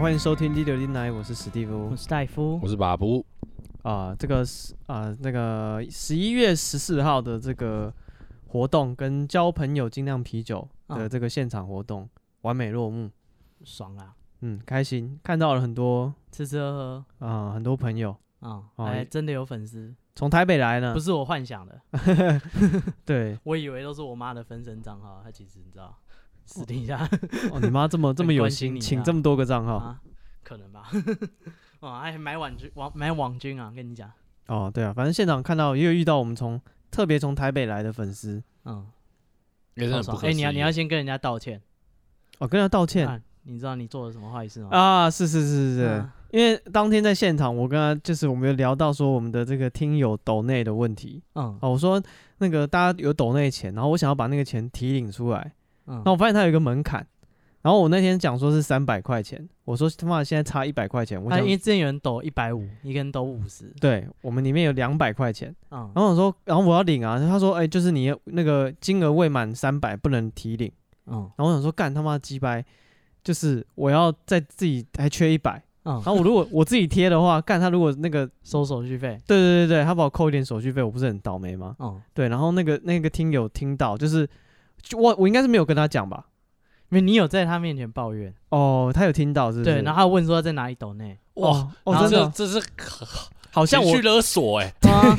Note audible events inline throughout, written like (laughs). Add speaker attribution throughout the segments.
Speaker 1: 欢迎收听《第六零来》，我是史蒂夫
Speaker 2: 我是戴夫
Speaker 3: 我，是把布，
Speaker 1: 啊、这个是啊、那个十一月十四号的这个活动，跟交朋友精酿啤酒的
Speaker 2: 啊
Speaker 1: 这个现场活动、完美落幕，
Speaker 2: 爽啦，
Speaker 1: 嗯，开心，看到了很多
Speaker 2: 吃吃喝
Speaker 1: 啊、很多朋友
Speaker 2: 喝啊，
Speaker 1: 哦
Speaker 2: 还
Speaker 1: 也
Speaker 2: 真的有粉丝，
Speaker 1: 从台北来呢，
Speaker 2: 不是我幻想的，
Speaker 1: 对，
Speaker 2: 我以为都是我妈的分身账号，她其实你知道，私底下
Speaker 1: 哦，你妈这
Speaker 2: (laughs)
Speaker 1: 么这么有
Speaker 2: 关心
Speaker 1: 心，
Speaker 2: 你
Speaker 1: 请
Speaker 2: 啊
Speaker 1: 这么多个账号、
Speaker 2: 啊，可能吧， (laughs) 哦，还买网军网买网军啊，跟你讲，
Speaker 1: 哦，对啊，反正现场看到也有遇到我们从特别从台北来的粉丝，
Speaker 2: 嗯，
Speaker 3: 也是
Speaker 2: 好
Speaker 3: 很不
Speaker 2: 爽，
Speaker 3: 可
Speaker 2: 哎，
Speaker 3: 思
Speaker 2: 你要
Speaker 3: 议
Speaker 2: 你要先跟人家道歉，
Speaker 1: 哦，跟他道歉啊
Speaker 2: 啊，你知道你做了什么坏事吗？
Speaker 1: 是是是啊是。
Speaker 2: 嗯
Speaker 1: 因为当天在现场，我跟他就是我们有聊到说我们的这个听友抖内的问题
Speaker 2: 嗯
Speaker 1: 哦，我说那个大家有抖内钱，然后我想要把那个钱提领出来，
Speaker 2: 嗯
Speaker 1: 那，我发现它有一个门槛，然后我那天讲说是三百块钱，我说他妈现在差一百块钱，我
Speaker 2: 他
Speaker 1: 想
Speaker 2: 啊因为之前有人抖一百五，一个人抖五十，
Speaker 1: 对我们里面有两百块钱，
Speaker 2: 嗯
Speaker 1: 然后我说然后我要领啊，他说哎、就是你那个金额未满三百不能提领，
Speaker 2: 嗯
Speaker 1: 然后我想说干他妈鸡掰，就是我要再自己还缺一百，
Speaker 2: 嗯
Speaker 1: 然，后我如果我自己贴的话，干他如果那个
Speaker 2: 收手续费，
Speaker 1: 对对对对，他把我扣一点手续费，我不是很倒霉吗？
Speaker 2: 嗯，
Speaker 1: 对，然后那个那个听友听到，就是就我我应该是没有跟他讲吧？
Speaker 2: 因为你有在他面前抱怨，
Speaker 1: 哦，他有听到是不是？
Speaker 2: 对，然后他问说在哪里抖内，
Speaker 1: 哇
Speaker 2: 然后
Speaker 1: 哦，真的
Speaker 3: 这这是
Speaker 1: 好像
Speaker 3: 情
Speaker 1: 我
Speaker 3: 绪勒索哎，
Speaker 2: 啊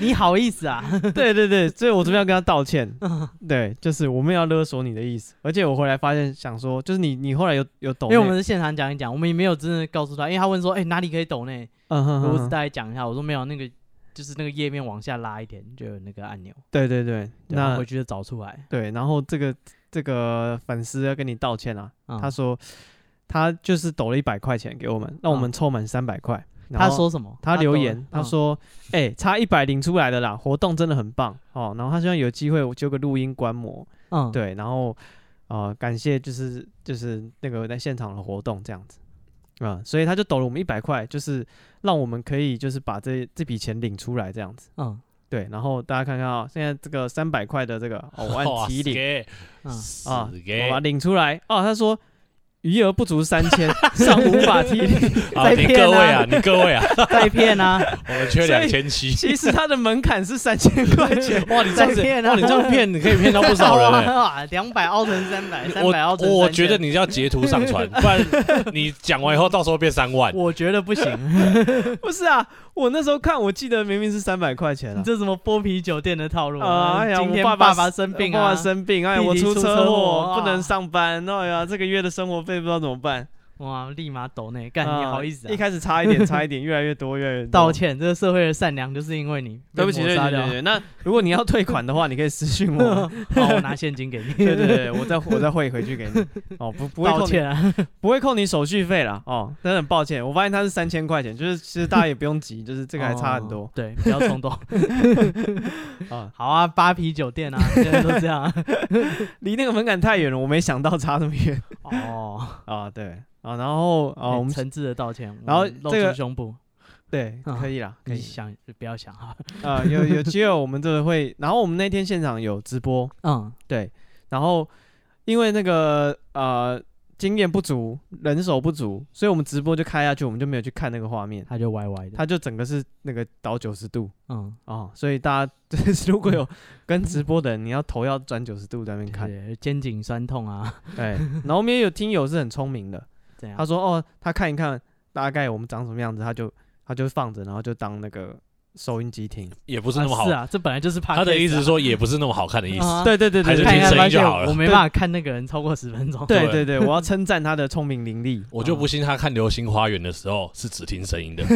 Speaker 2: 你好意思啊？
Speaker 1: (laughs) 对对对，所以我这边要跟他道歉。
Speaker 2: 嗯
Speaker 1: 对，就是我们要勒索你的意思，而且我回来发现想说，就是你你后来有有懂
Speaker 2: 因
Speaker 1: 内，
Speaker 2: 为我们是现场讲一讲，我们也没有真的告诉他，因为他问说，哎、哪里可以抖呢？
Speaker 1: 嗯哼
Speaker 2: 我
Speaker 1: 哼
Speaker 2: 只
Speaker 1: 哼
Speaker 2: 大概讲一下，我说没有那个，就是那个页面往下拉一点就有那个按钮，
Speaker 1: 对对对，
Speaker 2: 对然后
Speaker 1: 那
Speaker 2: 回去就找出来。
Speaker 1: 对，然后这个这个粉丝要跟你道歉啊，
Speaker 2: 嗯、
Speaker 1: 他说他就是抖了一百块钱给我们，让我
Speaker 2: 嗯
Speaker 1: 们凑满三百块。然
Speaker 2: 他
Speaker 1: 后
Speaker 2: 说什么？
Speaker 1: 他留
Speaker 2: 抖了
Speaker 1: 言，他
Speaker 2: 嗯
Speaker 1: 说：“哎、差一百领出来的啦，活动真的很棒哦。然后他希望有机会我揪个录音观摩，
Speaker 2: 嗯，
Speaker 1: 对，然后呃，感谢就是就是那个在现场的活动这样子啊、所以他就抖了我们一百块，就是让我们可以就是把这这笔钱领出来这样子。
Speaker 2: 嗯，
Speaker 1: 对，然后大家看看啊、现在这个三百块的这个哦，我按提领，
Speaker 3: 领
Speaker 2: 嗯
Speaker 1: 啊
Speaker 3: 死
Speaker 1: 我把它
Speaker 3: 给，
Speaker 1: 领出来哦。他说余额不足三千，
Speaker 3: (laughs)
Speaker 1: 尚无法提领，
Speaker 3: 啊你
Speaker 2: 被骗
Speaker 3: 各位
Speaker 2: 啊
Speaker 3: 啊，你各位
Speaker 2: (laughs)
Speaker 3: 啊，
Speaker 2: 在骗啊，
Speaker 1: (laughs)
Speaker 3: 我们
Speaker 1: 所
Speaker 3: 缺
Speaker 1: 以
Speaker 3: 两千
Speaker 2: (laughs)
Speaker 3: 七，
Speaker 1: 其实他的门槛是三千块钱。”
Speaker 3: 哇，你这
Speaker 2: 在
Speaker 3: 样子，
Speaker 2: 骗啊
Speaker 3: 哇，你这样骗，你可以骗到不少人
Speaker 1: 欸
Speaker 2: (laughs)
Speaker 3: 哎。
Speaker 2: 哇，两百凹成三百，三
Speaker 3: 我
Speaker 2: 百凹成
Speaker 3: 我
Speaker 2: 3000
Speaker 3: 觉得你要截图上传，不
Speaker 2: (laughs)
Speaker 3: 然你讲完以后到时候变三万。
Speaker 2: 我觉得不行，
Speaker 1: (laughs) 不是啊，我那时候看，我记得明明是三百块钱
Speaker 2: 你
Speaker 1: 啊。
Speaker 2: 这什么剥皮酒店的套路
Speaker 1: 啊
Speaker 2: 啊？
Speaker 1: 哎呀
Speaker 2: 今
Speaker 1: 我
Speaker 2: 天
Speaker 1: 爸爸
Speaker 2: 爸爸生病
Speaker 1: 我爸
Speaker 2: 啊，
Speaker 1: 爸生病，哎呀，
Speaker 2: 弟弟
Speaker 1: 我
Speaker 2: 出车
Speaker 1: 车
Speaker 2: 祸
Speaker 1: 祸，
Speaker 2: 啊
Speaker 1: 不能上班，哎呀，这个月的生活费不知道怎么办。
Speaker 2: 哇，立马抖内，干你
Speaker 1: 啊
Speaker 2: 好意思啊
Speaker 1: 一？开始差一
Speaker 2: (laughs)
Speaker 1: 点，差一点，越来越多，越来越多
Speaker 2: 道。歉，这个社会的善良就是因为你
Speaker 1: 对
Speaker 2: 被
Speaker 1: 不起，
Speaker 2: 抹
Speaker 1: 对不起，
Speaker 2: 杀
Speaker 1: 对
Speaker 2: 掉
Speaker 1: 不起。那如果你要退款的话，你可以私信 (laughs)
Speaker 2: (laughs)
Speaker 1: 我。
Speaker 2: 好，我拿现金给你。
Speaker 1: 对对对，我再我再汇回去给你。哦，不不会
Speaker 2: 道
Speaker 1: 扣你，
Speaker 2: 歉啊，
Speaker 1: 不会扣你手续费啦。哦，真的很抱歉，我发现它是三千块钱，就是其实大家也不用急，就是这个还差很多
Speaker 2: 哦。对，不要冲动。 (laughs)
Speaker 1: 啊，
Speaker 2: 好啊，扒皮酒店啊，现在都
Speaker 1: (laughs)
Speaker 2: 这样啊。
Speaker 1: 离那个门槛太远了，我没想到差那么远
Speaker 2: 哦，
Speaker 1: 啊。对啊，然后啊，
Speaker 2: 很
Speaker 1: 我们
Speaker 2: 诚挚的道歉，
Speaker 1: 然后
Speaker 2: 我们露
Speaker 1: 这个
Speaker 2: 出胸部，
Speaker 1: 对，
Speaker 2: 啊
Speaker 1: 可以啦，可
Speaker 2: 你
Speaker 1: 以
Speaker 2: 想不要想啊。
Speaker 1: 啊、有有机会我们这会，然后我们那天现场有直播，
Speaker 2: 嗯
Speaker 1: 对，然后因为那个呃经验不足，人手不足，所以我们直播就开下去，我们就没有去看那个画面，
Speaker 2: 他就歪歪的。
Speaker 1: 它就整个是那个倒九十度
Speaker 2: 嗯，
Speaker 1: 哦，所以大家 (laughs) 就是如果有跟直播的人，你要头要转九十度在那边看，
Speaker 2: 对肩颈酸痛啊，
Speaker 1: 对，然后我们也有听友是很聪明的，
Speaker 2: 这样
Speaker 1: 他。说哦，他看一看大概我们长什么样子，他就他就放着，然后就当那个收音机听，
Speaker 3: 也不是那么
Speaker 2: 啊
Speaker 3: 好
Speaker 2: 是，啊，啊这本来就是怕
Speaker 3: 他的意思是说也不是那么好看的意思。
Speaker 1: 对对对对
Speaker 3: 还是
Speaker 1: 对，
Speaker 2: 看一看
Speaker 3: 听声音
Speaker 2: 发
Speaker 3: 就
Speaker 2: 现
Speaker 3: 好了
Speaker 2: 我没办法看那个人超过十分钟。
Speaker 1: 对对
Speaker 3: 对
Speaker 1: 对，我要称赞他的聪明伶俐。
Speaker 3: 我就不信他看《流星花园》的时候是只听声音
Speaker 2: (laughs)
Speaker 3: 的，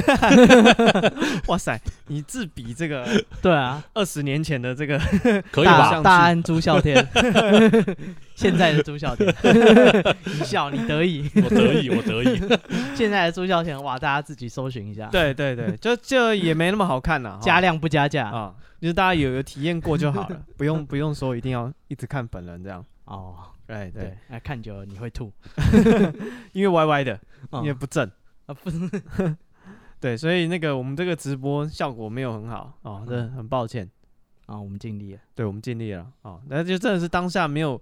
Speaker 1: (laughs) 哇塞，你自比这个
Speaker 2: 对啊，
Speaker 1: 二十年前的这
Speaker 2: (laughs)
Speaker 1: 个
Speaker 3: 可以
Speaker 1: 大
Speaker 3: 吧
Speaker 1: 象？
Speaker 2: 大安朱孝天， (laughs) 现在的朱孝天， (laughs) 你笑你得意。
Speaker 3: 我得意，我
Speaker 2: (laughs)
Speaker 3: 得意。
Speaker 2: 现在的朱孝天，哇，大家自己搜寻一下，
Speaker 1: 对对对，就就也没那么好看了，哈
Speaker 2: (laughs) 加量不加
Speaker 3: 哦
Speaker 2: 价。
Speaker 1: 啊，就是大家有有体验过就
Speaker 2: (laughs)
Speaker 1: 好了，不用不用说一定要一直看本人这样。
Speaker 2: 哦，
Speaker 1: 哎对
Speaker 2: 对，，哎，看久了你会吐。
Speaker 1: 因为歪歪的，因
Speaker 3: 哦
Speaker 2: 嗯
Speaker 1: 为不正
Speaker 2: 啊不
Speaker 1: (laughs) 对，所以那个我们这个直播效果没有很好
Speaker 2: 嗯
Speaker 1: 哦，这很抱歉，
Speaker 2: 啊，我们尽力了。
Speaker 1: 对我们尽力了啊，哦那就真的是当下没有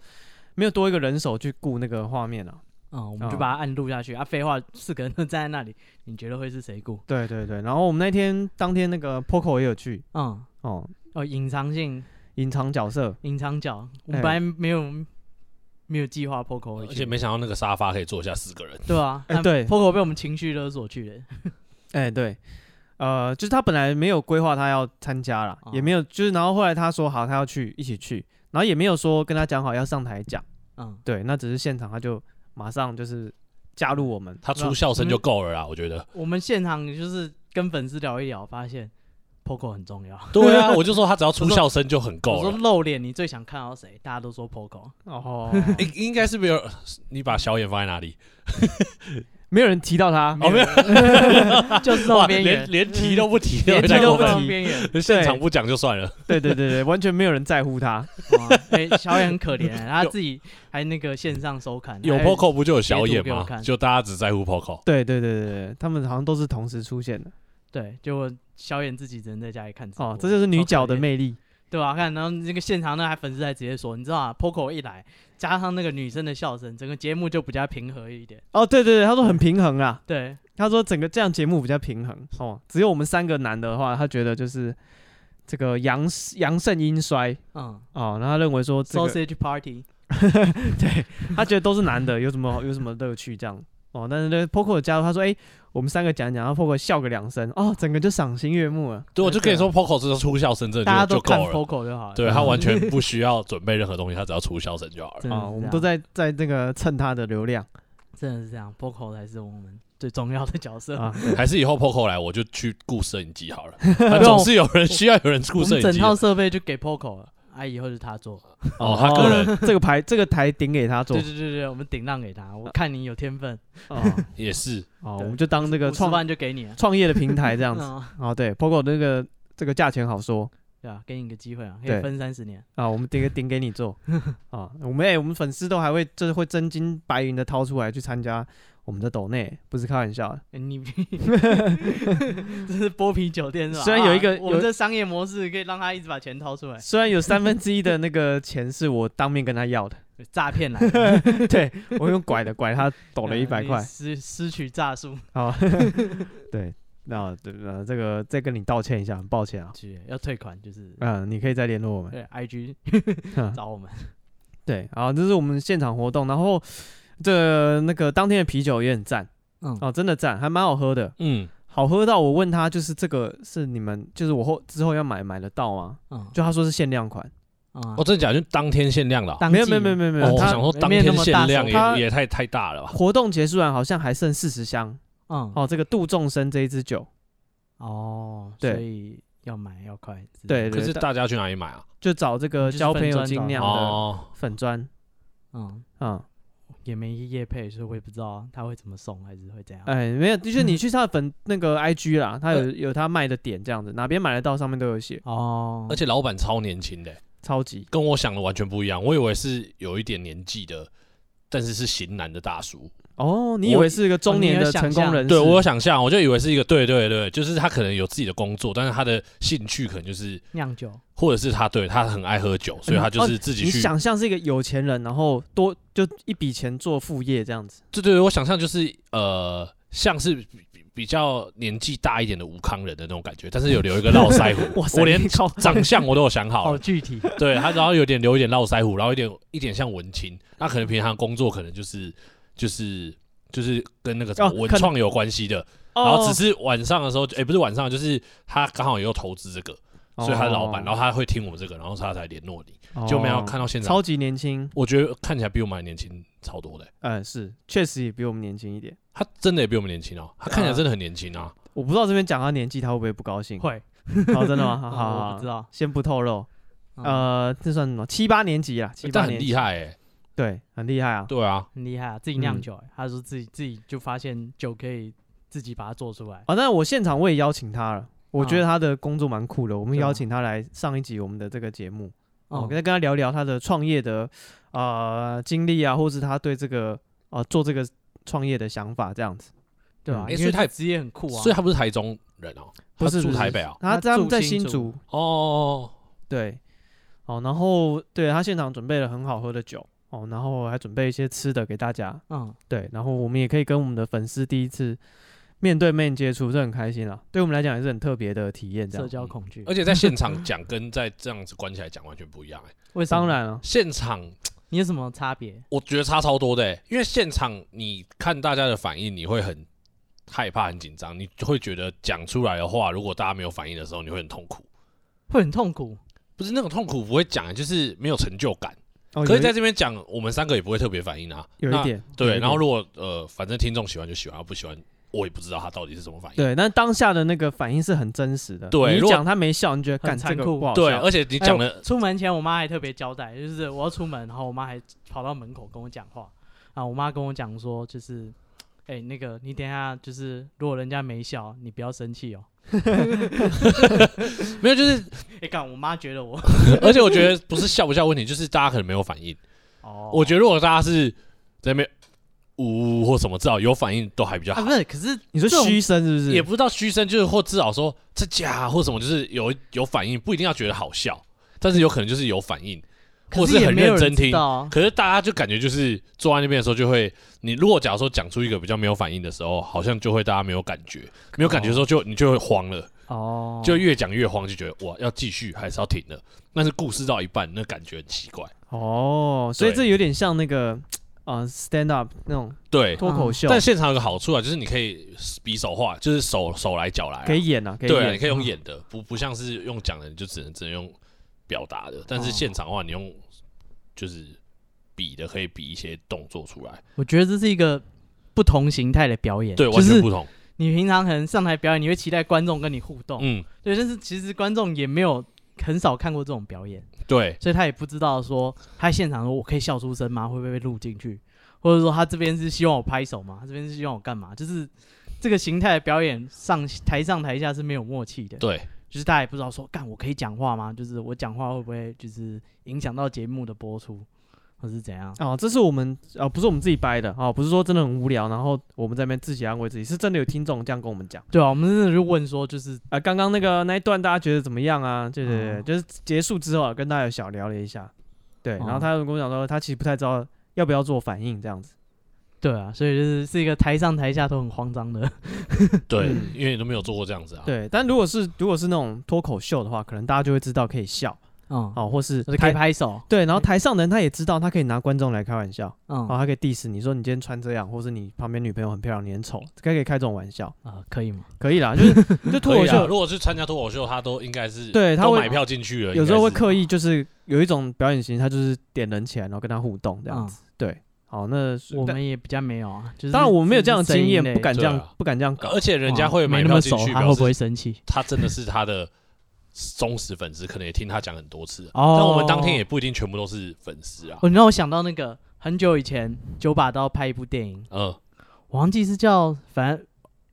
Speaker 1: 没有多一个人手去顾那个画面了
Speaker 2: 嗯，我们就
Speaker 1: 哦
Speaker 2: 把它按录下去啊。废话，四个人都站在那里，你觉得会是谁雇？
Speaker 1: 对对对，然后我们那天当天那个 Poco 也有去
Speaker 2: 嗯，
Speaker 1: 哦，
Speaker 2: 哦，隐藏性、
Speaker 1: 隐藏角色，
Speaker 2: 隐藏角，我们
Speaker 1: 哎
Speaker 2: 本来没有没有计划 POCO 回
Speaker 3: 而且
Speaker 2: 去，
Speaker 3: 没想到那个沙发可以坐下四个人，
Speaker 2: 对啊，
Speaker 1: 哎
Speaker 2: 那
Speaker 1: 对
Speaker 2: ，POCO 被我们情绪勒索去了。
Speaker 1: 哎、对，呃，就是他本来没有规划他要参加啦，
Speaker 3: 哦
Speaker 1: 也没有，就是然后后来他说好，他要去一起去，然后也没有说跟他讲好要上台讲，
Speaker 2: 嗯，
Speaker 1: 对，那只是现场他就马上就是加入我们，
Speaker 3: 他出笑声就够了啦，我觉得。
Speaker 2: 我们现场就是跟粉丝聊一聊，发现 POCO 很重要。
Speaker 3: 对啊， (laughs) 我就说他只要出笑声就很够
Speaker 2: 我说
Speaker 3: 了。
Speaker 2: 露脸，你最想看到谁？大家都说 POCO。
Speaker 1: 哦，
Speaker 3: (laughs) 嗯应应该是没有，你把小眼放在哪里？
Speaker 1: 没有人提到他，
Speaker 3: 哦，没有，
Speaker 2: (laughs) 就是
Speaker 3: 哇
Speaker 2: 那边
Speaker 3: 连
Speaker 2: 缘，
Speaker 3: 连提都不提，
Speaker 1: 连提
Speaker 3: 太
Speaker 1: 都
Speaker 3: 过
Speaker 1: 不
Speaker 3: 分了
Speaker 1: 提
Speaker 2: 边缘。
Speaker 3: 现场不讲就算
Speaker 2: 哎
Speaker 3: 了。
Speaker 1: 对对对对，完全没有人在乎他，
Speaker 2: 哇哎，小野很可怜，他自己还那个线上收看，哎
Speaker 3: 有
Speaker 2: 还
Speaker 3: POCO 不就有小
Speaker 2: 截
Speaker 3: 眼
Speaker 2: 图给我
Speaker 3: 吗？
Speaker 2: 看
Speaker 3: 就大家只在乎 POCO。
Speaker 1: 对对对对对，他们好像都是同时出现的，
Speaker 2: 对，就小野自己只能在家里看直播。
Speaker 1: 哦，这就是女角的
Speaker 2: 超可怜
Speaker 1: 魅力，
Speaker 2: 对吧、看，然后那个现场那还粉丝还直接说，你知道啊，Poco 一来，加上那个女生的笑声，整个节目就比较平和一点。
Speaker 1: 哦，对对对，他说很平衡啦，
Speaker 2: 对，
Speaker 1: 他说整个这样节目比较平衡哦，只有我们三个男的话，他觉得就是这个阳阳盛阴衰
Speaker 2: 嗯
Speaker 1: 哦，然后他认为说这个
Speaker 2: ，Sausage Party，
Speaker 1: 他觉得都是男的，有什么有什么乐趣这样哦。但是呢，Poco 加入他说，哎、我们三个讲一讲，然后 Poco 笑个两声，哦，整个就赏心悦目了。
Speaker 3: 对，我就跟你
Speaker 1: 对
Speaker 3: 说，POCO 只是出笑声，这
Speaker 2: 啊大家都
Speaker 3: 就就
Speaker 2: 看
Speaker 3: 够了。
Speaker 2: Poco 就好了。嗯
Speaker 3: 对他完全不需要准备任何东西，他只要出笑声就好了。
Speaker 2: 真嗯的是
Speaker 1: 啊、
Speaker 2: 这样
Speaker 1: 我们都在在那个蹭他的流量
Speaker 2: 真的是这样，Poco 才是我们最重要的角色。
Speaker 1: 啊，
Speaker 3: (laughs) 还是以后 POCO 来，我就去雇摄影机好
Speaker 2: (laughs)
Speaker 3: 了。他总是有人需要有人雇
Speaker 2: 我
Speaker 3: 摄
Speaker 2: 们
Speaker 3: 影
Speaker 2: 整
Speaker 3: 机。
Speaker 2: 套设备就给 Poco 了，啊，以后就他做。
Speaker 3: 哦他个人
Speaker 1: 这个牌这个台顶给他做啊
Speaker 2: 对对对对，我们顶让给他，我看你有天分，
Speaker 1: 哦
Speaker 3: 也是，
Speaker 1: 哦，我
Speaker 2: 对
Speaker 1: 们就当这
Speaker 2: (laughs)
Speaker 1: 个
Speaker 2: 五十
Speaker 1: 创
Speaker 2: 万就给你了。
Speaker 1: 创业的平台这样
Speaker 2: (laughs)
Speaker 1: 子
Speaker 2: 嗯，
Speaker 1: 哦，对，Poco 那个这个价钱好说。
Speaker 2: 对啊，给你一个机会啊，可
Speaker 1: 对
Speaker 2: 以分三十
Speaker 1: (laughs)
Speaker 2: 年。
Speaker 1: 啊，我们顶个顶给你做啊，我们哎、我们粉丝都还会就是会真金白银的掏出来去参加我们的抖内，不是开玩笑的。
Speaker 2: 欸你 (laughs) 这是剥皮酒店是
Speaker 1: (laughs)
Speaker 2: 吧？
Speaker 1: 虽然有一个
Speaker 2: 啊我
Speaker 1: 有
Speaker 2: 们这商业模式可以让他一直把钱
Speaker 1: (laughs)
Speaker 2: 掏出来，
Speaker 1: 虽然有三分之一的那个钱是我当面跟他要的， (laughs)
Speaker 2: 诈骗 (laughs) 来的，
Speaker 1: 对我用拐的拐他抖了一百
Speaker 2: 嗯
Speaker 1: 块
Speaker 2: (laughs) 你，失失去诈术，
Speaker 1: 啊， (laughs) 对，那对呃这个再跟你道歉一下，很抱歉啊，
Speaker 2: 去要退款就是
Speaker 1: 嗯，你可以再联络我们，
Speaker 2: 对 IG
Speaker 1: 嗯
Speaker 2: 找我们，
Speaker 1: 对，啊，这是我们现场活动，然后这那个当天的啤酒也很赞
Speaker 2: 嗯，
Speaker 1: 哦，真的赞，还蛮好喝的，
Speaker 3: 嗯，
Speaker 1: 好喝到我问他，就是这个是你们，就是我后之后要买买得到吗？
Speaker 2: 嗯
Speaker 1: 就他说是限量款，
Speaker 2: 啊
Speaker 3: 哦，真的假的？就当天限量了啊。
Speaker 2: 当
Speaker 1: 没有没有
Speaker 2: 季
Speaker 1: 没有没有没
Speaker 3: 哦，
Speaker 1: 有，
Speaker 3: 我
Speaker 1: 他
Speaker 3: 想说当
Speaker 2: 没有那
Speaker 3: 天
Speaker 2: 么
Speaker 3: 限
Speaker 2: 大
Speaker 3: 量
Speaker 2: 手
Speaker 1: 他
Speaker 3: 也也太太大了吧？
Speaker 1: 活动结束完好像还剩四十箱
Speaker 2: 嗯
Speaker 1: 哦。这个杜仲生这一支酒，
Speaker 2: 哦，
Speaker 1: 对
Speaker 2: 所以要买要快，是不是
Speaker 1: 对对
Speaker 3: 可是
Speaker 1: 但
Speaker 3: 大家去哪里买啊？
Speaker 1: 嗯就找这个
Speaker 2: 就是
Speaker 1: 交朋
Speaker 2: 粉
Speaker 1: 友
Speaker 2: 砖
Speaker 1: 精
Speaker 2: 找
Speaker 1: 酿的
Speaker 3: 哦，
Speaker 1: 粉砖
Speaker 2: 嗯
Speaker 1: 啊，
Speaker 2: 也没业配，所以我也不知道他会怎么送还是会怎样，
Speaker 1: 哎没有，就是你去他的粉那个 IG 啦，他有有他卖的点这样子，哪边买得到上面都有写，
Speaker 2: 哦
Speaker 3: 而，且老板超年轻的，
Speaker 1: 超级
Speaker 3: 跟我想的完全不一样。我以为是有一点年纪的，但是是型男的大叔。
Speaker 1: 哦，你以为是一个中年的成功人士，
Speaker 3: 对我有想象，我就以为是一个对对对，就是他可能有自己的工作，但是他的兴趣可能就是，
Speaker 2: 酿酒，
Speaker 3: 或者是他对他很爱喝酒，所以他就是自
Speaker 1: 嗯
Speaker 3: 己
Speaker 1: 哦你
Speaker 3: 去。
Speaker 1: 想象是一个有钱人，然后多就一笔钱做副业这样子，，
Speaker 3: 对对对，我想象就是呃，像是比比比较年纪大一点的吴康人的那种感觉，但是有留一个络腮
Speaker 1: (laughs)
Speaker 3: 胡
Speaker 1: 哇塞，
Speaker 3: 我连
Speaker 1: 你靠
Speaker 3: 长相我都有想好
Speaker 2: 好哦
Speaker 3: 了。
Speaker 2: 具体，
Speaker 1: (laughs)
Speaker 3: 对他，然后有点留一点络腮胡，然后有点一点像文青，那可能平常工作可能就是就是就是跟那个什么
Speaker 1: 哦
Speaker 3: 文
Speaker 1: 可能
Speaker 3: 创有关系的，
Speaker 1: 哦
Speaker 3: 然后只是晚上的时候，哎、不是晚上，就是他刚好也有投资这个，所以他是老
Speaker 1: 哦
Speaker 3: 板，然后他会听我们这个，然后他才联络你。
Speaker 1: 后
Speaker 3: 就没有看到现场，
Speaker 1: 哦超级年轻，
Speaker 3: 我觉得看起来比我们还年轻超多的、欸
Speaker 1: 嗯，是，确实也比我们年轻一点。
Speaker 3: 他真的也比我们年轻哦、他
Speaker 1: 嗯
Speaker 3: 看起来真的很年轻啊。
Speaker 1: 我不知道这边讲他年纪，他会不会不高
Speaker 3: (laughs)
Speaker 1: 兴？
Speaker 2: 会，
Speaker 1: 哦，真的 (laughs) 吗？好
Speaker 2: 嗯
Speaker 1: 好，
Speaker 2: 我不知道，
Speaker 1: 先不透露。
Speaker 2: 嗯
Speaker 1: 呃，这算什么？七八年级啦，七八
Speaker 3: 但很
Speaker 1: 年
Speaker 3: 厉
Speaker 1: 级，
Speaker 3: 害哎、
Speaker 1: 对，很厉害啊。
Speaker 3: 对啊，
Speaker 2: 很厉害啊，自己
Speaker 1: 嗯
Speaker 2: 酿酒欸、他说自己自己就发现酒可以自己把它做出来。
Speaker 1: 啊，那我现场我也邀请他了，我觉
Speaker 2: 啊
Speaker 3: 嗯
Speaker 1: 得他的工作蛮酷的，我们
Speaker 2: 对啊
Speaker 1: 邀请他来上一集我们的这个节目，哦，
Speaker 3: 嗯
Speaker 2: 哦，
Speaker 1: 跟他跟他聊聊他的创业的呃经历啊，或是他对这个呃做这个创业的想法这样子。
Speaker 2: 对啊，
Speaker 1: 嗯
Speaker 3: 诶
Speaker 2: 因
Speaker 3: 所以
Speaker 2: 为
Speaker 3: 他
Speaker 2: 他
Speaker 3: 也
Speaker 2: 职业很酷啊
Speaker 3: 所以。他不是台中人哦、
Speaker 1: 不是
Speaker 3: 他
Speaker 1: 不
Speaker 3: 住
Speaker 1: 是
Speaker 3: 台北啊、
Speaker 1: 他
Speaker 2: 他
Speaker 1: 他们
Speaker 2: 住
Speaker 1: 在
Speaker 2: 新
Speaker 1: 新
Speaker 2: 竹
Speaker 1: 竹，
Speaker 3: 哦，
Speaker 1: 对，哦，然后对他现场准备了很好喝的酒哦，然后还准备一些吃的给大家，
Speaker 2: 嗯，
Speaker 1: 对，然后我们也可以跟我们的粉丝第一次面对面接触，这很开心啦，对我们来讲也是很特别的体验，这
Speaker 2: 社
Speaker 1: 样。嗯
Speaker 2: 交恐惧
Speaker 3: 而。且在现场讲跟在这样子关起来讲完全不一样、欸。
Speaker 2: 为什么
Speaker 1: 当，然了、
Speaker 3: 现场
Speaker 2: 你有什么差别？
Speaker 3: 我觉得差超多的、欸，因为现场你看大家的反应，你会很害怕、很紧张，你就会觉得讲出来的话，如果大家没有反应的时候，你会很痛苦。
Speaker 2: 会很痛苦。
Speaker 3: 不是那种痛苦不会讲，就是没有成就感。
Speaker 1: 哦，有
Speaker 3: 可是
Speaker 1: 一
Speaker 3: 在这边讲，我们三个也不会特别反应啊。
Speaker 1: 有一
Speaker 3: 那
Speaker 1: 点有一
Speaker 3: 对，然后
Speaker 1: 点
Speaker 3: 如果呃，反正听众喜欢就喜欢，不喜欢我也不知道他到底是什么反应。
Speaker 1: 对，但当下的那个反应是很真实的。
Speaker 3: 对
Speaker 1: 你一
Speaker 3: 如果
Speaker 1: 讲他没笑，你觉得
Speaker 2: 很
Speaker 1: 干这
Speaker 2: 残
Speaker 1: 个
Speaker 2: 酷
Speaker 1: 不好
Speaker 3: 对，
Speaker 1: 笑
Speaker 3: 而且你讲
Speaker 1: 哎
Speaker 3: 的
Speaker 2: 出门前，我妈还特别交代，就是我要出门，然后我妈还跑到门口跟我讲话啊。我妈跟我讲说，就是，哎、那个你等一下就是，如果人家没笑，你不要生气哦。
Speaker 3: 没有，就是，
Speaker 2: 哎、干，我妈觉得我， (laughs)
Speaker 3: 而且我觉得不是笑不笑问题，就是大家可能没有反应。
Speaker 2: 哦，
Speaker 3: 我觉得如果大家是在那边呜或什么，至少有反应都还比较
Speaker 2: 啊，
Speaker 3: 好
Speaker 2: 不。是，可是
Speaker 1: 你说
Speaker 2: 这种
Speaker 1: 嘘声是不是？
Speaker 3: 也不知道嘘声，就是或至少说这假或什么，就是有有反应，不一定要觉得好笑，但是有可能就是有反应，或
Speaker 2: 可
Speaker 3: 是
Speaker 2: 也
Speaker 3: 很
Speaker 2: 没有人
Speaker 3: 认真
Speaker 2: 知
Speaker 3: 听
Speaker 2: 道。啊。
Speaker 3: 可是大家就感觉就是坐在那边的时候，就会你如果假如说讲出一个比较没有反应的时候，好像就会大家没有感觉，没有感
Speaker 1: 哦
Speaker 3: 觉的时候就你就会慌了，
Speaker 2: 哦，
Speaker 3: 就越讲越慌，就觉得哇要继续还是要停了。但是故事到一半，那感觉很奇怪。
Speaker 1: 哦，所以
Speaker 3: 对
Speaker 1: 这有点像那个啊、呃 stand up 那种
Speaker 3: 对，
Speaker 1: 脱口秀，
Speaker 3: 但现场有个好处啊，就是你可以比手画，就是手手来脚来啊、
Speaker 1: 可以演啊，可以
Speaker 3: 对啊，
Speaker 1: 演，
Speaker 3: 你可以用演的，不不像是用讲的，你就只能只能用表达的。但是
Speaker 2: 哦
Speaker 3: 现场的话，你用就是比的，可以比一些动作出来，
Speaker 1: 嗯
Speaker 2: 我觉得这是一个不同形态的表演，
Speaker 3: 对，
Speaker 2: 就
Speaker 3: 完全
Speaker 2: 是
Speaker 3: 不同。
Speaker 2: 你平常可能上台表演，你会期待观众跟你互动，
Speaker 3: 嗯，
Speaker 2: 对，但是其实观众也没有很少看过这种表演。
Speaker 3: 对，
Speaker 2: 所以他也不知道说他现场说我可以笑出声吗？会不会被录进去？或者说他这边是希望我拍手吗？他这边是希望我干嘛？就是这个形态的表演上台上台下是没有默契的，
Speaker 3: 对，
Speaker 2: 就是他也不知道说干我可以讲话吗？就是我讲话会不会就是影响到节目的播出，或是怎样？
Speaker 1: 哦，这是我们啊、不是我们自己掰的啊、不是说真的很无聊，然后我们在那边自己安慰自己，是真的有听众这样跟我们讲
Speaker 2: 对啊，我们真的就问说就是
Speaker 1: 啊。刚刚那个那一段大家觉得怎么样啊？对对对，
Speaker 2: 哦
Speaker 1: 就是结束之后啊跟大家有小聊了一下，对，然
Speaker 2: 哦
Speaker 1: 后他就跟我讲说，他其实不太知道要不要做反应这样子。
Speaker 2: 对啊，所以就是是一个台上台下都很慌张的，
Speaker 3: 对
Speaker 1: 嗯，
Speaker 3: 因为你都没有做过这样子啊。
Speaker 1: 对，但如果是如果是那种脱口秀的话，可能大家就会知道可以笑
Speaker 2: 嗯，
Speaker 1: 哦，或是
Speaker 2: 就是可
Speaker 1: 台
Speaker 2: 以拍手，
Speaker 1: 对，然后台上的人他也知道，他可以拿观众来开玩笑，
Speaker 2: 嗯
Speaker 1: 哦，他可以 diss 你说你今天穿这样，或是你旁边女朋友很漂亮，你很丑，可以可以开这种玩笑，
Speaker 2: 啊，可以吗？
Speaker 1: 可以啦，就是就脱
Speaker 3: 可
Speaker 1: 口
Speaker 3: 以啊，
Speaker 1: 秀，
Speaker 3: 如果是参加脱口秀，他都应该是
Speaker 1: 对他
Speaker 3: 都
Speaker 1: 会
Speaker 3: 买票进去了，
Speaker 1: 有时候会
Speaker 3: 应该是
Speaker 1: 刻意就是有一种表演型，他就是点人起来，然后跟他互动这样子。对，好，那是
Speaker 2: 嗯我
Speaker 1: 但
Speaker 2: 们也比较没有啊，就是
Speaker 1: 嗯当然我们没有这样的
Speaker 2: 是声
Speaker 1: 经
Speaker 2: 音
Speaker 1: 验，
Speaker 2: 欸类
Speaker 1: 不敢这样
Speaker 3: 对啊，
Speaker 1: 不敢这样搞。
Speaker 3: 而且人家会
Speaker 2: 没
Speaker 3: 买
Speaker 2: 那
Speaker 3: 票
Speaker 2: 么
Speaker 3: 进
Speaker 2: 熟，
Speaker 3: 去，
Speaker 2: 他
Speaker 3: 表
Speaker 2: 会不会
Speaker 3: 示
Speaker 2: 生气？
Speaker 3: 他真的是他的忠实粉丝，可能也听他讲很多次啊。
Speaker 2: 哦
Speaker 3: 但我们当天也不一定全部都是粉丝啊。
Speaker 2: 哦，你让我想到那个很久以前九把刀拍一部电影，
Speaker 3: 嗯
Speaker 2: 我忘记是叫反正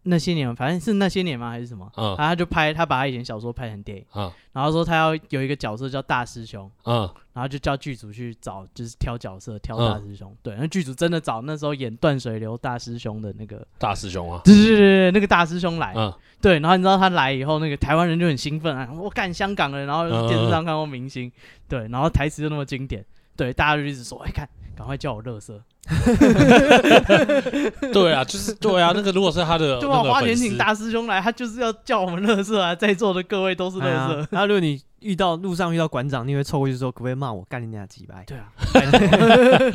Speaker 2: 那些年，反正是那些年吗还是什
Speaker 1: 哦
Speaker 2: 么？
Speaker 3: 嗯
Speaker 2: 然后他就拍，他把他以前小说拍成电影，
Speaker 3: 嗯
Speaker 2: 然后说他要有一个角色叫大师兄，
Speaker 3: 嗯，
Speaker 2: 然后就叫剧组去找，就是挑角色，挑
Speaker 3: 嗯
Speaker 2: 大师兄。对，那剧组真的找那时候演断水流大师兄的那个，
Speaker 3: 大师兄啊，
Speaker 2: 对对对对，那个大师兄来。
Speaker 3: 嗯
Speaker 2: 对，然后你知道他来以后，那个台湾人就很兴奋啊，我干香港人，然后电视上看过明星，对，然后台词就那么经典，对，大家就一直说，哎，看，赶快叫我乐色， (laughs)
Speaker 3: 对啊，就是对啊，那个如果是他的
Speaker 2: 对啊，
Speaker 3: 那个
Speaker 2: 花
Speaker 3: 粉
Speaker 2: 田
Speaker 3: 丝
Speaker 2: 井，大师兄来，他就是要叫我们乐色啊，在座的各位都是乐
Speaker 1: 哎呀
Speaker 2: 色，
Speaker 1: 那如果你遇到路上遇到馆长，你会凑过去说，可不可以骂我干你俩鸡
Speaker 3: (laughs)
Speaker 1: 巴？
Speaker 2: 对啊，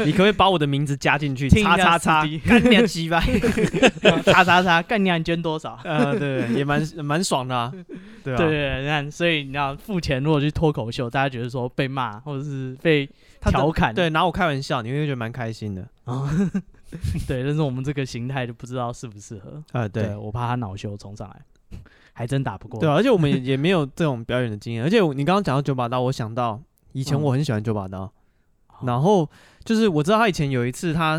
Speaker 1: 你可不可以把我的名字加进去？
Speaker 2: 听一
Speaker 1: 叉
Speaker 2: 下
Speaker 1: 叉叉
Speaker 2: 司机，
Speaker 1: 干你俩鸡巴？
Speaker 2: 叉叉叉，干你娘，你捐多少？
Speaker 1: 呃，对，也蛮蛮爽的啊，对
Speaker 2: 对
Speaker 1: 啊，
Speaker 2: 对对，你看，所以你知道付钱如果去脱口秀，大家觉得说被骂或者是被
Speaker 1: 他的
Speaker 2: 调侃，
Speaker 1: 对，拿我开玩笑，你会觉得蛮开心的。
Speaker 2: 啊，对，但是我们这个形态就不知道适不适合，
Speaker 1: 啊，对
Speaker 2: 对，我怕他恼羞冲上来， (laughs) 还真打不过，
Speaker 1: 对啊，而且我们也也没有这种表演的经验，而且我你刚刚讲到九把刀，我想到以前
Speaker 2: 嗯
Speaker 1: 我很喜欢九把刀，
Speaker 2: 哦
Speaker 1: 然后就是我知道他以前有一次他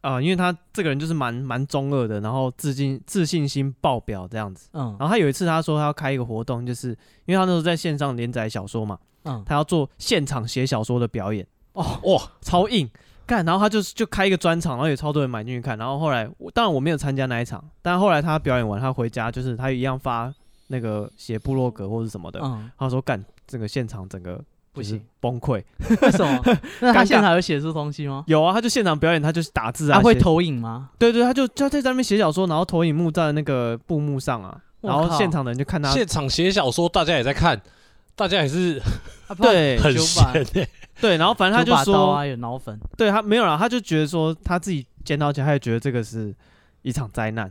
Speaker 1: 啊、呃因为他这个人就是蛮蛮中二的，然后自信自信心爆表这样子。
Speaker 2: 嗯
Speaker 1: 然后他有一次他说他要开一个活动，就是因为他那时候在线上连载小说嘛，
Speaker 2: 嗯，
Speaker 1: 他要做现场写小说的表演，
Speaker 2: 哦，
Speaker 3: 哇，
Speaker 1: 超硬干。然后他就是就开一个专场，然后有超多人买进去看。然后后来我当然我没有参加那一场，但后来他表演完他回家就是他一样发那个写部落格或者什么的，
Speaker 2: 嗯，
Speaker 1: 他说干这个现场整个
Speaker 2: 不
Speaker 1: 就是
Speaker 2: (laughs) 行，
Speaker 1: 崩溃。
Speaker 2: 为什么？那他
Speaker 1: 尴尬
Speaker 2: 现场有写出东西吗？
Speaker 1: 有啊，他就现场表演，他就是打字啊，
Speaker 2: 他会
Speaker 1: 写
Speaker 2: 投影吗？
Speaker 1: 对对，他就就他在那边写小说，然后投影幕在那个布幕上啊，
Speaker 2: 我
Speaker 1: 然后
Speaker 2: 靠
Speaker 1: 现场的人就看他，
Speaker 3: 现场写小说，大家也在看，大家也是
Speaker 2: 啊不然
Speaker 1: 对
Speaker 3: 很
Speaker 2: 九
Speaker 3: 闲
Speaker 2: 把
Speaker 3: 欸
Speaker 1: 对，然后反正他
Speaker 2: 九把
Speaker 1: 就
Speaker 2: 刀
Speaker 1: 说，
Speaker 2: 啊，有脑粉，
Speaker 1: 对他没有啦，他就觉得说他自己检讨起来，他也觉得这个是一场灾难，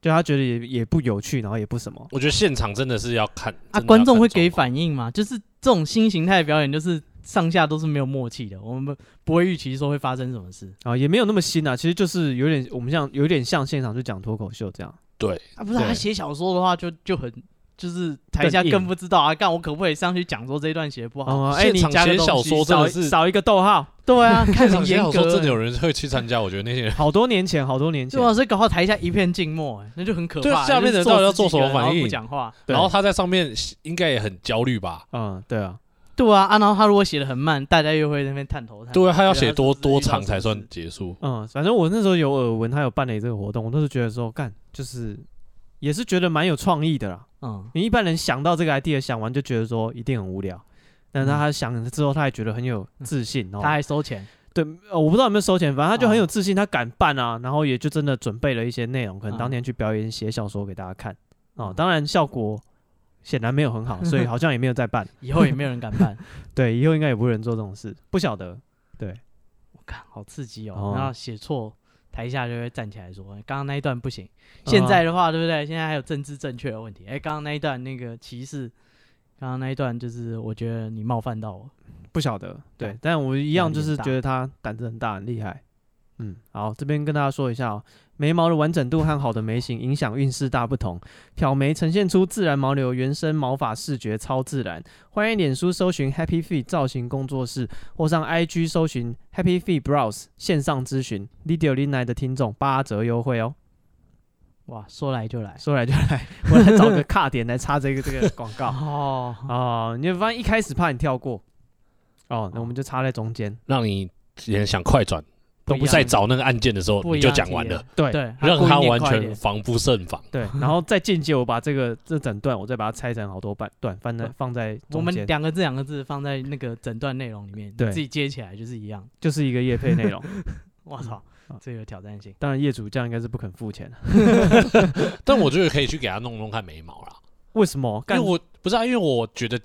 Speaker 1: 就他觉得也也不有趣，然后也不什么，
Speaker 3: (laughs) 我觉得现场真的是要看
Speaker 2: 啊，观众会给。
Speaker 3: 真的要看状况
Speaker 2: 反应嘛？就是这种新形态的表演，就是上下都是没有默契的，我们不不会预期说会发生什么事
Speaker 1: 然后也没有那么新啊，其实就是有点我们像有点像现场就讲脱口秀这样，
Speaker 3: 对，
Speaker 2: 啊。不是他
Speaker 3: 对
Speaker 2: 写小说的话就，就很就是台下
Speaker 1: 更硬
Speaker 2: 更不知道啊，干我可不可以上去讲说这一段写不好？
Speaker 1: 哦，哎，
Speaker 3: 现
Speaker 1: 你
Speaker 3: 场
Speaker 1: 加个
Speaker 3: 写
Speaker 1: 东
Speaker 3: 小
Speaker 1: 西
Speaker 3: 说真
Speaker 1: 少
Speaker 3: 的
Speaker 1: 一
Speaker 3: 是
Speaker 1: 少一个逗号，
Speaker 2: 对 (laughs) 啊，看
Speaker 3: 现场
Speaker 2: 很
Speaker 3: 写
Speaker 2: 严
Speaker 3: 小说
Speaker 2: 格
Speaker 3: 真的有人会去参加，我觉得那些人
Speaker 1: 好多年前，好多年前
Speaker 2: 对，啊，所以搞到台下一片静默、哎，那就很可
Speaker 3: 对啊
Speaker 2: 怕。
Speaker 3: 下面的人到底要做什么
Speaker 2: 就是自己一个人
Speaker 3: 反应
Speaker 2: 然后不讲话，
Speaker 1: 对
Speaker 3: 然后他在上面应该也很焦虑吧？
Speaker 1: 嗯，对啊，
Speaker 2: 对啊，啊，然后他如果写的很慢，大家又会在那边探头探。
Speaker 3: 对啊，他要写多
Speaker 2: 觉得他是不是
Speaker 3: 多
Speaker 2: 遇到
Speaker 3: 长
Speaker 2: 什
Speaker 3: 才
Speaker 2: 么
Speaker 3: 算
Speaker 2: 事
Speaker 3: 结束？
Speaker 1: 嗯，反正我那时候有耳闻他有办理这个活动，我那时候觉得说干就是也是觉得蛮有创意的啦。
Speaker 2: 嗯，
Speaker 1: 你一般人想到这个 idea，想完就觉得说一定很无聊，但
Speaker 3: 嗯
Speaker 1: 是他想了之后，他还觉得很有自信哦。
Speaker 2: 他还收钱，
Speaker 1: 对、呃我不知道有没有收钱，反正他就很有
Speaker 2: 哦
Speaker 1: 自信，他敢办啊，然后也就真的准备了一些内容，可能
Speaker 2: 嗯
Speaker 1: 当天去表演写小说给大家看哦。
Speaker 2: 嗯
Speaker 1: 当然效果显然没有很好，
Speaker 2: (laughs)
Speaker 1: 所以好像也没有再办。
Speaker 2: 以后也没有人敢
Speaker 3: (laughs)
Speaker 2: 办。
Speaker 1: 对，以后应该也不会有人做这种事，不晓得。
Speaker 2: 我看好刺激
Speaker 1: 哦
Speaker 2: 哦！然后写错，台下就会站起来说：“哎刚刚那一段不行。”现在的话，对不对？现在还有政治正确的问题。哎，刚刚那一段那个歧视，刚刚那一段就是我觉得你冒犯到我。
Speaker 1: 不晓得，对
Speaker 2: 对，
Speaker 1: 但我一样
Speaker 2: 压力
Speaker 1: 就是
Speaker 2: 很大
Speaker 1: 觉得他胆子很大，很厉害。嗯，好，这边跟大家说一下哦，眉毛的完整度和好的眉形影响运势大不同。挑眉呈现出自然毛流，原生毛发视觉超自然。欢迎脸书搜寻 Happy Feet 造型工作室，或上 IG 搜寻 Happy Feet Brows 线上咨询。l i d i o l i n a 的听众八折优惠哦。
Speaker 2: 哇，说来就来。
Speaker 1: 说来就来，我来找个卡点来插这个这个广
Speaker 2: (laughs)
Speaker 1: 告
Speaker 2: 哦，
Speaker 1: 哦。你会发现一开始怕你跳过，哦，那我们就插在中间。
Speaker 3: 让你也想快转，
Speaker 1: 都不
Speaker 2: 一样
Speaker 3: 在找那个按键的时候
Speaker 2: 不
Speaker 3: 你
Speaker 2: 一
Speaker 3: 就
Speaker 2: 样
Speaker 3: 讲完了，
Speaker 1: 对
Speaker 2: 对，
Speaker 3: 让
Speaker 2: 故意
Speaker 3: 他
Speaker 2: 念
Speaker 3: 完
Speaker 2: 快一
Speaker 3: 全
Speaker 2: 点
Speaker 3: 防不胜防。
Speaker 1: 对，然后再间接我把这
Speaker 2: (laughs)
Speaker 1: 个这整段，我再把它拆成好多半段，放在放在
Speaker 2: 我
Speaker 1: 中
Speaker 2: 们
Speaker 1: 间，
Speaker 2: 两个字两个字放在那个整段内容里面，你
Speaker 1: 对
Speaker 2: 自己接起来就是一样。
Speaker 1: 就是一个业配内
Speaker 2: (laughs)
Speaker 1: 容。
Speaker 2: 我操
Speaker 1: 嗯，
Speaker 2: 这有挑战性。
Speaker 1: 当然业主这样应该是不肯付钱的，
Speaker 3: 但我觉得可以去给他弄弄看眉毛啦，
Speaker 1: 为什么？
Speaker 3: 因
Speaker 1: 干
Speaker 3: 为我不是啊，因为我觉得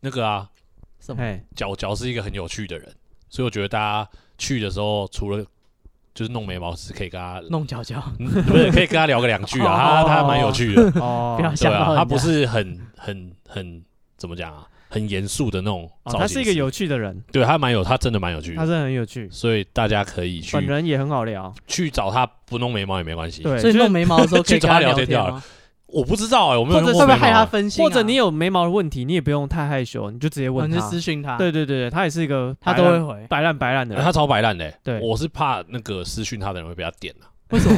Speaker 3: 那个啊，
Speaker 2: 什么？
Speaker 1: 哎，
Speaker 3: 角角是一个很有趣的人，所以我觉得大家去的时候，除了就是弄眉毛是可以跟他，
Speaker 2: 弄脚脚，
Speaker 3: 嗯 (laughs) 不是可以跟他聊个两句
Speaker 2: 哦
Speaker 1: (laughs)
Speaker 3: 啊，他他蛮有趣的，
Speaker 1: 哦
Speaker 2: (laughs) 不要
Speaker 3: 对
Speaker 2: 吓到
Speaker 3: 啊，
Speaker 2: 人
Speaker 3: 他不
Speaker 2: 家
Speaker 3: 是很很很怎么讲啊，很严肃的那种
Speaker 1: 哦
Speaker 3: 造型师、
Speaker 1: 他是一个有趣的人，
Speaker 3: 对他蛮有，他真的蛮有趣
Speaker 1: 他
Speaker 3: 的，
Speaker 1: 是很有趣，
Speaker 3: 所以大家可以
Speaker 1: 本
Speaker 3: 去
Speaker 1: 人也很好聊，
Speaker 3: 去找他，不弄眉毛也没关系。
Speaker 1: 对，
Speaker 2: 所以
Speaker 1: 就是
Speaker 2: 弄眉毛的时候可以
Speaker 3: 去找
Speaker 2: 跟
Speaker 3: 他
Speaker 2: 聊
Speaker 3: 聊天就好了
Speaker 2: 吗？
Speaker 3: 我不知道哎、我没有
Speaker 2: 或者会
Speaker 3: 弄过
Speaker 2: 不
Speaker 3: 眉
Speaker 2: 会
Speaker 3: 毛
Speaker 2: 害他
Speaker 3: 啊，
Speaker 2: 分心啊？
Speaker 1: 或者你有眉毛的问题，你也不用太害羞，你就直接
Speaker 2: 哦，
Speaker 1: 问
Speaker 2: 你就
Speaker 1: 他。
Speaker 2: 私讯他，
Speaker 1: 对对对对，他也是一个
Speaker 2: 他
Speaker 1: 摆
Speaker 2: 都
Speaker 1: 烂
Speaker 2: 会回。
Speaker 1: 摆烂摆烂的
Speaker 3: 哎他
Speaker 1: 人，
Speaker 3: 超白烂的、欸
Speaker 1: 对
Speaker 3: 我是怕那个私讯他的人会被他点啊， (laughs)
Speaker 2: 为什么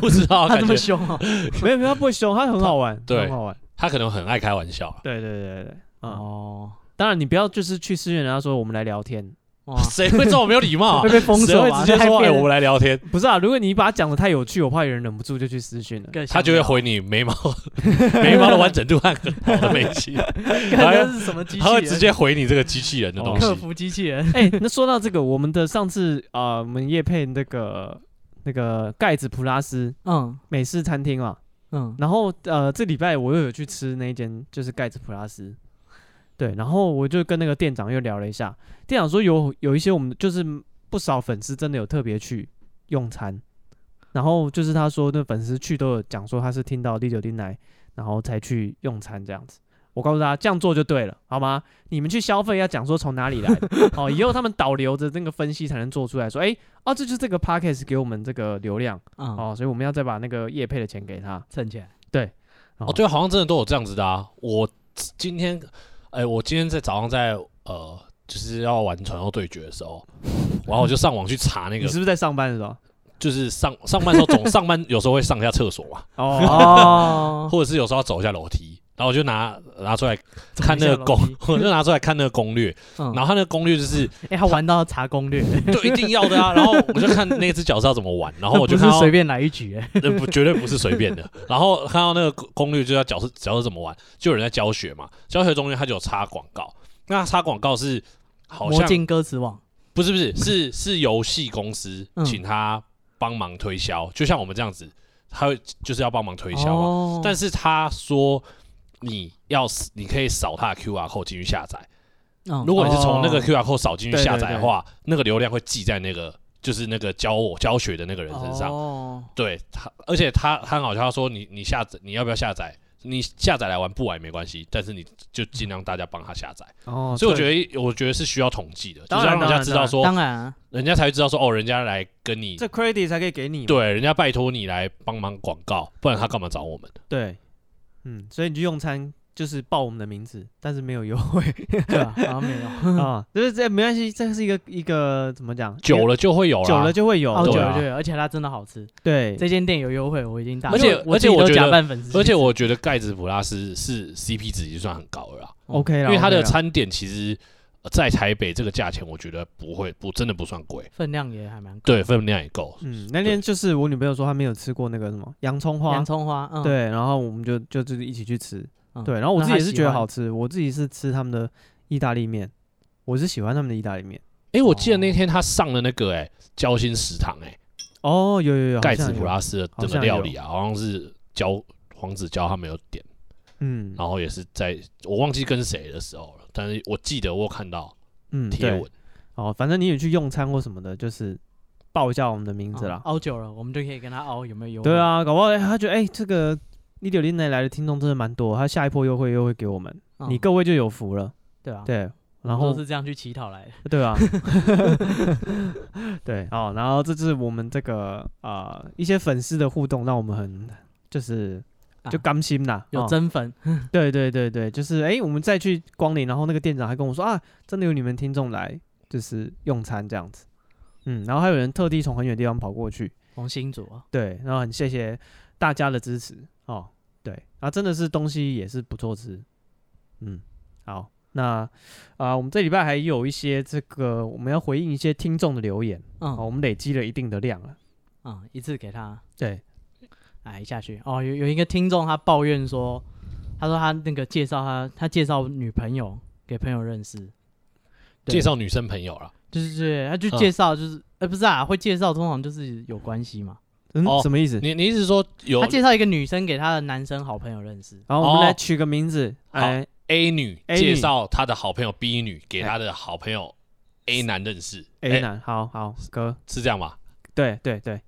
Speaker 3: 不知道
Speaker 2: 他
Speaker 3: 感
Speaker 2: 这
Speaker 3: 觉
Speaker 2: 么凶哦？
Speaker 1: 没有没有，他不会凶，他很好玩，
Speaker 3: 对
Speaker 1: 很好玩，
Speaker 3: 他可能很爱开玩笑啊。
Speaker 1: 对对对对对，啊，
Speaker 2: 哦，
Speaker 1: 当然你不要就是去私讯人家说我们来聊天，
Speaker 2: 哇，
Speaker 3: 谁会这么没有礼 (laughs) 貌、啊
Speaker 2: 会？被 (laughs) 封
Speaker 3: 谁
Speaker 2: 锁
Speaker 3: 会
Speaker 2: 啊
Speaker 3: 直接
Speaker 2: 那还
Speaker 3: 说哎、
Speaker 2: 变
Speaker 3: 我们来聊天？
Speaker 1: 不是啊，如果你把它讲的太有趣，我怕有人忍不住就去私
Speaker 2: (laughs)
Speaker 1: 讯了。
Speaker 2: 更
Speaker 3: 他就会回你眉毛 (laughs) 眉毛的完整度和好
Speaker 2: (laughs)
Speaker 3: 的眉形，
Speaker 2: 想聊，看这是什么机器
Speaker 3: 啊他会
Speaker 2: 人？
Speaker 3: 直接回你这个机器人的东
Speaker 2: (laughs) 哦客
Speaker 3: 西。
Speaker 2: 服机器人，
Speaker 1: 哎、那说到这个，我们的上次啊、呃我们叶配那个那个盖子普拉斯
Speaker 2: 嗯
Speaker 1: 美式餐厅啊嘛，
Speaker 2: 嗯，
Speaker 1: 然后呃，这礼拜我又有去吃那一间，就是盖子普拉斯。对，然后我就跟那个店长又聊了一下，店长说有有一些我们就是不少粉丝真的有特别去用餐，然后就是他说那粉丝去都有讲说他是听到第九天来，然后才去用餐这样子。我告诉他这样做就对了，好吗？你们去消费要讲说从哪里来的 (laughs) 哦，以后他们导流的那个分析才能做出来说，哎，哦，这就是这个 p a c k a g e 给我们这个流量
Speaker 2: 嗯，
Speaker 1: 哦，所以我们要再把那个业配的钱给他。
Speaker 2: 趁起来，
Speaker 3: 哦，对，好像真的都有这样子的啊。我今天，哎、我今天在早上在呃，就是要玩传说对决的时
Speaker 2: (laughs)
Speaker 3: 候，然后我就上网去查那
Speaker 1: 你
Speaker 3: 个
Speaker 1: 是不是在上班的时候？
Speaker 3: 就是上上班的时候总 (laughs) 上班有时候会上一下厕所嘛， (laughs)
Speaker 2: (laughs) 哦，
Speaker 3: 或者是有时候要走一下楼梯，然后我就拿拿出来看那个攻 (laughs)
Speaker 2: 走一下楼梯，
Speaker 3: 我就拿出来看那个攻略，
Speaker 2: 嗯
Speaker 3: 然，后他那个攻略就是
Speaker 2: 哎，他玩到查攻略， (laughs)
Speaker 3: 就一定要的啊，然后我就看那只角色要怎么玩，然后我就
Speaker 2: 不
Speaker 3: 看
Speaker 2: 是
Speaker 3: 到
Speaker 2: 随便来一局，哎，
Speaker 3: 呃不绝对不是随便
Speaker 2: (laughs)
Speaker 3: 的，然后看到那个攻略就要角色角色怎么玩，就有人在教学嘛，教学中间他就有插广告，那插广告是好
Speaker 2: 魔
Speaker 3: 像
Speaker 2: 镜歌词网，
Speaker 3: 不是不是是是游戏公司
Speaker 2: 嗯
Speaker 3: 请他帮忙推销，就像我们这样子，他会就是要帮忙推销嘛。
Speaker 2: 哦，
Speaker 3: 但是他说你要你可以扫他的 QR code 进去下载，
Speaker 2: 嗯
Speaker 3: 如果你是从那个
Speaker 1: 哦
Speaker 3: QR code 扫进去
Speaker 1: 对对
Speaker 3: 下载的话，那个流量会记在那个就是那个教我教学的那个人身上。
Speaker 2: 哦
Speaker 3: 对他，而且他他很好笑，他说你你下载你要不要下载？你下载来玩不玩也没关系，但是你就尽量大家帮他下载。
Speaker 1: 哦，
Speaker 3: 所以
Speaker 1: 对
Speaker 3: 我觉得我觉得是需要统计的，就
Speaker 1: 当
Speaker 3: 是
Speaker 1: 然
Speaker 3: 让人家知道说，
Speaker 2: 当然啊，
Speaker 3: 人家才会知道说哦，人家来跟你
Speaker 1: 这 credit 才可以给你嘛。
Speaker 3: 对，人家拜托你来帮忙广告，不然他干嘛找我们？
Speaker 1: 对，嗯，所以你去用餐就是报我们的名字，但是没有优
Speaker 3: (laughs)
Speaker 1: 惠
Speaker 2: 对啊，好像没有，
Speaker 1: 啊，就是这没关系，这是一个一个怎么讲，
Speaker 3: 久了就会有啦，
Speaker 1: 久了就会有，
Speaker 2: 哦，
Speaker 3: 对
Speaker 2: 对
Speaker 3: 啊
Speaker 2: 对，而且它真的好吃，
Speaker 1: 对
Speaker 2: 这间店有优惠，我已经打，
Speaker 3: 而且
Speaker 2: 因为我
Speaker 3: 而且
Speaker 2: 自己
Speaker 3: 我
Speaker 2: 都
Speaker 3: 觉得
Speaker 2: 假扮粉丝去吃，
Speaker 3: 而且我觉得盖子普拉斯是 CP 值已经算很高了啦，
Speaker 2: 嗯
Speaker 3: 啊
Speaker 1: 哦，OK 了，
Speaker 3: 因为它的
Speaker 1: OK 啦
Speaker 3: 餐点其实呃在台北这个价钱，我觉得不会不真的不算贵，
Speaker 2: 分量也还蛮够，
Speaker 3: 对，分量也够。
Speaker 1: 嗯，那天就是我女朋友说她没有吃过那个什么洋葱花
Speaker 2: 洋，葱花，嗯，
Speaker 1: 对，然后我们就就就是一起去吃，
Speaker 2: 嗯
Speaker 1: 对，然后我
Speaker 2: 那
Speaker 1: 自己
Speaker 2: 她
Speaker 1: 也是
Speaker 2: 喜
Speaker 1: 觉得
Speaker 2: 欢
Speaker 1: 好吃，我自己是吃他们的意大利面，我是喜欢他们的意大利面。
Speaker 3: 哎，我记得那天他上了那个哎交心食堂哎
Speaker 1: 哦，有有有，好
Speaker 3: 盖子
Speaker 1: 像
Speaker 3: 普
Speaker 1: 有
Speaker 3: 拉斯的整
Speaker 1: 好
Speaker 3: 个
Speaker 1: 像
Speaker 3: 料
Speaker 1: 有
Speaker 3: 理啊，好像是教黄子佼他们有点。
Speaker 1: 嗯
Speaker 3: 然后也是在我忘记跟谁的时候了，但是我记得我有看到
Speaker 1: 嗯，
Speaker 3: 贴
Speaker 1: 对
Speaker 3: 文，
Speaker 1: 哦，反正你也去用餐或什么的，就是报一下我们的名字啦
Speaker 2: 哦。熬久了，我们就可以跟他熬有没有优惠，
Speaker 1: 对，啊，搞不好、哎他觉得哎、这个一九零年来的听众真的蛮多，他下一波优惠又会给我们，你各位就有福了。
Speaker 2: 嗯对哦啊，
Speaker 1: 对，
Speaker 2: 我们
Speaker 1: 然
Speaker 2: 都
Speaker 1: 后
Speaker 2: 是这样去乞讨来的，
Speaker 1: 对
Speaker 2: (laughs)
Speaker 1: 啊，对，好，然后这是我们这个啊、呃一些粉丝的互动，让我们很就是
Speaker 2: 啊
Speaker 1: 就甘心啦。
Speaker 2: 有
Speaker 1: 哦
Speaker 2: 真粉，
Speaker 1: 对对对对，就是哎、我们再去光临，然后那个店长还跟我说啊，真的有你们听众来就是用餐这样子。嗯，然后还有人特地从很远地方跑过去，
Speaker 2: 红新组啊，
Speaker 1: 对，然后很谢谢大家的支持哦。对，啊，真的是东西也是不错吃。嗯，好，那啊、我们这礼拜还有一些这个我们要回应一些听众的留言，好、我
Speaker 2: 嗯
Speaker 1: 们累积了一定的量了。
Speaker 2: 嗯，一次给他
Speaker 1: 对，
Speaker 2: 来下去，哦，有有一个听众他抱怨说，他说他那个介绍他他介绍女朋友给朋友认识，对
Speaker 3: 介绍女生朋友啦。
Speaker 2: 就是对，他就
Speaker 3: 嗯
Speaker 2: 介绍就是，呃，不是啊，会介绍通常就是有关系嘛。
Speaker 1: 嗯，
Speaker 3: 哦
Speaker 1: 什么意思？
Speaker 3: 你你意思是说有
Speaker 2: 他介绍一个女生给他的男生好朋友认识，
Speaker 1: 然后我们来
Speaker 3: 哦
Speaker 1: 取个名字，
Speaker 3: 好
Speaker 1: 哎，
Speaker 3: A 女
Speaker 1: A
Speaker 3: 介
Speaker 1: 女
Speaker 3: 绍她的好朋友 B 女给她的好朋友 A 男认识
Speaker 1: A
Speaker 3: 哎
Speaker 1: 男，好好哥，
Speaker 3: 是这样吗？
Speaker 1: 对对对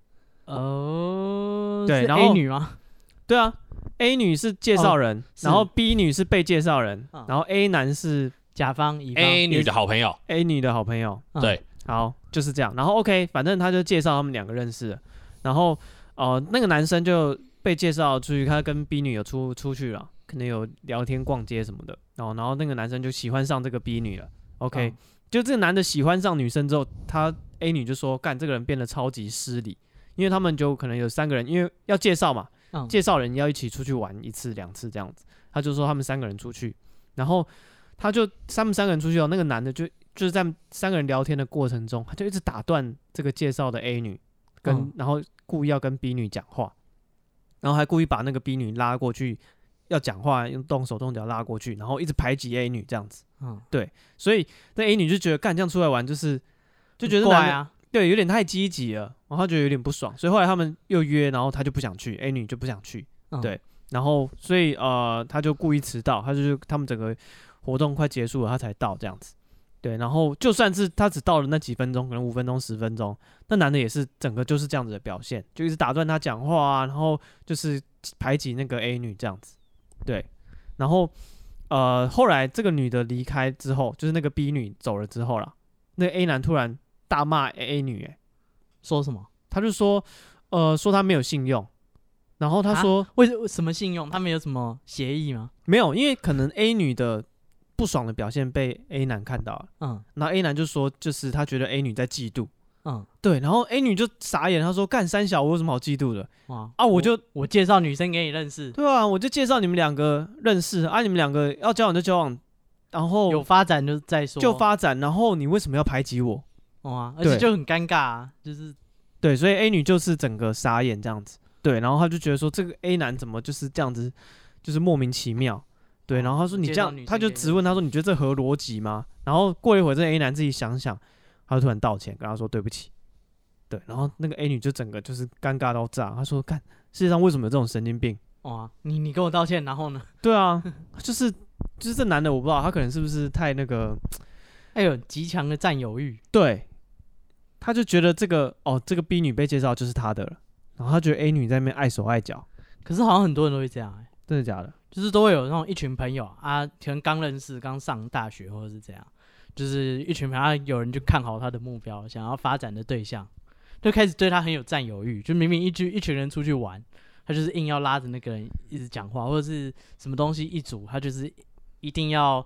Speaker 2: 哦，
Speaker 1: 对
Speaker 2: 是
Speaker 1: 然
Speaker 2: A
Speaker 1: 后
Speaker 2: 女吗？ (laughs)
Speaker 1: 对啊，A 女是介
Speaker 2: 哦
Speaker 1: 绍人，
Speaker 2: 是
Speaker 1: 然后 B 女是被介绍人，
Speaker 2: 嗯
Speaker 1: 然后 A 男是
Speaker 2: 甲方乙方
Speaker 1: 啊
Speaker 3: A 女的好朋友
Speaker 1: A 女的好朋友，
Speaker 2: 嗯
Speaker 3: 对
Speaker 1: 好，就是这样。然后 OK，反正他就介绍他们两个认识了。然后呃，那个男生就被介绍出去，他跟 B 女有出出去了，可能有聊天、逛街什么的。哦然后，然后那个男生就喜欢上这个 B 女了。OK，、
Speaker 2: 嗯
Speaker 1: 就这个男的喜欢上女生之后，他 A 女就说：“干，这个人变得超级失礼。”因为他们就可能有三个人，因为要介绍嘛，
Speaker 2: 嗯
Speaker 1: 介绍人要一起出去玩一次、两次这样子。他就说他们三个人出去，然后他就他们三个人出去哦，那个男的就就是在三个人聊天的过程中，他就一直打断这个介绍的 A 女，跟、
Speaker 2: 嗯
Speaker 1: 然后故意要跟 B 女讲话，然后还故意把那个 B 女拉过去要讲话，用动手动脚拉过去，然后一直排挤 A 女这样子。
Speaker 2: 嗯，
Speaker 1: 所以那 A 女就觉得干这样出来玩就是就觉得男
Speaker 2: 怪
Speaker 1: 的
Speaker 2: 啊，
Speaker 1: 对，有点太积极了，然后他觉得有点不爽，所以后来他们又约，然后他就不想去，A 女就不想去，
Speaker 2: 嗯
Speaker 1: 对，然后所以呃，他就故意迟到，他就是他们整个活动快结束了，他才到这样子，对，然后就算是他只到了那几分钟，可能五分钟、十分钟，那男的也是整个就是这样子的表现，就一直打断他讲话啊，然后就是排挤那个 A 女这样子，对，然后呃，后来这个女的离开之后，就是那个 B 女走了之后啦，那个 A 男突然大骂 A 女、欸，
Speaker 2: 说什么？
Speaker 1: 他就说，呃，说他没有信用，然后他
Speaker 2: 啊
Speaker 1: 说、
Speaker 2: 为什什么信用？他们有什么协议吗？
Speaker 1: 没有，因为可能 A 女的不爽的表现被 A 男看到了，
Speaker 2: 嗯
Speaker 1: 然后 A 男就说，就是他觉得 A 女在嫉妒，
Speaker 2: 嗯，
Speaker 1: 对，然后 A 女就傻眼，她说干三小我有什么好嫉妒的
Speaker 2: 哇
Speaker 1: 啊？我就
Speaker 2: 我介绍女生给你认识，
Speaker 1: 对啊，我就介绍你们两个认识啊，你们两个要交往就交往，然
Speaker 2: 有
Speaker 1: 后
Speaker 2: 发展就再说，
Speaker 1: 哦就发展，然后你为什么要排挤我？
Speaker 2: 哦啊，而
Speaker 1: 对
Speaker 2: 且就很尴尬啊，就是
Speaker 1: 对，所以 A 女就是整个傻眼这样子，对，然后她就觉得说这个 A 男怎么就是这样子，就是莫名其妙，对，
Speaker 2: 哦
Speaker 1: 然后他说你
Speaker 2: 接
Speaker 1: 这
Speaker 2: 到
Speaker 1: 样
Speaker 2: 女，
Speaker 1: 他
Speaker 2: 生
Speaker 1: 就
Speaker 2: 给你
Speaker 1: 质问他说你觉得这合逻辑吗？然后过了一会儿，这 A 男自己想想，他就突然道歉，跟他说对不起。对，然后那个 A 女就整个就是尴尬到炸，她说：“看世界上为什么有这种神经病
Speaker 2: 哇，你你跟我道歉，然后呢？？”
Speaker 1: 对
Speaker 2: (laughs)
Speaker 1: 啊，就是就是这男的我不知道他可能是不是太那个，
Speaker 2: 哎呦，极强的占有欲，
Speaker 1: 对，他就觉得这个哦这个 B 女被介绍就是他的了，然后他觉得 A 女在那边碍手碍脚，
Speaker 2: 可是好像很多人都会这样、哎，
Speaker 1: 真的假的？
Speaker 2: 就是都会有那种一群朋友啊，可能刚认识、刚上大学或者是怎样，就是一群朋友，啊有人就看好他的目标，想要发展的对象，就开始对他很有占有欲。就明明一群一群人出去玩，他就是硬要拉着那个人一直讲话，或者是什么东西一组，他就是一定要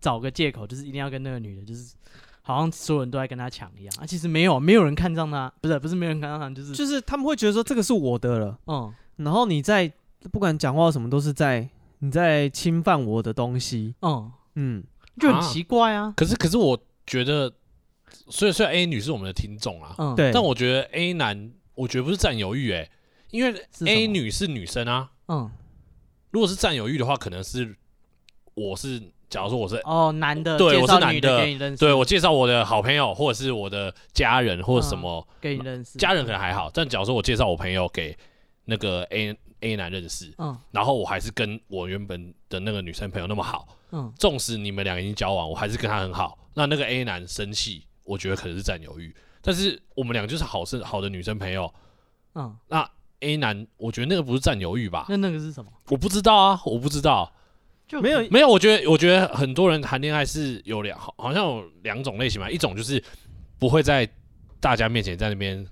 Speaker 2: 找个借口，就是一定要跟那个女的，就是好像所有人都在跟他抢一样。啊，其实没有，没有人看上他，不是不是没有人看上他，就是
Speaker 1: 就是他们会觉得说这个是我的了，
Speaker 2: 嗯，
Speaker 1: 然后你在不管讲话什么都是在你在侵犯我的东西，
Speaker 2: 嗯，
Speaker 1: 嗯，
Speaker 2: 就很
Speaker 3: 啊
Speaker 2: 奇怪啊。
Speaker 3: 可是可是我觉得，虽然虽然 A 女是我们的听众啊，
Speaker 2: 嗯，
Speaker 1: 对，
Speaker 3: 但我觉得 A 男，我觉得不是占有欲哎、因为
Speaker 2: 是什么
Speaker 3: A 女是女生啊，
Speaker 2: 嗯，
Speaker 3: 如果是占有欲的话，可能是我是，假如说我是，
Speaker 2: 哦，男的
Speaker 3: 对
Speaker 2: 介
Speaker 3: 我是
Speaker 2: 绍
Speaker 3: 男
Speaker 2: 女
Speaker 3: 的
Speaker 2: 给你认识，
Speaker 3: 对我介绍我的好朋友或者是我的家
Speaker 2: 哦
Speaker 3: 人或者什么、
Speaker 2: 给你认识，
Speaker 3: 家人可能还好，但假如说我介绍我朋友给那个 A A 男认识，
Speaker 2: 嗯
Speaker 3: 然后我还是跟我原本的那个女生朋友那么好，
Speaker 2: 嗯，
Speaker 3: 纵使你们俩已经交往，我还是跟他很好。那那个 A 男生气，我觉得可能是占有欲，但是我们俩就是好是好的女生朋友。
Speaker 2: 嗯，
Speaker 3: 那 A 男，我觉得那个不是占有欲吧？
Speaker 2: 那那个是什么？
Speaker 3: 我不知道啊，我不知道。
Speaker 2: 就
Speaker 1: 没有
Speaker 3: 没有，我觉得我觉得很多人谈恋爱是有两，好好像有两种类型吧，一种就是不会在大家面前在那边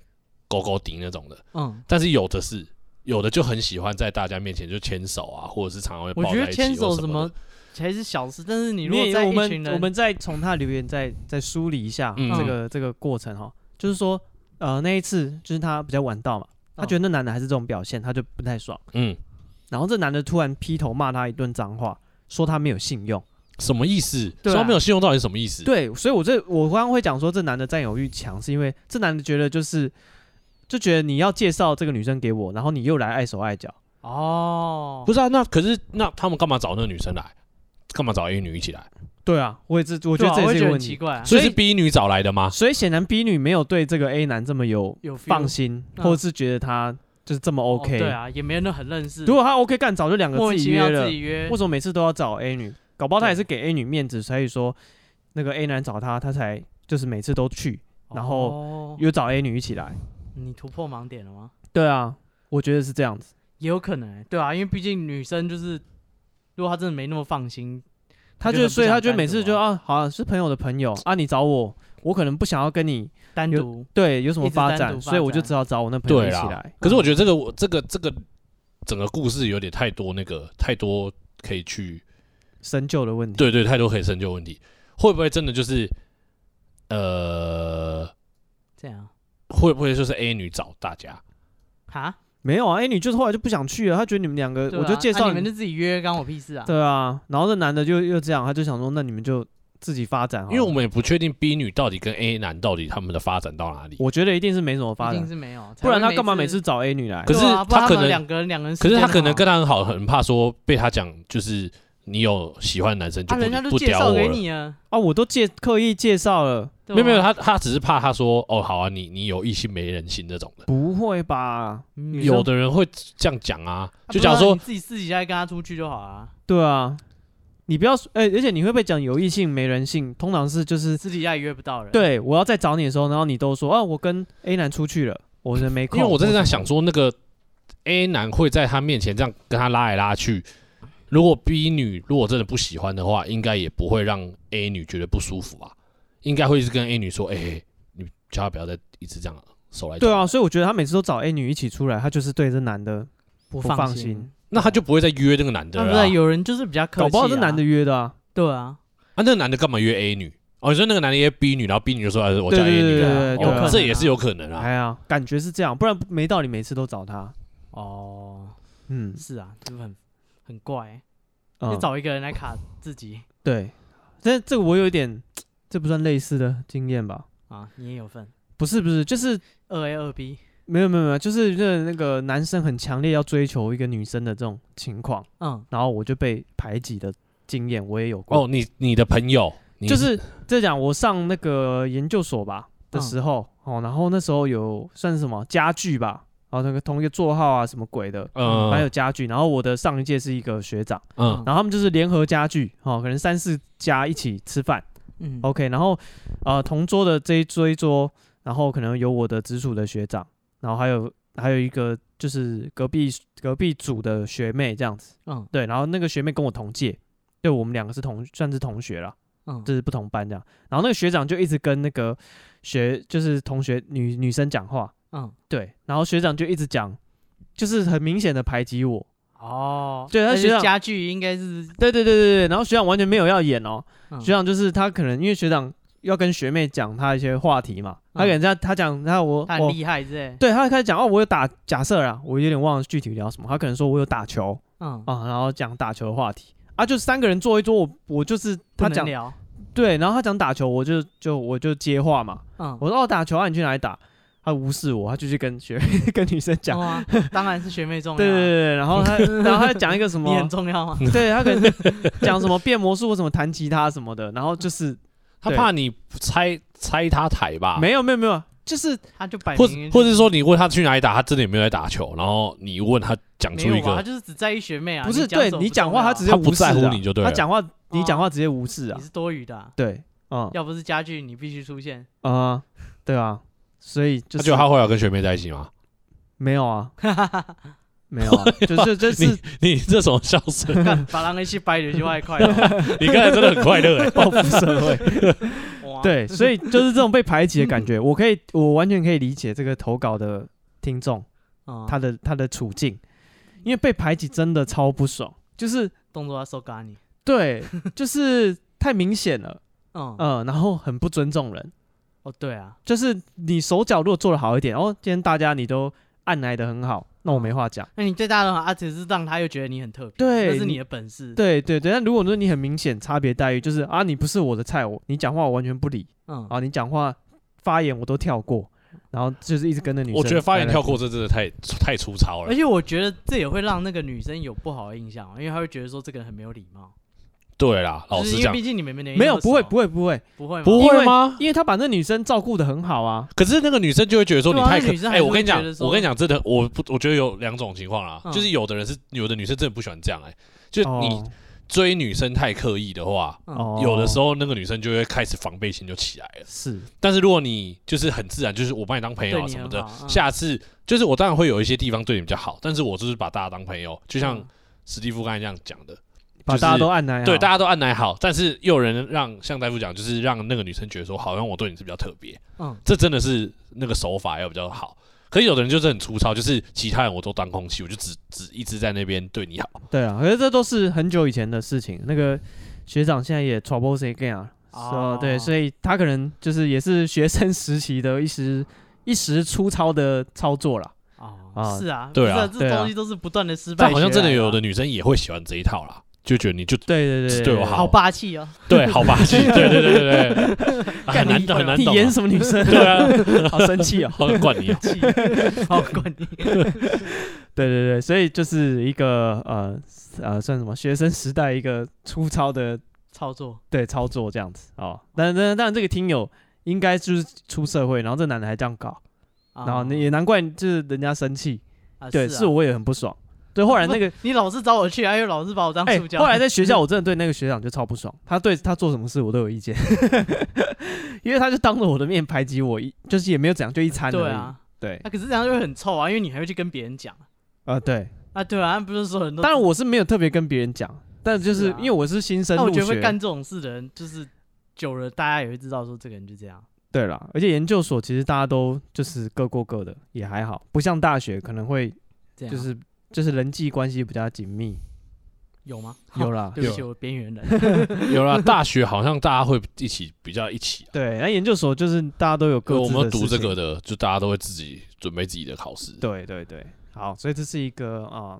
Speaker 3: 勾勾顶那种的，
Speaker 2: 嗯，
Speaker 3: 但是有的是。有的就很喜欢在大家面前就牵手啊，或者是常常会
Speaker 2: 我
Speaker 3: 抱
Speaker 2: 觉
Speaker 3: 在
Speaker 2: 得
Speaker 3: 一起
Speaker 2: 牵手
Speaker 3: 或什
Speaker 2: 什
Speaker 3: 么
Speaker 2: 么
Speaker 3: 的，
Speaker 2: 才是小事，但是你
Speaker 1: 你
Speaker 2: 如果
Speaker 1: 也
Speaker 2: 在
Speaker 1: 我
Speaker 2: 一群
Speaker 1: 们
Speaker 2: 人，
Speaker 1: 我们再从他留言再再梳理一下
Speaker 3: 嗯
Speaker 1: 这个、这个过程哈，就是说呃那一次就是他比较晚到嘛，他觉得那男的还是这种表现，他就不太爽，
Speaker 3: 嗯，
Speaker 1: 然后这男的突然劈头骂他一顿脏话，说他没有信用，
Speaker 3: 什么意思？
Speaker 1: 对啊
Speaker 3: 说没有信用到底是什么意思？
Speaker 1: 对，所以我这我刚刚会讲说这男的占有欲强，是因为这男的觉得就是就觉得你要介绍这个女生给我，然后你又来碍手碍脚，
Speaker 2: 哦
Speaker 3: 不，是啊，那可是那他们干嘛找那个女生来？干嘛找 A 女一起来？
Speaker 1: 对啊，我也这我
Speaker 2: 我
Speaker 1: 觉得这也是一个问
Speaker 2: 很奇
Speaker 1: 题，
Speaker 2: 怪啊，
Speaker 3: 所以
Speaker 1: 所以
Speaker 3: 是 B 女找来的吗？
Speaker 1: 所以显然 B 女没有对这个 A 男这么有
Speaker 2: 有 feel
Speaker 1: 放心，
Speaker 2: 嗯
Speaker 1: 或者是觉得他就是这么
Speaker 2: 哦
Speaker 1: OK，
Speaker 2: 对啊，也没人很认识，
Speaker 1: 如果他 OK 干，早就两个
Speaker 2: 莫
Speaker 1: 自
Speaker 2: 名
Speaker 1: 己
Speaker 2: 其
Speaker 1: 约
Speaker 2: 妙
Speaker 1: 了
Speaker 2: 自，己约
Speaker 1: 为，什么每次都要找 A 女？搞不好他
Speaker 2: 对
Speaker 1: 也是给 A 女面子，所以说那个 A 男找他，他才就是每次都去，然后
Speaker 2: 哦
Speaker 1: 又找 A 女一起来。
Speaker 2: 你突破盲点了吗？
Speaker 1: 对啊，我觉得是这样子。
Speaker 2: 也有可能欸，对啊，因为毕竟女生就是，如果她真的没那么放心，
Speaker 1: 他
Speaker 2: 他
Speaker 1: 觉
Speaker 2: 就
Speaker 1: 得，
Speaker 2: 很不
Speaker 1: 所以他
Speaker 2: 想
Speaker 1: 觉得
Speaker 2: 单
Speaker 1: 每
Speaker 2: 独
Speaker 1: 次就
Speaker 2: 啊
Speaker 1: 啊，好啊是朋友的朋友啊，你找我，我可能不想要跟你
Speaker 2: 单
Speaker 1: 有
Speaker 2: 独
Speaker 1: 对有什么
Speaker 2: 一直
Speaker 1: 发
Speaker 2: 单
Speaker 1: 展，
Speaker 2: 独
Speaker 1: 所以
Speaker 2: 发
Speaker 1: 我就
Speaker 2: 展
Speaker 1: 只好找我那朋友
Speaker 3: 对
Speaker 1: 一起
Speaker 3: 啦
Speaker 1: 来。。
Speaker 2: 嗯
Speaker 3: 可是我觉得这个我这个这个整个故事有点太多那个太多可以去
Speaker 1: 深究的问题，
Speaker 3: 对对太多可以深究问题，会不会真的就是呃
Speaker 2: 这样
Speaker 3: 会不会就是 A 女找大家？
Speaker 2: 哈？
Speaker 1: 没有啊，A 女就是后来就不想去了，她觉得你们两个，
Speaker 2: 对
Speaker 1: 我就
Speaker 2: 啊
Speaker 1: 介
Speaker 2: 啊
Speaker 1: 绍
Speaker 2: 你们就自己约，关我屁事啊！
Speaker 1: 对啊，然后这男的就又这样，他就想说，那你们就自己发展
Speaker 2: 哦
Speaker 1: 好了，
Speaker 3: 因为我们也不确定 B 女到底跟 A 男到底他们的发展到哪里。
Speaker 1: 我觉得一定是没什么发
Speaker 2: 一定
Speaker 1: 展，
Speaker 2: 是没有，
Speaker 1: 不然
Speaker 2: 才
Speaker 1: 他
Speaker 2: 会
Speaker 1: 干嘛每次找 A 女来
Speaker 3: 可？是
Speaker 2: 对啊不然
Speaker 3: 他
Speaker 2: 他
Speaker 3: 可
Speaker 2: 们
Speaker 3: 能
Speaker 2: 两个人两个人时
Speaker 3: 可
Speaker 2: 间啊很
Speaker 3: 是他
Speaker 2: 好，
Speaker 3: 可能跟他很好，很怕说被他讲就是你有喜欢的男生就
Speaker 2: 啊，
Speaker 3: 不、
Speaker 2: 人家都
Speaker 3: 不
Speaker 2: 介
Speaker 3: 屌
Speaker 2: 绍
Speaker 3: 我
Speaker 2: 给
Speaker 3: 了。
Speaker 2: 你啊，
Speaker 1: 啊，我都介刻意介绍了，
Speaker 2: 对
Speaker 3: 没有没有，
Speaker 2: 吧
Speaker 3: 他他只是怕他说哦好啊，你你有异性没人性这种的。
Speaker 1: 不会吧？
Speaker 2: 嗯
Speaker 3: 有的人会这样讲啊，
Speaker 2: 啊不
Speaker 3: 就
Speaker 2: 是
Speaker 3: 假
Speaker 2: 啊
Speaker 3: 如说
Speaker 2: 你自己私底下跟他出去就好啊，
Speaker 1: 对啊，你不要说，哎、而且你会被讲有异性没人性，通常是就是
Speaker 2: 私底下也约不到人。，
Speaker 1: 对我要再找你的时候，然后你都说啊，我跟 A 男出去了，我人没空。
Speaker 3: 因为我正在
Speaker 1: 什
Speaker 3: 想
Speaker 1: 么，
Speaker 3: 说，那个 A 男会在他面前这样跟他拉来拉去，如果 B 女如果真的不喜欢的话，应该也不会让 A 女觉得不舒服吧？应该会是跟 A 女说：“哎、你叫他不要再一直这样手来。”
Speaker 1: 对啊，，所以我觉得他每次都找 A 女一起出来，他就是对这男的不
Speaker 2: 不
Speaker 1: 放
Speaker 2: 放
Speaker 1: 心
Speaker 2: 心。
Speaker 3: 那他就不会再约那个男的
Speaker 2: 那不
Speaker 3: 了啊、
Speaker 2: 是有人就是比较客气啊，
Speaker 1: 搞不好是男的约的啊。
Speaker 2: 对啊，
Speaker 3: 啊，那个男的干嘛约 A 女？哦，你说那个男的约 B 女，然后 B 女就说：“哎我
Speaker 1: 对
Speaker 3: 叫
Speaker 1: 对
Speaker 3: A 女
Speaker 1: 对
Speaker 3: 啊。
Speaker 1: 对对，
Speaker 2: 有可能
Speaker 3: 哦
Speaker 2: 啊，
Speaker 3: 这也是有可能啊。
Speaker 1: 哎呀，感觉是这样，不然没道理每次都找他。
Speaker 2: 哦，
Speaker 3: (laughs)
Speaker 1: 嗯，
Speaker 2: 是啊，就是很很怪，
Speaker 1: 嗯
Speaker 2: 就找一个人来卡自己
Speaker 1: 对，但这个我有一点，这不算类似的经验吧？
Speaker 2: 啊，你也有份，
Speaker 1: 不是不是，就是
Speaker 2: 二 A 二 B，
Speaker 1: 没有没有没有，就是那那个男生很强烈要追求一个女生的这种情况，
Speaker 2: 嗯，
Speaker 1: 然后我就被排挤的经验我也有过。
Speaker 3: 哦，你你的朋友，你
Speaker 1: 就是这讲我上那个研究所吧
Speaker 3: 嗯
Speaker 1: 的时候、哦，然后那时候有算是什么家具吧，然后那个同一个座号啊什么鬼的，
Speaker 3: 嗯
Speaker 1: 还有家具，然后我的上一届是一个学长，
Speaker 3: 嗯
Speaker 1: 然后他们就是联合家具哦，可能三四家一起吃饭
Speaker 2: 嗯，
Speaker 1: ，OK，然后呃同桌的这一桌一桌，然后可能有我的直属的学长，然后还有还有一个就是隔壁隔壁组的学妹这样子，
Speaker 2: 嗯
Speaker 1: 对，然后那个学妹跟我同届，对我们两个是同算是同学啦。
Speaker 2: 嗯，
Speaker 1: 就是不同班这样。然后那个学长就一直跟那个学就是同学女女生讲话，
Speaker 2: 嗯，
Speaker 1: 对，然后学长就一直讲，就是很明显的排挤我。
Speaker 2: 哦，
Speaker 1: 对他
Speaker 2: 那就
Speaker 1: 学长
Speaker 2: 家具应该是，
Speaker 1: 对对对对对，然后学长完全没有要演哦，
Speaker 2: 嗯
Speaker 1: 学长就是他可能因为学长要跟学妹讲他一些话题嘛，他可能这样他讲他我
Speaker 2: 嗯他很
Speaker 1: 我。
Speaker 2: 厉害之类，
Speaker 1: 对他开始讲哦，我有打假设啦，我有点忘了具体聊什么。他可能说我有打球
Speaker 2: 嗯，
Speaker 1: 啊，然后讲打球的话题啊，就三个人坐一桌，我我就是
Speaker 2: 不
Speaker 1: 他
Speaker 2: 能
Speaker 1: 讲
Speaker 2: 聊，
Speaker 1: 对，然后他讲打球，我就就我就接话嘛，
Speaker 2: 嗯，
Speaker 1: 我说哦，打球啊，你去哪里打？他无视我，他就去跟学 (laughs) 跟女生讲。
Speaker 2: 哦啊，当然是学妹重要，
Speaker 1: (laughs)
Speaker 2: 啊
Speaker 1: 对对对，对，然后
Speaker 2: (laughs)
Speaker 1: 他然后他讲一个什
Speaker 2: 你
Speaker 1: 么
Speaker 2: 很，重要吗？啊 (laughs)
Speaker 1: 对他可能讲什么变魔术，或什么弹吉他什么的，然后就是
Speaker 3: 他怕你拆拆他台
Speaker 2: 啊
Speaker 3: 吧？
Speaker 1: 没有没有没有，就是
Speaker 2: 他就摆
Speaker 3: 或
Speaker 2: 明
Speaker 3: 或者是说你问他去哪里打，他真的也没有在打球，然后你问他讲
Speaker 2: 没
Speaker 3: 出一
Speaker 2: 有啊，他
Speaker 3: 个，
Speaker 2: 就是只在意学妹啊，
Speaker 1: 不是对
Speaker 2: 什么
Speaker 1: 你
Speaker 2: 不
Speaker 1: 讲话，
Speaker 2: 重要哦
Speaker 1: 他
Speaker 2: 啊
Speaker 1: 直接
Speaker 3: 他不
Speaker 1: 无视啊
Speaker 3: 在乎你就对了
Speaker 1: 他讲话你讲话直接无视啊
Speaker 2: 你，是多余的啊，
Speaker 1: 对，嗯
Speaker 2: 要不是家具你必须出现，
Speaker 1: 啊，对啊，所以就
Speaker 3: 他
Speaker 1: 是
Speaker 3: 就他后来有跟学妹在一起吗？
Speaker 1: 没有
Speaker 2: (laughs)
Speaker 1: 啊，没有啊，
Speaker 3: (laughs)
Speaker 1: 就是这是
Speaker 3: 你这种笑声，
Speaker 2: 干把狼一起掰就外
Speaker 1: (laughs)
Speaker 2: 快了，
Speaker 3: 你刚才真的很快
Speaker 2: (laughs)
Speaker 3: 乐哎。
Speaker 1: 报复社会。
Speaker 2: 哇，
Speaker 1: 对，所以就是这种被排挤的感觉，我可以，我完全可以理解这个投稿的听众
Speaker 2: 嗯
Speaker 1: 他的他的处境，因为被排挤真的超不爽，就是
Speaker 2: 动作要收嘎你，
Speaker 1: 对，就是太明显了，
Speaker 3: 哦
Speaker 2: 嗯，
Speaker 1: 嗯，然后很不尊重人，
Speaker 2: 哦对啊，
Speaker 1: 就是你手脚如果做得好一点，哦，今天大家你都按来的很好，那我没话讲。
Speaker 3: 哦
Speaker 2: 那你对大家都好，啊，只是让他又觉得你很特别，
Speaker 1: 对
Speaker 2: 那是你
Speaker 1: 你
Speaker 2: 的本事，，
Speaker 1: 对对对，但如果说你很明显差别待遇，就是啊，你不是我的菜，我你讲话我完全不理
Speaker 2: 嗯，
Speaker 1: 啊，你讲话发言我都跳过，然后就是一直跟着女生。
Speaker 3: 我觉得发言跳，过这真的太太粗糙
Speaker 2: 而
Speaker 3: 了。
Speaker 2: 且我觉得这也会让那个女生有不好的印象，啊因为她会觉得说这个人很没有礼貌。
Speaker 3: 对啦，
Speaker 1: 哦
Speaker 2: 就
Speaker 3: 老
Speaker 2: 是
Speaker 3: 实
Speaker 2: 因为
Speaker 3: 讲，
Speaker 2: 毕竟你们没联系
Speaker 1: 没
Speaker 2: 那
Speaker 1: 有
Speaker 2: 么
Speaker 1: 不会
Speaker 2: 熟
Speaker 1: 不会不会，
Speaker 2: 不会吗
Speaker 3: 不会吗？
Speaker 1: 因为他把那女生照顾的很好啊。
Speaker 3: 可是那个女生就会觉得说你
Speaker 2: 对啊
Speaker 3: 太
Speaker 2: 那
Speaker 3: 可
Speaker 2: 女生还
Speaker 3: 哎，
Speaker 2: 是
Speaker 3: 我跟你讲
Speaker 2: 会觉得，说
Speaker 3: 我跟你讲，真的，我不，我觉得有两种情况啦
Speaker 2: 嗯，哦
Speaker 3: 就是有的人是有的女生真的不喜欢这样哎，就你追女生太刻意的话，
Speaker 2: 嗯
Speaker 1: 哦，
Speaker 3: 有的时
Speaker 1: 候
Speaker 3: 候那个女生就会开始防备心就起来了。
Speaker 1: 是
Speaker 3: 但是如果你就是很自然，就是我把你当朋友啊
Speaker 2: 对你
Speaker 3: 什么
Speaker 2: 很
Speaker 3: 的
Speaker 2: 好，嗯
Speaker 3: 下次就是我当然会有一些地方对你比较好，但是我就是把大家当朋友，就像
Speaker 2: 嗯啊
Speaker 3: 史蒂夫刚才这样讲的，
Speaker 1: 把
Speaker 3: 就是
Speaker 1: 大家都按来啊好，
Speaker 3: 对，大家都按奶好，但是又有人让像大夫讲，就是让那个女生觉得说，好像我对你是比较特别，
Speaker 2: 嗯
Speaker 3: 这真的是那个手法要比较好。可是有的人就是很粗糙，就是其他人我都当空气，我就只只一直在那边对你好。
Speaker 1: 对啊，可是这都是很久以前的事情。那个学长现在也 trouble s again 啊，
Speaker 2: 哦
Speaker 1: 哦，对，所以他可能就是也是学生时期的一时 (laughs) 一时粗糙的操作啦。
Speaker 2: 哦
Speaker 1: 啊，
Speaker 2: 是啊，
Speaker 3: 对啊
Speaker 2: 不是这
Speaker 1: 对啊
Speaker 2: 东西都是不断的啊失败学
Speaker 3: 但
Speaker 2: 来。
Speaker 3: 好像真的有的女生也会喜欢这一套啦，就觉得你就
Speaker 1: 对对对，
Speaker 3: 对我
Speaker 2: 好霸气
Speaker 1: (laughs)
Speaker 2: 哦，
Speaker 3: 对好霸气，对对对对对，啊很难懂很难
Speaker 1: 你
Speaker 3: 懂啊、
Speaker 1: 演什么女生？
Speaker 3: 对啊，
Speaker 1: 好生气哦。
Speaker 3: 好管你、啊。
Speaker 2: 气， (laughs) 好管你。
Speaker 1: 对对对，所以就是一个呃呃算什么学生时代一个粗糙的
Speaker 2: 操作，
Speaker 1: 对操作这样子哦。但但但这个听友应该就是出社会，然后这男的还这样搞，
Speaker 2: 啊
Speaker 1: 然后那也难怪就是人家生气，
Speaker 2: 啊
Speaker 1: 对，
Speaker 2: 是
Speaker 1: 是
Speaker 2: 啊
Speaker 1: 我也很不爽。对，后来那个
Speaker 2: 你老是找我去，还有老是把我当
Speaker 1: 哎
Speaker 2: 助，教。
Speaker 1: 后来在学校我真的对那个学长就超不爽，他对他做什么事我都有意见， (laughs) 因为他就当着我的面排挤我，一就是也没有怎样，就一餐而已。
Speaker 2: 对啊，
Speaker 1: 对
Speaker 2: 那可是这样就会很臭啊，因为你还会去跟别人讲
Speaker 1: 呃对，
Speaker 2: 啊，对啊，不是所有人都。
Speaker 1: 当然我是没有特别跟别人讲，但就是
Speaker 2: 是啊
Speaker 1: 因为我是新生
Speaker 2: 但我
Speaker 1: 入
Speaker 2: 觉得会
Speaker 1: 学，
Speaker 2: 干这种事的人，就是久了大家也会知道说这个人就这样。
Speaker 1: 对啦，而且研究所其实大家都就是各过各的，也还好，不像大学可能会
Speaker 2: 这样啊
Speaker 1: 就是就是人际关系比较紧密，
Speaker 2: (laughs) 有吗？
Speaker 1: 有啦
Speaker 2: 对不
Speaker 3: 有
Speaker 2: 起，我边缘人。
Speaker 3: 有啦，大学好像大家会一起比较一起、啊。
Speaker 1: 对，那研究所就是大家都有各
Speaker 3: 我
Speaker 1: 自
Speaker 3: 们
Speaker 1: 的
Speaker 3: 读
Speaker 1: 事
Speaker 3: 这
Speaker 1: 情
Speaker 3: 个的，就大家都会自己准备自己的考试。
Speaker 1: 对对对，好，所以这是一个啊、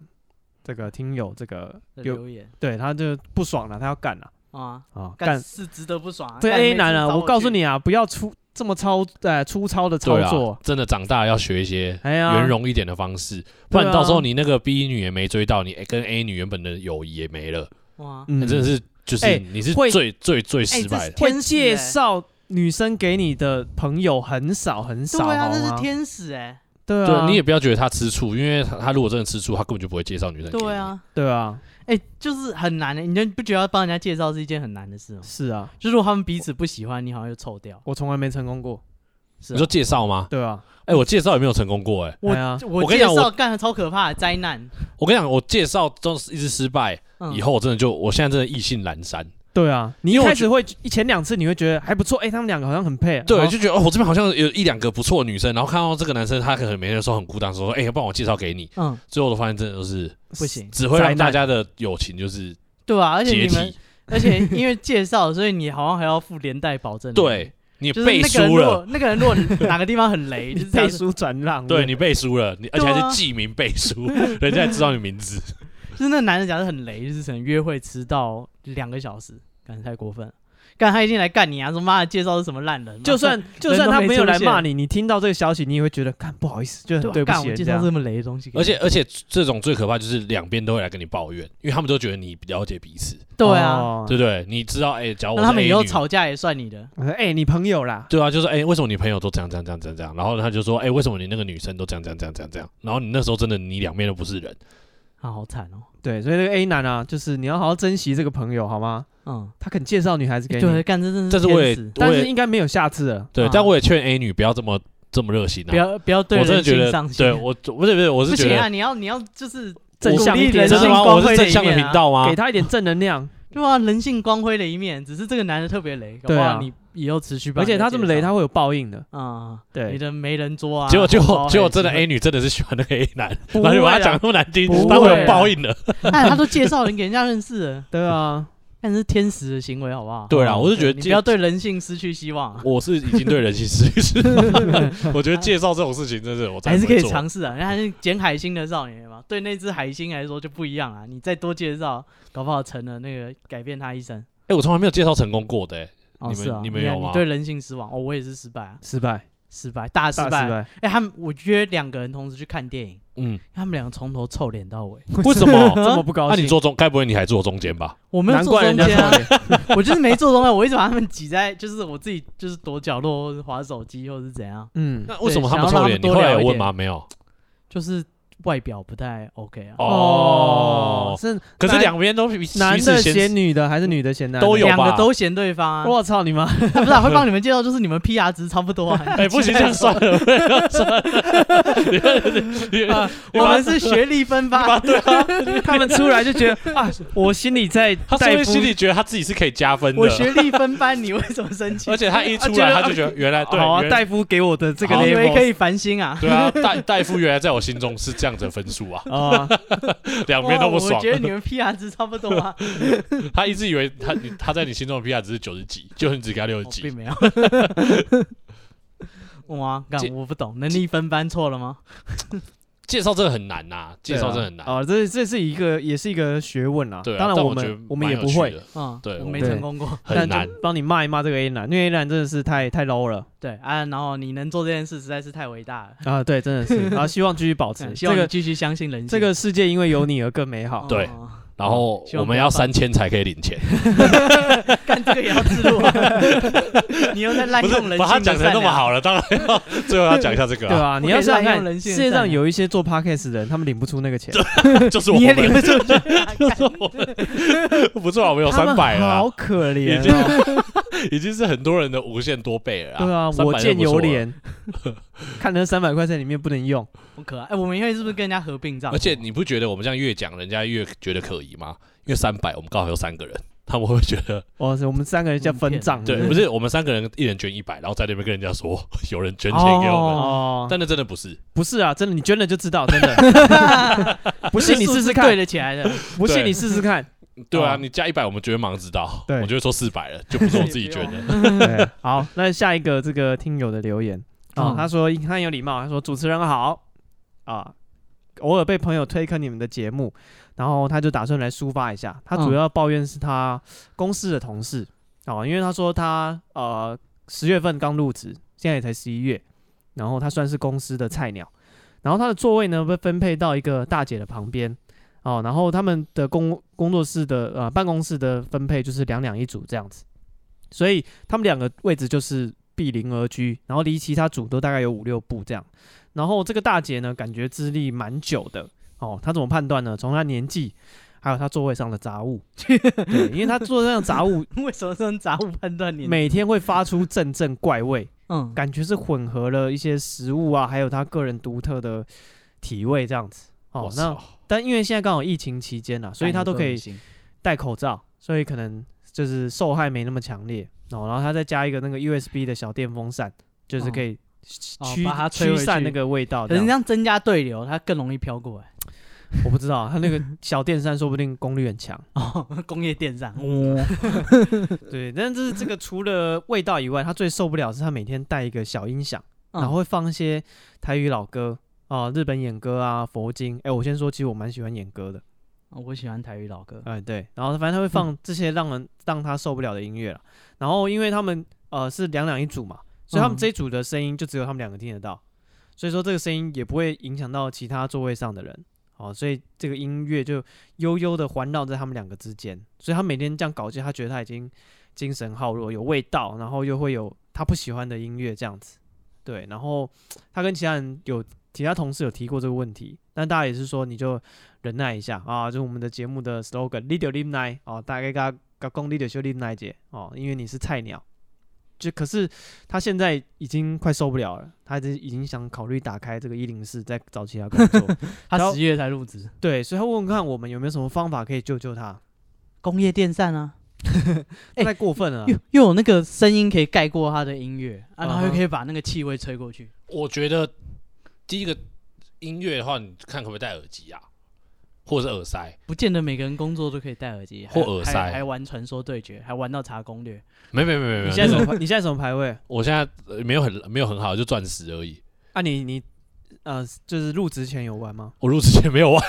Speaker 1: 这个听友这个
Speaker 2: 的
Speaker 1: 有
Speaker 2: 留言，
Speaker 1: 对他就不爽了，他要干了，
Speaker 2: 啊，
Speaker 1: 啊，
Speaker 2: 干
Speaker 1: 干
Speaker 2: 是值得不爽啊。
Speaker 1: 这
Speaker 2: 干
Speaker 1: A 男
Speaker 2: 每次
Speaker 1: 啊，
Speaker 2: 找
Speaker 1: 我告诉
Speaker 2: 去，
Speaker 1: 你啊，不要粗这么操呃粗糙的操
Speaker 3: 对啊
Speaker 1: 作，，
Speaker 3: 真的长大要学一
Speaker 2: 啊
Speaker 3: 些
Speaker 1: 哎呀，
Speaker 3: 圆融一点的方式，不然到时候你那个 B 女也没追到，你跟 A 女原本的友谊也没了，
Speaker 2: 哇，
Speaker 1: 嗯
Speaker 3: 那真的是就是
Speaker 1: 哎
Speaker 3: 你是
Speaker 1: 会
Speaker 3: 最最最
Speaker 2: 哎
Speaker 3: 失
Speaker 2: 这
Speaker 3: 败
Speaker 2: 是
Speaker 3: 的。
Speaker 1: 会
Speaker 2: 天使
Speaker 1: 介
Speaker 2: 欸
Speaker 1: 绍女生给你的朋友很少很少，
Speaker 2: 对啊，
Speaker 1: 好
Speaker 2: 那
Speaker 1: 吗
Speaker 2: 是天使哎，
Speaker 1: 对啊，
Speaker 3: 对，你也不要觉得他吃醋，因为他他如果真的吃醋，他根本就不会介绍女生。
Speaker 2: 对，啊，
Speaker 1: 对啊，
Speaker 2: 哎，就是很难的，欸你就不觉得要帮人家介绍是一件很难的事吗？
Speaker 1: 是啊，
Speaker 2: 就如果他们彼此不喜欢，你好像就臭掉。
Speaker 1: 我从来没成功过，
Speaker 2: 是
Speaker 3: 你
Speaker 2: 啊
Speaker 3: 说介绍吗？
Speaker 1: 对啊，
Speaker 3: 哎，我介绍也没有成功过，哎，
Speaker 1: 哎呀
Speaker 2: 我我
Speaker 3: 我跟你讲
Speaker 2: 介
Speaker 3: 我
Speaker 2: 绍干的超可怕的灾难，
Speaker 3: 我跟你讲，我介绍都是一直失败，
Speaker 2: 嗯
Speaker 3: 以后真的就我现在真的意兴阑珊。
Speaker 1: 对啊，你一
Speaker 3: 因为我
Speaker 1: 开始会前两次你会觉得还不错，哎，他们两个好像很配，
Speaker 3: 对，
Speaker 1: 然后
Speaker 3: 就觉得哦，我这边好像有一两个不错的女生，然后看到这个男生，他可能每天说很孤单，说哎，要不然我介绍给你。
Speaker 2: 嗯，
Speaker 3: 最后我发现真的就是
Speaker 2: 不行，
Speaker 3: 只会
Speaker 1: 灾
Speaker 3: 让
Speaker 1: 难
Speaker 3: 大家的友情就是
Speaker 2: 对啊，而且
Speaker 3: 解
Speaker 2: 你们
Speaker 3: 体，，
Speaker 2: 而且因为介绍，所以你好像还要付连带保证。
Speaker 3: 对，你
Speaker 2: 就是
Speaker 3: 背
Speaker 2: 那个人
Speaker 3: 书
Speaker 2: 如
Speaker 3: 了，
Speaker 2: 果那个人如果哪个地方很
Speaker 3: (laughs)
Speaker 2: 雷，就是
Speaker 1: 你
Speaker 2: 这样
Speaker 1: 背
Speaker 2: 子，
Speaker 1: 书转让，
Speaker 3: 对你背书了，你而且
Speaker 2: 嗯对啊
Speaker 3: 还是记名背书，人家也知道你名
Speaker 2: (laughs)
Speaker 3: 字。
Speaker 2: 就是那个男的假设很雷，就是可能约会迟到两个小时，感觉太过分了。干他一定来干你啊！说妈的，介绍是什么烂人？
Speaker 1: 就算就算
Speaker 2: 人都
Speaker 1: 他
Speaker 2: 没
Speaker 1: 没有
Speaker 2: 出
Speaker 1: 来
Speaker 2: 现
Speaker 1: 骂你，你听到这个消息，你也会觉得，看不好意思，就很
Speaker 2: 对
Speaker 1: 对
Speaker 2: 吧
Speaker 1: 不起
Speaker 2: 干我
Speaker 1: 人
Speaker 2: 介
Speaker 1: 这
Speaker 2: 绍
Speaker 1: 样。
Speaker 2: 这么雷的东西给你，
Speaker 3: 而且而且这种最可怕就是两边都会来跟你抱怨，因为他们都觉得你了解彼此，
Speaker 2: 对啊，
Speaker 1: 哦
Speaker 3: 对不对？你知道，哎，假如我
Speaker 2: 那
Speaker 3: 是
Speaker 2: 他们
Speaker 3: A
Speaker 2: 以后
Speaker 3: 女
Speaker 2: 吵架也算你的。
Speaker 1: 我说哎，你朋友啦，
Speaker 3: 对啊，就是哎、为什么你朋友都这样这样这样这样这样？然后他就说，哎、为什么你那个女生都这样这样这样这样这样？然后你那时候真的你两面都不是人，
Speaker 2: 啊，好惨哦。
Speaker 1: 对，所以这个 A 男啊，就是你要好好珍惜这个朋友，好吗？
Speaker 2: 嗯，
Speaker 1: 他肯介绍女孩子给
Speaker 2: 对，
Speaker 1: 你，
Speaker 2: 干这真嗯
Speaker 3: 但
Speaker 2: 是
Speaker 3: 是我也
Speaker 2: 天使
Speaker 3: 我
Speaker 1: 但是
Speaker 3: 也
Speaker 1: 应该没有下次了。
Speaker 3: 对，
Speaker 2: 啊
Speaker 3: 但我也劝 A 女不要这么这么热心啊，
Speaker 2: 不要不要对
Speaker 3: 我真的
Speaker 2: 人
Speaker 3: 觉
Speaker 2: 性
Speaker 3: 得
Speaker 2: 上，心。
Speaker 3: 对我不是不是，我是
Speaker 2: 不
Speaker 3: 觉
Speaker 2: 行啊！
Speaker 3: 得
Speaker 2: 你要你要就是
Speaker 1: 啊正向一
Speaker 2: 鼓励
Speaker 1: 点
Speaker 2: 人
Speaker 3: 真的
Speaker 2: 性
Speaker 3: 吗？
Speaker 2: 光
Speaker 3: 我
Speaker 2: 辉
Speaker 3: 是
Speaker 2: 的
Speaker 3: 正
Speaker 2: 一
Speaker 3: 向的
Speaker 2: 面
Speaker 3: 频
Speaker 2: 啊，
Speaker 3: 道吗
Speaker 1: 给？他一点正能量，
Speaker 2: 对啊，人性光辉的一面。只是这个男的特别雷，搞不
Speaker 1: 对
Speaker 2: 好
Speaker 1: 啊
Speaker 2: 你以后持续
Speaker 1: 而
Speaker 2: 帮人家
Speaker 1: 且
Speaker 2: 介绍。
Speaker 1: 他这么雷，他会有报应的。
Speaker 2: 啊，你
Speaker 1: 对，
Speaker 2: 的没人捉啊。
Speaker 3: (laughs) 结果结
Speaker 2: 红包
Speaker 3: 果结果
Speaker 2: 还有
Speaker 3: 真的
Speaker 2: 机会
Speaker 3: A 女真的是喜欢那个 A 男，
Speaker 1: 不
Speaker 3: 然后就
Speaker 1: 会
Speaker 3: 把
Speaker 1: 啊
Speaker 3: 他
Speaker 1: 啦
Speaker 3: 啊讲那么难听
Speaker 1: 不会，
Speaker 3: 他会有
Speaker 1: 啊
Speaker 3: 报应的。
Speaker 2: 哎，他都介绍人给人家认识了，
Speaker 1: 对啊，
Speaker 2: 但是天使的行为好不好？
Speaker 3: 对啊啦，我是觉得
Speaker 2: 你
Speaker 3: 介
Speaker 2: 不要对人性失去希望，
Speaker 3: 我是已经对人性失去失望，我觉得介绍这种事情真是我才
Speaker 2: 还是
Speaker 3: 不
Speaker 2: 可
Speaker 3: 会
Speaker 2: 以
Speaker 3: 做
Speaker 2: 尝试啊。人家是捡海星的少年嘛，对那只海星来说就不一样啊。你再多介绍，搞不好成了那个改变他一生。
Speaker 3: 哎，我从来没有介绍成功过的，哎
Speaker 2: 哦，
Speaker 3: 你们
Speaker 2: 是啊，
Speaker 3: 你们
Speaker 2: 们
Speaker 3: 有吗
Speaker 2: 你对人性失望，哦，我也是失败啊，
Speaker 1: 失败，
Speaker 2: 失败，大失
Speaker 1: 大失
Speaker 2: 败。
Speaker 1: 败。
Speaker 2: 哎，他们我约两个人同时去看电影，
Speaker 3: 嗯，
Speaker 2: 他们两个从头臭脸到尾，
Speaker 3: 为什么？
Speaker 1: 这么不高
Speaker 3: 哦那
Speaker 1: 兴？
Speaker 3: 你坐中，该不会你还坐中间吧？
Speaker 2: 我没有
Speaker 1: 难
Speaker 2: 坐
Speaker 1: 怪人
Speaker 2: 中
Speaker 1: 家
Speaker 2: 间啊
Speaker 1: 说。你
Speaker 2: (laughs) 我就是没做东西，我一直把他们挤在，就是我自己就是躲角落，或是划手机，或是怎样，
Speaker 1: 嗯，
Speaker 3: 那为什么他们
Speaker 2: 想要让
Speaker 3: 臭脸？
Speaker 2: 他们多
Speaker 3: 你后
Speaker 2: 聊
Speaker 3: 来有
Speaker 2: 一
Speaker 3: 问
Speaker 2: 点
Speaker 3: 吗？没有。
Speaker 2: 就是外表不太 OK 啊。
Speaker 3: 哦，
Speaker 1: 是
Speaker 3: 可是
Speaker 1: 男
Speaker 3: 两边都比
Speaker 1: 男
Speaker 3: 其实
Speaker 1: 的
Speaker 3: 先
Speaker 1: 嫌女的还是女的嫌男的？哎
Speaker 3: 都有
Speaker 2: 两个
Speaker 3: 吧
Speaker 2: 都嫌对方啊，
Speaker 1: 我操你妈！
Speaker 2: 他 (laughs) 不是、啊、会帮你们介绍，就是你们 PR 值差不多啊。
Speaker 3: (laughs) 哎，不行，这样
Speaker 1: (laughs)
Speaker 3: 算了，不能算了。你你
Speaker 2: 啊 (laughs)
Speaker 3: 你
Speaker 2: 我
Speaker 3: 把
Speaker 2: 们是学历分发，
Speaker 1: (laughs) 他们出来就觉
Speaker 2: (laughs)
Speaker 1: 得啊，我心里在
Speaker 3: 他是
Speaker 1: 啊大
Speaker 3: 不是
Speaker 1: 夫
Speaker 3: 心里觉得他自己是可以加分
Speaker 2: 我
Speaker 3: 的？
Speaker 2: 学历分班，你为什么生
Speaker 1: (laughs)
Speaker 2: 气
Speaker 3: 而？且他一出
Speaker 1: 啊觉
Speaker 3: 来，
Speaker 1: 得啊
Speaker 3: 他就觉得原来对，
Speaker 1: 好
Speaker 2: 哦
Speaker 1: 啊，
Speaker 3: 原
Speaker 1: 大夫给我的这个
Speaker 3: 好
Speaker 2: 你以为可
Speaker 1: level
Speaker 2: 以烦心啊？
Speaker 3: 对啊，戴戴夫原来在我心中是这样子的分数啊，
Speaker 1: 啊，
Speaker 3: 两边都
Speaker 1: 哦
Speaker 2: 哦哇
Speaker 3: 不
Speaker 2: 我
Speaker 3: 爽
Speaker 2: 觉。得你们 PR 值差不多
Speaker 1: (laughs)
Speaker 2: 啊，
Speaker 3: 他一直以为他你他在你心中的 PR 值是九十几，就你只给他六十
Speaker 2: 我
Speaker 1: 哦
Speaker 3: 几
Speaker 2: 并。没有。 (laughs) 哇，干
Speaker 3: 介
Speaker 2: 我不懂，能力分班错了吗？
Speaker 3: 介绍真的很难呐，介绍真的很难。
Speaker 1: 啊，这这是一个也是一个学问啊。
Speaker 3: 对啊，
Speaker 1: 当然
Speaker 3: 但
Speaker 1: 我
Speaker 3: 我觉得
Speaker 1: 们我们
Speaker 3: 蛮
Speaker 1: 也
Speaker 3: 有
Speaker 1: 不
Speaker 3: 趣
Speaker 1: 会，
Speaker 3: 的，
Speaker 2: 嗯，
Speaker 3: 对
Speaker 2: 我
Speaker 3: 我
Speaker 2: 没
Speaker 1: 对
Speaker 2: 成功过。
Speaker 3: 很难。
Speaker 1: 帮你骂一骂这个 A 男，
Speaker 3: (laughs)
Speaker 1: 因为 A 男真的是太太 low 了
Speaker 2: 对啊，然后你能做这件事实在是太伟大了，
Speaker 1: 啊，对，真的是。
Speaker 3: (laughs)
Speaker 1: 然后希望继续保持
Speaker 2: 嗯希
Speaker 1: 这
Speaker 2: 望你
Speaker 1: 个
Speaker 2: 继续相信人性。
Speaker 1: 这个世界，因为有你而更美好。
Speaker 3: (laughs) 对
Speaker 2: 哦，
Speaker 3: 然后
Speaker 2: 希望
Speaker 3: 我们
Speaker 2: 不要
Speaker 3: 要
Speaker 2: 犯
Speaker 3: 三千才可以领钱，
Speaker 2: 干这个也要自录 (laughs) 啊，你又在滥
Speaker 3: 不是
Speaker 2: 用人性的善良。
Speaker 3: 把他讲成那么好了，当然要最后要讲一下这个
Speaker 1: 对
Speaker 3: 啊，
Speaker 1: 啊，你
Speaker 2: 可以
Speaker 1: 要想想
Speaker 2: 滥用
Speaker 1: 看，
Speaker 2: 人性
Speaker 1: 世
Speaker 2: 的
Speaker 1: 界
Speaker 2: 善
Speaker 1: 上
Speaker 2: 良
Speaker 1: 有一些做 podcast 的人，他们领不出那个钱，啊
Speaker 3: (laughs) 就是我
Speaker 2: 你也领
Speaker 3: 们
Speaker 2: 不出去啊，干
Speaker 3: 不错啊，我们有
Speaker 1: 他
Speaker 3: 三
Speaker 1: 们
Speaker 3: 百了啊
Speaker 1: 好，可怜
Speaker 3: 已经
Speaker 1: 哦。
Speaker 3: 已经 (laughs) 是很多人的无限多倍了。
Speaker 1: (laughs) 对啊，
Speaker 3: 300
Speaker 1: 我见
Speaker 3: 就
Speaker 1: 犹
Speaker 3: 不错了。
Speaker 1: 怜， (laughs) 看那三百块钱里面不能用。
Speaker 2: (laughs) 好可爱。哎，我们以后是不是跟人家合并
Speaker 1: 啊
Speaker 2: 账？
Speaker 3: 而且你不觉得我们这样越讲，人家越觉得可疑吗？因为三百，我们刚好有三个人，他们会不会觉得
Speaker 1: 哇哦塞，我们三个人叫分账，
Speaker 3: 对，不是我们三个人一人捐一百，然后在那边跟人家说有人捐钱给我们，
Speaker 1: 哦，
Speaker 3: 但那真的不是。
Speaker 1: 不是啊，真的，你捐了就知道，真的。
Speaker 3: (laughs)
Speaker 1: 不信你试试
Speaker 2: 对
Speaker 1: 看，
Speaker 2: 得起来的，
Speaker 1: 不信
Speaker 3: 对
Speaker 1: 你试试看。
Speaker 3: 对啊，
Speaker 1: 哦
Speaker 3: 你加一百，我们绝对马上知道。
Speaker 1: 对
Speaker 3: 我就会说四百了，就不是我自己捐的。
Speaker 1: 对，好，那下一个这个听友的留言啊、
Speaker 2: 嗯
Speaker 1: 他说他很有礼貌，他说主持人好啊，偶尔被朋友推坑你们的节目，然后他就打算来抒发一下。他主
Speaker 2: 嗯
Speaker 1: 要抱怨是他公司的同事哦，因为他说他呃十月份刚入职，现在也才十一月，然后他算是公司的菜鸟。然后他的座位呢被分配到一个大姐的旁边哦，然后他们的工工作室的呃办公室的分配就是两两一组这样子，所以他们两个位置就是避邻而居，然后离其他组都大概有五六步这样。然后这个大姐呢，感觉资历蛮久的哦，她怎么判断呢？从她年纪，还有她座位上的杂物，对， (laughs) 因为她座位上的
Speaker 2: (laughs)
Speaker 1: 杂物
Speaker 2: 为什么是用杂物判断你？
Speaker 1: 每天会发出阵阵怪味，
Speaker 2: 嗯，
Speaker 1: 感觉是混合了一些食物啊，还有她个人独特的体味这样子。 (laughs) 哦
Speaker 3: 我，
Speaker 1: 那
Speaker 3: 操
Speaker 1: 但因为现在刚好疫情期间啦，啊
Speaker 2: 哦
Speaker 1: 所以她都可以
Speaker 2: 感觉恶心
Speaker 1: 戴口罩，所以可能就是受害没那么强烈哦。然后他再加一个那个 USB 的小电风扇，就是可以
Speaker 2: 哦
Speaker 1: 驱
Speaker 2: 把它吹
Speaker 1: 驱
Speaker 2: 回
Speaker 1: 散
Speaker 2: 去
Speaker 1: 那个味道
Speaker 2: 可
Speaker 1: 这
Speaker 2: 是这
Speaker 1: 样。
Speaker 2: 样增加对流，它更容易飘过来。哎
Speaker 1: 我不知道他那个小电扇说不定功率很强。
Speaker 2: 哦， (laughs) 工业电扇，哦，
Speaker 1: 对，但是这个除了味道以外，他最受不了是他每天带一个小音响，
Speaker 2: 嗯
Speaker 1: 然后会放一些台语老歌啊、日本演歌啊、佛经。哎，我先说，其实我蛮喜欢演歌的。
Speaker 2: 哦我喜欢台语老歌。
Speaker 1: 哎，对，然后反正他会放这些让人让他受不了的音乐了。然后因为他们呃是两两一组嘛，所以他们
Speaker 2: 嗯
Speaker 1: 这一组的声音就只有他们两个听得到，所以说这个声音也不会影响到其他座位上的人。哦，所以这个音乐就悠悠的环绕在他们两个之间，所以他每天这样搞基，他觉得他已经精神耗弱，有味道，然后又会有他不喜欢的音乐这样子，对，然后他跟其他人有其他同事有提过这个问题，但大家也是说你就忍耐一下啊，就是我们的节目的 slogan “lead your lead night” 哦，大概跟跟公 lead 修 lead night 姐哦，因为你是菜鸟，就可是他现在已经快受不了了，他这已经想考虑打开这个一零四，再找其他工 (laughs) 作，然
Speaker 2: 他
Speaker 1: 后
Speaker 2: 十月才入职，
Speaker 1: 对，所以他问问看我们有没有什么方法可以救救他，
Speaker 2: 工业电扇啊，哎
Speaker 1: 太过分了啊、
Speaker 2: 又又有那个声音可以盖过它的音乐啊，然
Speaker 1: 嗯
Speaker 2: 后又
Speaker 1: 哼
Speaker 2: 可以把那个气味吹过去。
Speaker 3: 我觉得第一个音乐的话，你看可不可以戴耳机啊，或者是耳塞？
Speaker 2: 不见得每个人工作都可以戴耳机，还
Speaker 3: 或耳塞
Speaker 2: 还还玩传说对决，还玩到查攻
Speaker 3: (laughs)
Speaker 2: 略。
Speaker 3: 没没没没没
Speaker 1: 你
Speaker 3: 有，
Speaker 1: 现在
Speaker 3: 那
Speaker 1: 什么
Speaker 3: 个
Speaker 1: 排？你现在什么排位？
Speaker 3: 我现在呃没有很没有很好，就钻石而已。
Speaker 1: 啊你，你呃，就是入职前有玩吗？
Speaker 3: 我入职前没有玩，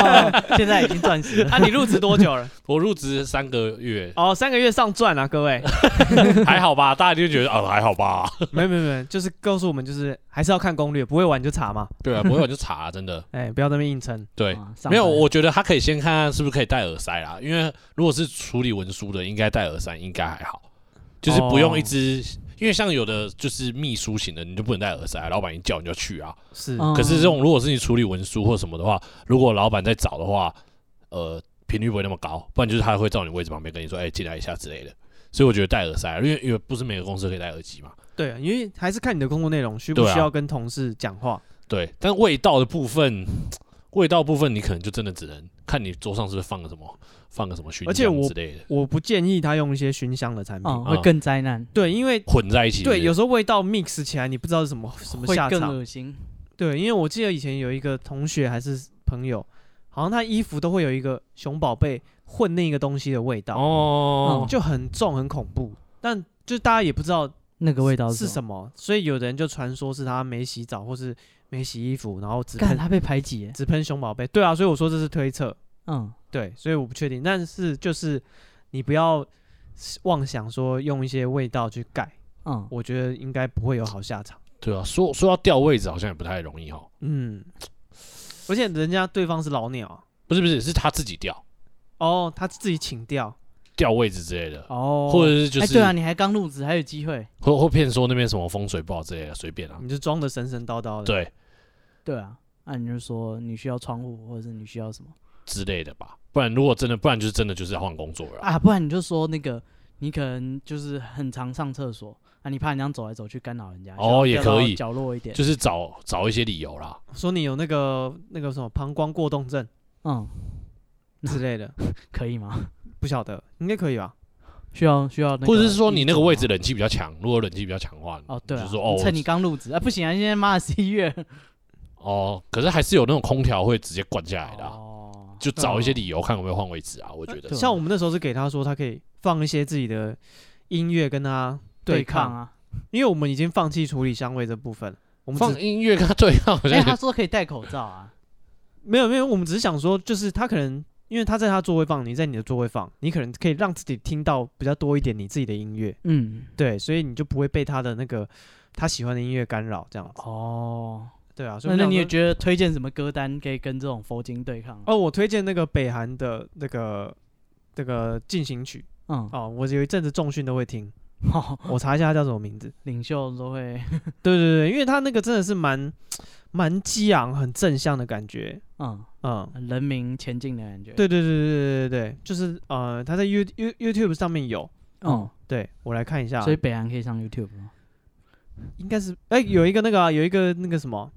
Speaker 3: (laughs)
Speaker 2: 现在已经钻石了，
Speaker 1: 啊，你入职多久了？
Speaker 3: 我入职三个月，
Speaker 1: (laughs) 哦，三个月上钻啊，各 (laughs) 位。
Speaker 3: 还好吧？大家就觉得啊，还好吧？
Speaker 1: 没有没有没有，就是告诉我们，就是还是要看攻略，不会玩就查嘛。
Speaker 3: 对啊，不会玩就查、真的。
Speaker 1: 哎、不要在那边硬撑。
Speaker 3: 对，
Speaker 2: 啊
Speaker 3: 没有，我觉得他可以先看看是不是可以戴耳塞啦，因为如果是处理文书的，应该戴耳塞应该还好，就是不用一直，因为像有的就是秘书型的，你就不能戴耳塞，老板一叫你就去啊。
Speaker 1: 是，
Speaker 2: 嗯
Speaker 3: 可是这种如果是你处理文书或什么的话，如果老板在找的话，呃，频率不会那么高，不然就是他会到你位置旁边跟你说，哎、进来一下之类的。所以我觉得戴耳塞，因为因为不是每个公司可以戴耳机嘛。
Speaker 1: 对，啊因为还是看你的工作内容，需不
Speaker 3: 对啊
Speaker 1: 需要跟同事讲话。
Speaker 3: 对，但味道的部分，味道部分你可能就真的只能看你桌上是不是放了什么，放了什么熏
Speaker 1: 而且
Speaker 3: 香
Speaker 1: 我
Speaker 3: 之类的，
Speaker 1: 我不建议他用一些熏香的产品，
Speaker 2: 哦
Speaker 3: 嗯
Speaker 2: 会更灾难，
Speaker 1: 对，因为
Speaker 3: 混在一起。
Speaker 1: 对，有
Speaker 3: 时
Speaker 1: 时候味道 mix 起来，你不知道是什么什么
Speaker 2: 会
Speaker 1: 下
Speaker 2: 更
Speaker 1: 场。
Speaker 2: 恶心。
Speaker 1: 对，因为我记得以前有一个同学还是朋友，好像他衣服都会有一个熊宝贝混那个东西的味道，
Speaker 3: 哦，
Speaker 1: 就很重很恐怖。但就大家也不知道
Speaker 2: 那个味道
Speaker 1: 是
Speaker 2: 么？
Speaker 1: 什么，所以有的人就传说是他没洗澡或是没洗衣服，然后只
Speaker 2: 干
Speaker 1: 喷
Speaker 2: 他被排挤耶，
Speaker 1: 只喷熊宝贝。对啊，所以我说这是推测，
Speaker 2: 嗯，
Speaker 1: 对，所以我不确定，但是就是你不要妄想说用一些味道去盖，
Speaker 2: 嗯，
Speaker 1: 我觉得应该不会有好下场。
Speaker 3: 对啊，说说要调位置好像也不太容易哦。
Speaker 1: 嗯，而且人家对方是老鸟啊
Speaker 3: 不是不是，是他自己调
Speaker 1: 哦，他自己请掉
Speaker 3: 调位置之类的，
Speaker 1: 哦，
Speaker 3: 或者是就
Speaker 2: 哎，
Speaker 3: 是
Speaker 2: 对啊，你还刚入职，还有机会，
Speaker 3: 或或骗说那边什么风水不好之类的，随便啊。
Speaker 1: 你就装的神神叨叨的。
Speaker 3: 对，
Speaker 2: 对啊，那你就说你需要窗户，或者是你需要什么
Speaker 3: 之类的吧。不然如果真的，不然就是真的就是要换工作了啊。
Speaker 2: 啊？不然你就说那个你可能就是很常上厕所啊，你怕你这样走来走去干扰人家，
Speaker 3: 哦
Speaker 2: 需要
Speaker 3: 也
Speaker 2: 调到
Speaker 3: 可以
Speaker 2: 角落一点，
Speaker 3: 就是找找一些理由啦。
Speaker 1: 说你有那个那个什么膀胱过动症
Speaker 2: 嗯，
Speaker 1: 之类
Speaker 3: (laughs)
Speaker 1: 的，
Speaker 2: 可以吗？
Speaker 1: 不晓得应该可以吧？
Speaker 2: 需要需要那个医嘱吗，
Speaker 3: 或者是说你那个位置冷气比较强，如果冷气比较强的话，
Speaker 2: 哦，对啊，
Speaker 3: 就是说哦
Speaker 2: 趁你刚入职啊，不行啊，现在妈的十一月
Speaker 3: 哦，可是还是有那种空调会直接灌下来的啊、
Speaker 2: 哦，
Speaker 3: 就找一些理由看有没有换位
Speaker 1: 嗯
Speaker 3: 置啊。我觉得
Speaker 2: 对
Speaker 1: 像我们那时候是给他说，他可以放一些自己的音乐跟他对
Speaker 2: 对
Speaker 1: 抗，
Speaker 2: 抗啊！
Speaker 1: 因为我们已经放弃处理香味这部分了，我们只
Speaker 3: 放音乐跟他对抗好像
Speaker 2: 哎，他
Speaker 3: 也
Speaker 2: 说可以戴口罩啊，
Speaker 1: 没有没有，我们只是想说，就是他可能因为他在他座位放，你在你的座位放，你可能可以让自己听到比较多一点你自己的音乐，
Speaker 2: 嗯，
Speaker 1: 对，所以你就不会被他的那个他喜欢的音乐干扰，这样子，
Speaker 2: 哦，
Speaker 1: 对啊。所以
Speaker 2: 那
Speaker 1: 我
Speaker 2: 那
Speaker 1: 们
Speaker 2: 你
Speaker 1: 想
Speaker 2: 有
Speaker 1: 说
Speaker 2: 觉得推荐什么歌单可以跟这种佛经对抗？啊
Speaker 1: 哦，我推荐那个北韩的那个那个进行曲
Speaker 2: 嗯，
Speaker 1: 哦，我有一阵子重训都会听，
Speaker 2: 哦，
Speaker 1: 我查一下它叫什么名字。
Speaker 2: (laughs) 领袖都会，
Speaker 1: 对对对，因为他那个真的是蛮蛮激昂、很正向的感觉，
Speaker 2: 嗯，
Speaker 1: 嗯。
Speaker 2: 人民前进的感觉。，
Speaker 1: 对对对对对对对，就是呃，他在 You You YouTube 上面有，
Speaker 2: 哦，
Speaker 1: 对我来看一
Speaker 3: 啊
Speaker 1: 下，
Speaker 2: 所以北韩可以上 YouTube 吗？
Speaker 1: 应该是
Speaker 2: 嗯
Speaker 1: 哎、有一个那个啊、有一个那个什么，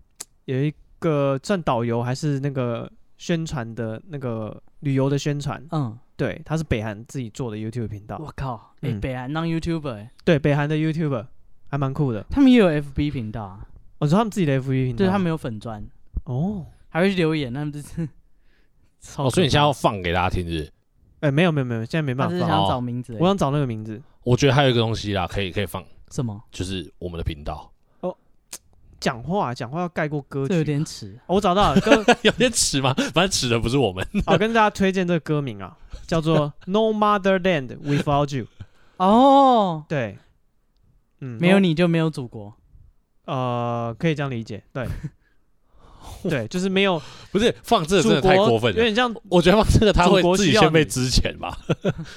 Speaker 1: 有一个算导游还是那个宣传的那个旅游的宣传，
Speaker 2: 嗯，
Speaker 1: 对，他是北韩自己做的 YouTube 频道，
Speaker 2: 我靠，哎，
Speaker 1: 嗯
Speaker 2: 北韩当 YouTuber，哎
Speaker 1: 对，北韩的 YouTuber 还蛮酷的，
Speaker 2: 他们也有 FB 频道啊，
Speaker 1: 我、哦、说他们自己的 FB 频道，
Speaker 2: 对他们有粉砖，
Speaker 1: 哦，
Speaker 2: 还会去留言，他们这是超可怕。
Speaker 3: 哦，所以你现在要放给大家听，是不是？
Speaker 1: 哎、没有没有没有，现在没
Speaker 2: 他
Speaker 1: 办
Speaker 2: 是
Speaker 1: 法
Speaker 2: 想
Speaker 1: 放，
Speaker 3: 哦
Speaker 2: 要找名字
Speaker 1: 我
Speaker 2: 欸，
Speaker 1: 想找那个名字，
Speaker 3: 我觉得还有一个东西啦，可以可以放，
Speaker 2: 什么？
Speaker 3: 就是我们的频道， (laughs)
Speaker 1: 讲话讲话要盖过歌曲，
Speaker 2: 这有点耻。
Speaker 1: 哦我找到了
Speaker 2: (laughs)
Speaker 1: 歌，
Speaker 3: 有点耻吗？反正耻的不是我们。
Speaker 1: 我、跟大家推荐这个歌名啊，叫做 No Motherland Without You，
Speaker 2: 哦，
Speaker 1: 对，嗯，
Speaker 2: 没有
Speaker 1: No-
Speaker 2: 你就没有祖国。
Speaker 1: 呃，可以这样理解，
Speaker 3: (laughs)
Speaker 1: 对，对，就是没有
Speaker 3: 不是放这个
Speaker 1: 祖
Speaker 3: 真的太
Speaker 1: 国
Speaker 3: 过分
Speaker 1: 有
Speaker 3: 了。
Speaker 1: 点像
Speaker 3: 我觉得放这个他会
Speaker 1: 祖国
Speaker 3: 自己
Speaker 1: 需要
Speaker 3: 先被
Speaker 1: 你
Speaker 3: 之前吧。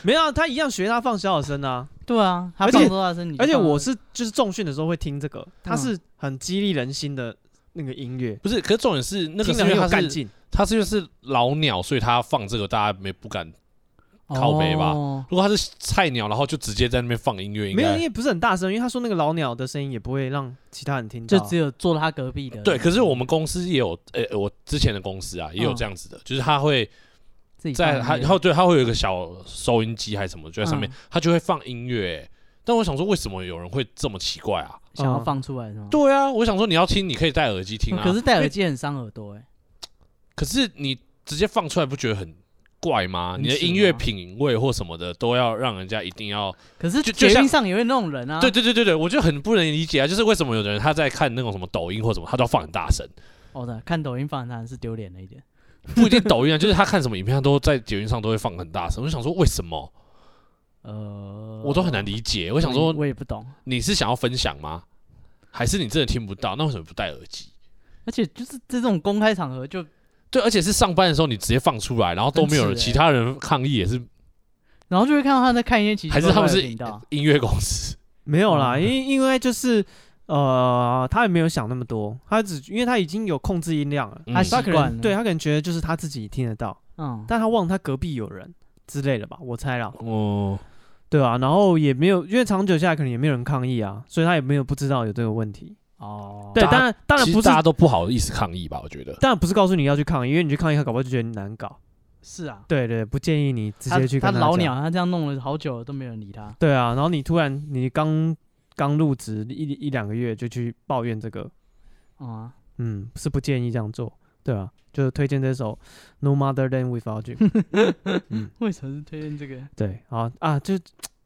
Speaker 1: 没有啊、他一样学他放小小声
Speaker 3: (laughs)
Speaker 1: 啊，
Speaker 2: 对啊，他
Speaker 1: 而且
Speaker 2: 放多大声你就
Speaker 1: 而且
Speaker 3: 啊
Speaker 2: 放多
Speaker 1: 我
Speaker 2: 大声
Speaker 1: 是就是重训的时候会听这个，它
Speaker 2: 嗯
Speaker 1: 是很激励人心的那个音乐，
Speaker 3: 不是，可是重点是那个
Speaker 1: 听
Speaker 3: 是
Speaker 1: 着很
Speaker 3: 因为
Speaker 1: 有
Speaker 3: 他
Speaker 1: 干
Speaker 3: 是
Speaker 1: 劲。
Speaker 3: 他是因为是老鸟，所以他放这个大家没不敢。靠北吧
Speaker 2: 哦
Speaker 3: 如果他是菜鸟，然后就直接在那边放音乐，应
Speaker 1: 没有，因
Speaker 3: 该
Speaker 1: 为不是很大声，因为他说那个老鸟的声音也不会让其他人听到
Speaker 2: 就
Speaker 1: 啊。
Speaker 2: 只有坐他隔壁的。
Speaker 3: 对。可是我们公司也有，呃、我之前的公司啊也有
Speaker 2: 嗯
Speaker 3: 这样子的，就是他会
Speaker 2: 自己放
Speaker 3: 在他，
Speaker 2: 音乐
Speaker 3: 然后对他会有一个小收音机还是什么，就在上面，
Speaker 2: 嗯
Speaker 3: 他就会放音乐、欸但我想说，为什么有人会这么奇怪啊？
Speaker 2: 想要
Speaker 1: 嗯
Speaker 2: 放出来是吗？
Speaker 3: 对啊，我想说你要听，你可以戴耳机听
Speaker 2: 嗯
Speaker 3: 啊。
Speaker 2: 可是戴
Speaker 3: 因
Speaker 2: 耳
Speaker 3: 为
Speaker 2: 机很伤耳朵哎。
Speaker 3: 可是你直接放出来，不觉得很怪吗？
Speaker 2: 很
Speaker 3: 你的
Speaker 2: 奇
Speaker 3: 音乐
Speaker 2: 吗
Speaker 3: 品味或什么的，都要让人家一定要。
Speaker 2: 可是
Speaker 3: 就
Speaker 2: 捷
Speaker 3: 就像
Speaker 2: 运上也会那种人啊。
Speaker 3: 对对对对对，我就很不能理解啊，就是为什么有的人他在看那种什么抖音或什么，他都要放很大 (laughs) 声，
Speaker 2: 哦对，看抖音放他是丢脸了一点。
Speaker 3: 不一定抖音啊，就是他看什么影片，他都在捷运上都会放很大声。我就想说，为什么？
Speaker 2: 呃，
Speaker 3: 我都很难理解。哦我
Speaker 2: 我
Speaker 3: 想说，
Speaker 2: 我也不懂。
Speaker 3: 你是想要分享吗？还是你真的听不到？那为什么不戴耳机？
Speaker 2: 而且就是这种公开场合就
Speaker 3: 对，而且是上班的时候你直接放出来，然后都没有
Speaker 2: 真
Speaker 3: 人，
Speaker 2: 是欸
Speaker 3: 其他人抗议也是
Speaker 2: 然后就会看到他在看一些奇奇
Speaker 3: 还是
Speaker 2: 怪
Speaker 3: 他们
Speaker 2: 怪的
Speaker 3: 是
Speaker 2: 频道，
Speaker 3: 音乐公司。
Speaker 1: 没有啦，
Speaker 2: 嗯
Speaker 1: 因因为就是呃，他也没有想那么多，他只因为他已经有控制音量了，
Speaker 3: 嗯
Speaker 2: 他
Speaker 1: 他
Speaker 2: 习
Speaker 1: 可
Speaker 2: 惯
Speaker 1: 能
Speaker 2: 了。
Speaker 1: 对，他可能觉得就是他自己听得到，
Speaker 2: 嗯，
Speaker 1: 但他忘了他隔壁有人之类的吧，我猜啦，
Speaker 3: (laughs) 哦，
Speaker 1: 对啊，然后也没有，因为长久下来可能也没有人抗议啊，所以他也没有不知道有这个问题。
Speaker 2: 哦，
Speaker 1: 对，
Speaker 3: 大家
Speaker 1: 当然当然
Speaker 3: 其
Speaker 1: 不
Speaker 3: 实
Speaker 1: 是
Speaker 3: 大，家都不好意思抗议吧？我觉 (laughs) 得。
Speaker 1: 当然不是告诉你要去抗议，因为你去抗议他搞不好就觉得你难搞。
Speaker 2: 是啊，
Speaker 1: 对对，不建议你直
Speaker 2: 他
Speaker 1: 接去
Speaker 2: 他
Speaker 1: 跟
Speaker 2: 老
Speaker 1: 讲
Speaker 2: 鸟，。他这样弄了好久了都没有人理他。
Speaker 1: 对啊，然后你突然你刚刚入职一一两个月就去抱怨这个，
Speaker 2: 嗯啊，
Speaker 1: 嗯，是不建议这样做，对啊，就是推荐这首《No Mother Than Without
Speaker 3: (laughs)
Speaker 1: You》。
Speaker 2: (laughs) 为什么是推荐这个？
Speaker 1: 对，好啊，就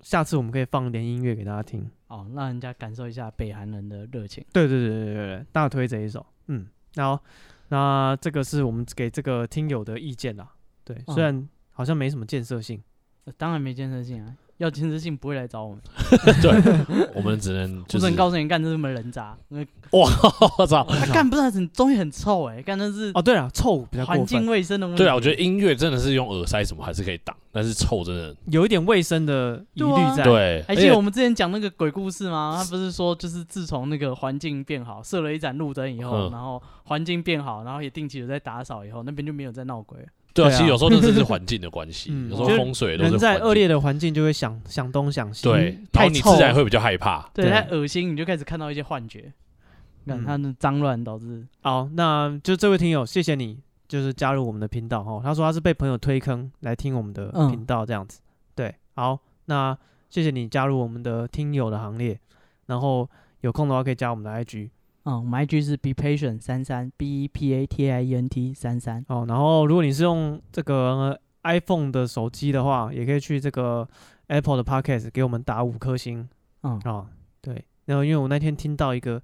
Speaker 1: 下次我们可以放点音乐给大家听。
Speaker 2: 哦，让人家感受一下北韩人的热情。
Speaker 1: 对对对对对对，大推这一首，嗯，然后那这个是我们给这个听友的意见啦，对，
Speaker 2: 嗯
Speaker 1: 虽然好像没什么建设性，
Speaker 2: 呃当然没建设性啊，要建设性不会来找我们。
Speaker 3: 对，我们只能嗯
Speaker 2: 我
Speaker 3: 就
Speaker 2: 只
Speaker 3: 是啊
Speaker 2: 能告诉你，干这是什么人渣。那
Speaker 3: 哇，我操！
Speaker 2: 他干不是很东西很臭哎，干的是
Speaker 1: 哦，对了，臭比较过
Speaker 2: 环境
Speaker 1: 分，
Speaker 2: 卫生的问题。
Speaker 3: 对啊，我觉得音乐真的是用耳塞什么还是可以挡，但是臭真的
Speaker 1: 有一点卫生的疑
Speaker 2: 对
Speaker 1: 虑
Speaker 2: 啊
Speaker 1: 在，
Speaker 3: 对。
Speaker 2: 还记得我们之前讲那个鬼故事吗？他不是说，就是自从那个环境变好，设了一盏路灯以后，
Speaker 3: 嗯
Speaker 2: 然后环境变好，然后也定期有在打扫以后，那边就没有再闹鬼了。
Speaker 3: 对啊，
Speaker 1: 对啊
Speaker 3: (laughs) 其实有时候真的是环境的关系，
Speaker 1: 嗯
Speaker 3: 有时候
Speaker 1: 就是
Speaker 3: 风水都是
Speaker 1: 人在
Speaker 3: 环境
Speaker 1: 恶劣的环境就会想想东想西，
Speaker 3: 对，然
Speaker 2: 太
Speaker 3: 后你
Speaker 2: 臭
Speaker 3: 自然
Speaker 2: 了
Speaker 3: 会比较
Speaker 2: (laughs)
Speaker 3: 害怕。
Speaker 2: 对，
Speaker 1: 对
Speaker 2: 太恶心，你就开始看到一些幻觉。看
Speaker 1: 嗯
Speaker 2: 他那脏乱导致，
Speaker 1: 好，那就这位听友，谢谢你，就是加入我们的频道哦。他说他是被朋友推坑来听我们的
Speaker 2: 嗯
Speaker 1: 频道这样子。对，好，那谢谢你加入我们的听友的行列，然后有空的话可以加我们的 IG
Speaker 2: 嗯，我们 IG 是 be patient 三三 b e p a t i e n t 三三，
Speaker 1: 哦。然后如果你是用这个呃 iPhone 的手机的话，也可以去这个 Apple 的 Podcast 给我们打五颗星
Speaker 2: 嗯，
Speaker 1: 哦。对，然后因为我那天听到一个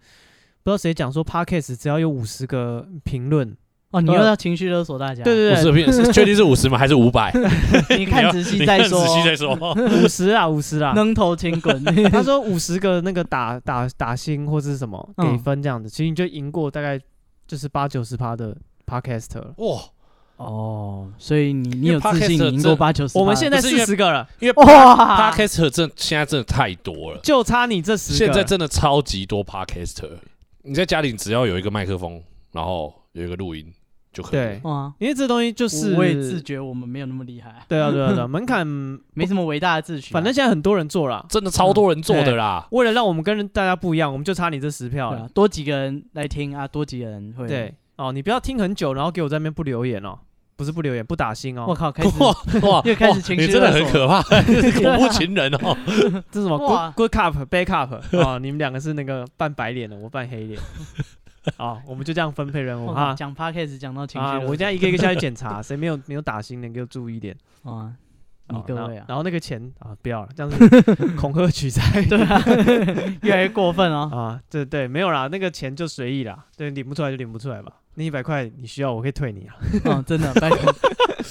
Speaker 1: 不知道谁讲说 Podcast 只要有五十个评论，
Speaker 2: 哦，你又
Speaker 1: 呃
Speaker 2: 要情绪勒索大家？
Speaker 1: 对对
Speaker 3: 五十片，是确定是五十吗？还是五
Speaker 2: (laughs)
Speaker 3: 百？
Speaker 2: 对，你看仔细
Speaker 3: 你
Speaker 2: 再
Speaker 3: 看
Speaker 2: 说
Speaker 3: 仔，细
Speaker 2: (laughs)
Speaker 3: 再说。
Speaker 1: 对，五十啊，五十啊。
Speaker 2: 扔
Speaker 1: (laughs)
Speaker 2: 头轻滚。
Speaker 1: 他说五十个那个打打打星或是什么给
Speaker 2: 嗯
Speaker 1: 分这样子，其实你就赢过大概就是八九十趴的 podcaster 了。
Speaker 3: 哇，
Speaker 2: 哦，所以你你
Speaker 3: 因为
Speaker 2: 有自
Speaker 3: podcast
Speaker 2: 信
Speaker 3: 这
Speaker 2: 赢过八九十，
Speaker 1: 我们现在
Speaker 3: 不是因
Speaker 1: 四
Speaker 3: 为
Speaker 1: 十个了，
Speaker 3: 因为
Speaker 2: 哇，
Speaker 3: podcaster 真现在真的太多了，
Speaker 1: 就差你这十个
Speaker 3: 现
Speaker 1: 了。
Speaker 3: 在真的超级多 podcaster。你在家里只要有一个麦克风，然后有一个录音就可以了
Speaker 1: 对。
Speaker 2: 哇，
Speaker 1: 因为这东西就是
Speaker 2: 我也自觉我们没有那么厉害， (laughs)
Speaker 1: 对啊对啊对啊，门槛
Speaker 2: 没什么伟大的自诩啊。
Speaker 1: 反正现在很多人做了，
Speaker 3: 真的超多人做的啦，
Speaker 1: 为了让我们跟人大家不一样，我们就差你这十票
Speaker 2: 对
Speaker 1: 了
Speaker 2: 啊。多几个人来听啊，多几个人会。
Speaker 1: 对，哦，你不要听很久，然后给我在那边不留言哦，不是不留言，不打星
Speaker 2: 我
Speaker 1: 哦，
Speaker 2: 靠，开始 (laughs)
Speaker 3: 哇
Speaker 2: 又开始情绪
Speaker 3: 你真的
Speaker 2: 勒
Speaker 3: 很
Speaker 2: 索 (laughs)
Speaker 3: 可怕，就是恐怖情人哦。 (laughs)
Speaker 1: 这是什么
Speaker 2: 哇
Speaker 1: good good cup bad
Speaker 2: (laughs)
Speaker 1: cup 哦，你们两个是那个扮白脸的，我扮黑脸。哦，我们就这样分配任务
Speaker 2: 我
Speaker 1: 哈
Speaker 2: 靠。讲 podcast 讲到情绪
Speaker 1: 啊，
Speaker 2: 勒索，
Speaker 1: 我现在一个一个下去检查， (laughs) 谁没有没有打星的，给我注意一点。
Speaker 2: 啊，你
Speaker 1: 哦
Speaker 2: 各
Speaker 1: 然后
Speaker 2: 位啊，
Speaker 1: 然后那个钱啊，不要了，这样
Speaker 2: (laughs)
Speaker 1: 子恐吓取财。
Speaker 2: 对啊， (laughs) 越来越过分哦。
Speaker 1: 啊，对对，没有啦，那个钱就随意啦，对，领不出来就领不出来吧。那一百块你需要，我可以退你啊。
Speaker 2: 嗯，真的，拜托，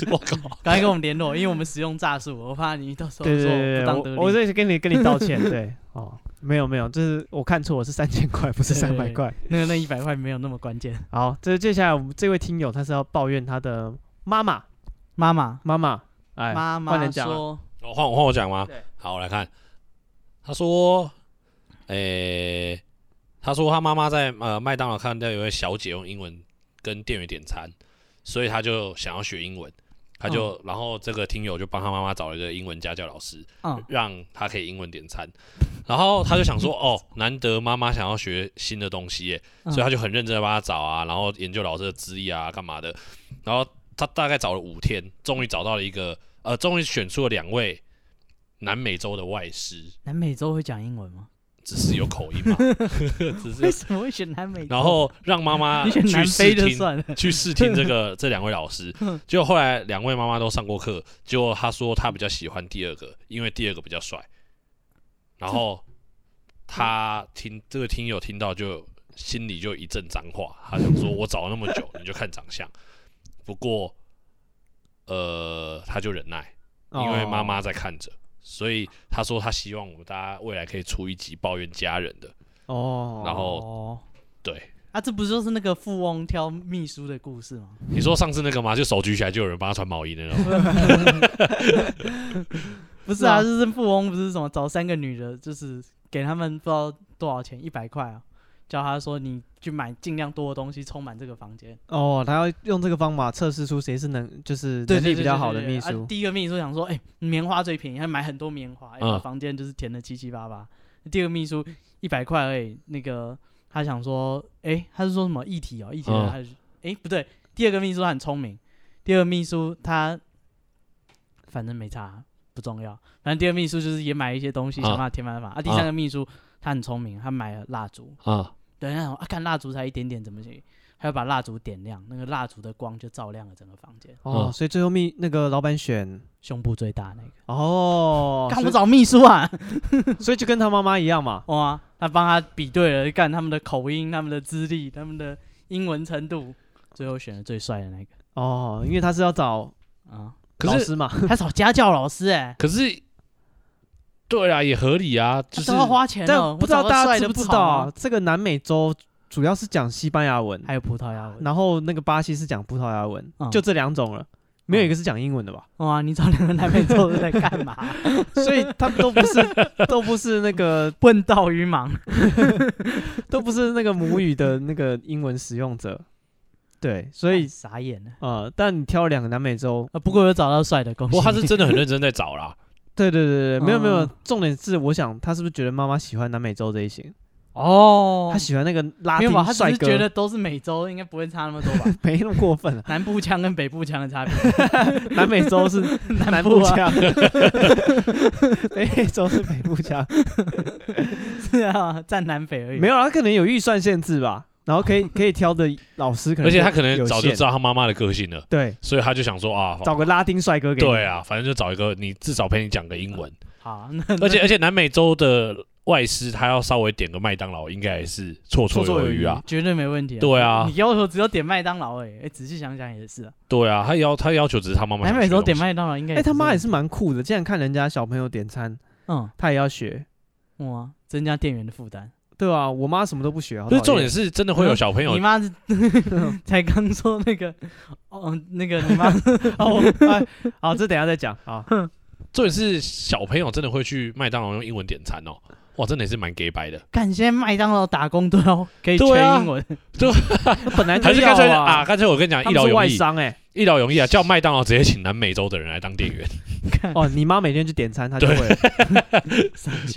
Speaker 3: 我靠，
Speaker 2: 赶快跟我们联络，因为我们使用诈术，我怕你到时候
Speaker 1: 对
Speaker 2: 说
Speaker 1: 对
Speaker 2: 我不当
Speaker 1: 对对，
Speaker 2: 得利。
Speaker 1: 我我这是跟你跟你道
Speaker 2: (laughs)
Speaker 1: 歉，对，哦，没有没有，这是我看错，我是三千块，不是
Speaker 2: 对
Speaker 1: 三百块。
Speaker 2: 那个那一百块没有那么关键。
Speaker 1: 好，这接下来我们这位听友他是要抱怨他的妈妈，
Speaker 2: 妈妈，
Speaker 1: 妈妈，哎，
Speaker 2: 妈
Speaker 1: 换
Speaker 2: 妈
Speaker 1: 人讲啊
Speaker 2: 说，
Speaker 3: 我哦换我换我讲吗
Speaker 1: 对？
Speaker 3: 好，我来看，他说，诶、他说他妈妈在呃麦当劳看到有位小姐用英文跟店员点餐，所以他就想要学英文，他就、然后这个听友就帮他妈妈找了一个英文家教老师，
Speaker 2: 嗯，
Speaker 3: 让他可以英文点餐，然后他就想
Speaker 2: (laughs)
Speaker 3: 说，哦，难得妈妈想要学新的东西耶，
Speaker 2: 嗯
Speaker 3: 所以他就很认真的帮他找啊，然后研究老师的资历啊，干嘛的，然后他大概找了五天，终于找到了一个，呃，终于选出了两位南美洲的外师，
Speaker 2: 南美洲会讲英文吗？
Speaker 3: 只是有口音嘛，只
Speaker 2: (laughs) 为
Speaker 3: 是，
Speaker 2: 什么会选南美洲？
Speaker 3: 然后让妈妈
Speaker 2: 你选
Speaker 3: 去
Speaker 2: 南
Speaker 3: 试
Speaker 2: 非就
Speaker 3: 听，
Speaker 2: 算了。
Speaker 3: (laughs) 去试听这个这两位老 (laughs) 师，结果后来两位妈妈都上过课，结果她说她比较喜欢第二个，因为第二个比较帅。然后她听这个听友听到就心里就一阵脏话，她想说：“我找了那么久，你就看长相。” (laughs) 不过，呃，她就忍耐，
Speaker 1: 哦
Speaker 3: 因为妈妈在看着，所以她说她希望我们大家未来可以出一集抱怨家人的。
Speaker 1: 哦，
Speaker 3: 然后
Speaker 2: 哦，
Speaker 3: 对，
Speaker 2: 啊，这不就是那个富翁挑秘书的故事吗？
Speaker 3: 你说上次那个吗？就手举起来就有人帮他穿毛衣的那种。
Speaker 2: 不是
Speaker 1: 是
Speaker 2: 啊，
Speaker 1: 啊
Speaker 2: 就是富翁不是什么找三个女的，就是给他们不知道多少钱，一百块啊，叫他说你去买尽量多的东西，充满这个房间。
Speaker 1: 哦，他要用这个方法测试出谁是能就是
Speaker 2: 对
Speaker 1: 能力
Speaker 2: 对对
Speaker 1: 比
Speaker 2: 对
Speaker 1: 较
Speaker 2: 对
Speaker 1: 好的
Speaker 2: 对
Speaker 1: 秘
Speaker 2: 啊
Speaker 1: 书。
Speaker 2: 第一个秘书想说，哎、棉花最便宜，他买很多棉花，哎
Speaker 3: 嗯
Speaker 2: 把房间就是填的七七八八。第二个秘书一百块而已，那个他想说，哎、他是说什么一体哦，一体的
Speaker 3: 嗯
Speaker 2: 他就，哎、不对，第二个秘书他很聪明，第二个秘书他反正没差，不重要，反正第二个秘书就是也买一些东西，
Speaker 3: 嗯
Speaker 2: 想办法填满满。啊，第三个秘书他很聪明，他买了蜡烛，
Speaker 3: (laughs) 啊，
Speaker 2: 对，那种啊，看蜡烛才一点点，怎么行？还要把蜡烛点亮，那个蜡烛的光就照亮了整个房间，
Speaker 1: 哦，
Speaker 3: 嗯
Speaker 1: 所以最后秘那个老板选
Speaker 2: 胸部最大那个。
Speaker 1: 哦，
Speaker 2: 干
Speaker 1: 所
Speaker 2: 我
Speaker 1: 以
Speaker 2: 找秘书啊！
Speaker 1: 所以就跟他妈妈一样嘛。
Speaker 2: 哇、他帮他比对了，干他们的口音、他们的资历、他们的英文程度，最后选了最帅的那个
Speaker 1: 哦，因为他是要找
Speaker 2: 啊。
Speaker 3: 可
Speaker 1: 老
Speaker 3: 是
Speaker 1: 师嘛，
Speaker 2: 他找家教老师哎、
Speaker 3: 可是，对啊，也合理啊，
Speaker 2: 他
Speaker 3: 就是
Speaker 2: 都要花钱了，
Speaker 1: 但
Speaker 2: 我
Speaker 1: 不知道
Speaker 2: 找个
Speaker 1: 大家
Speaker 2: 帅
Speaker 1: 知不
Speaker 2: 的
Speaker 1: 知
Speaker 2: 好
Speaker 1: 道
Speaker 2: 吗
Speaker 1: 啊？这个南美洲主要是讲西班牙文，
Speaker 2: 还有葡萄牙文
Speaker 1: 然后那个巴西是讲葡萄牙文，
Speaker 2: 嗯
Speaker 1: 就这两种了，没有一个是讲英文的吧？
Speaker 2: 哇！你找两个南美洲的在干嘛？ (laughs) 嗯
Speaker 1: (laughs) 所以他们都不是 (laughs) 都不是那个
Speaker 2: 笨到鱼盲，
Speaker 1: 都不是那个母语的那个英文使用者，对，所以
Speaker 2: 傻眼了。
Speaker 1: 呃，但你挑了两个南美洲，
Speaker 2: 啊，不过有找到帅的，恭
Speaker 3: 不
Speaker 2: 喜
Speaker 3: 过
Speaker 2: 你。
Speaker 3: 他是
Speaker 2: (laughs)
Speaker 3: 真的很认真在找啦。
Speaker 1: 对对对对，没有没有
Speaker 2: 嗯，
Speaker 1: 重点是我想他是不是觉得妈妈喜欢南美洲这一型，
Speaker 2: 哦
Speaker 1: 他，喜欢那个拉
Speaker 2: 没有吧？他
Speaker 1: 丁
Speaker 2: 只
Speaker 1: 帅
Speaker 2: 是
Speaker 1: 哥，
Speaker 2: 觉得都是美洲，应该不会差那么多 (laughs) 吧？
Speaker 1: (laughs) 没那么过分啊，
Speaker 2: 南部腔跟北部腔的差别，
Speaker 1: 南美洲是南部
Speaker 2: 部啊
Speaker 1: 腔， (laughs) 北美洲是北部腔，
Speaker 2: 是 (laughs) 啊，占南北而已。
Speaker 1: 没有啊，他可能有预算限制吧，然后
Speaker 3: (laughs)
Speaker 1: 可以可以挑的老师可能
Speaker 3: 而且他可
Speaker 1: 有
Speaker 3: 能早就
Speaker 1: 限
Speaker 3: 知道他妈妈的个性了，
Speaker 1: 对，
Speaker 3: 所以他就想说啊，
Speaker 1: 找个拉丁帅哥给你
Speaker 3: 啊对，啊，反正就找一个你至少陪你讲个英文，
Speaker 2: 好，那
Speaker 3: 而且而且南美洲的外师他要稍微点个麦当劳，应该也是绰
Speaker 2: 绰
Speaker 3: 绰有余啊。
Speaker 2: 绝对没问题、啊。
Speaker 3: 对啊
Speaker 2: 你要求只有点麦当劳、欸，哎，仔细想想也是、啊，
Speaker 3: 对啊，他要他要求只是他妈妈
Speaker 2: 南
Speaker 3: 想
Speaker 2: 美
Speaker 3: 吃的
Speaker 2: 洲
Speaker 3: 东西。
Speaker 2: 点麦当劳应该
Speaker 1: 哎、
Speaker 2: 不
Speaker 1: 他妈也
Speaker 2: 问
Speaker 1: 是蛮酷的，竟然看人家小朋友点餐，
Speaker 2: 题，嗯，
Speaker 1: 他也要学，
Speaker 2: 哇，增加店员的负担。
Speaker 1: 对啊，我妈什么都不学，好
Speaker 3: 不是
Speaker 1: 讨
Speaker 3: 重
Speaker 1: 厌
Speaker 3: 点是真的会有小朋友
Speaker 2: 嗯你妈是
Speaker 1: (laughs)
Speaker 2: 才刚说那个， (laughs) 哦，那个你妈哦，哎
Speaker 1: 好，这等一下再讲啊。好
Speaker 3: 重点是小朋友真的会去麦当劳用英文点餐哦，哇，真的也是蛮 gay 白的。
Speaker 2: 干现在麦当劳打工都要可以全
Speaker 3: 对啊
Speaker 2: 英文，
Speaker 1: 那本来就
Speaker 3: 还是
Speaker 1: 要
Speaker 3: 干脆
Speaker 1: 啊
Speaker 3: 啊，，干脆我跟你讲，
Speaker 1: 他
Speaker 3: 一
Speaker 1: 们
Speaker 3: 劳
Speaker 1: 是
Speaker 3: 永
Speaker 1: 外
Speaker 3: 逸，
Speaker 1: 商哎、
Speaker 3: 一劳永逸啊！叫麦当劳直接请南美洲的人来当
Speaker 1: (laughs)
Speaker 3: 店员，
Speaker 1: 哦，你妈每天去点餐，她就会了。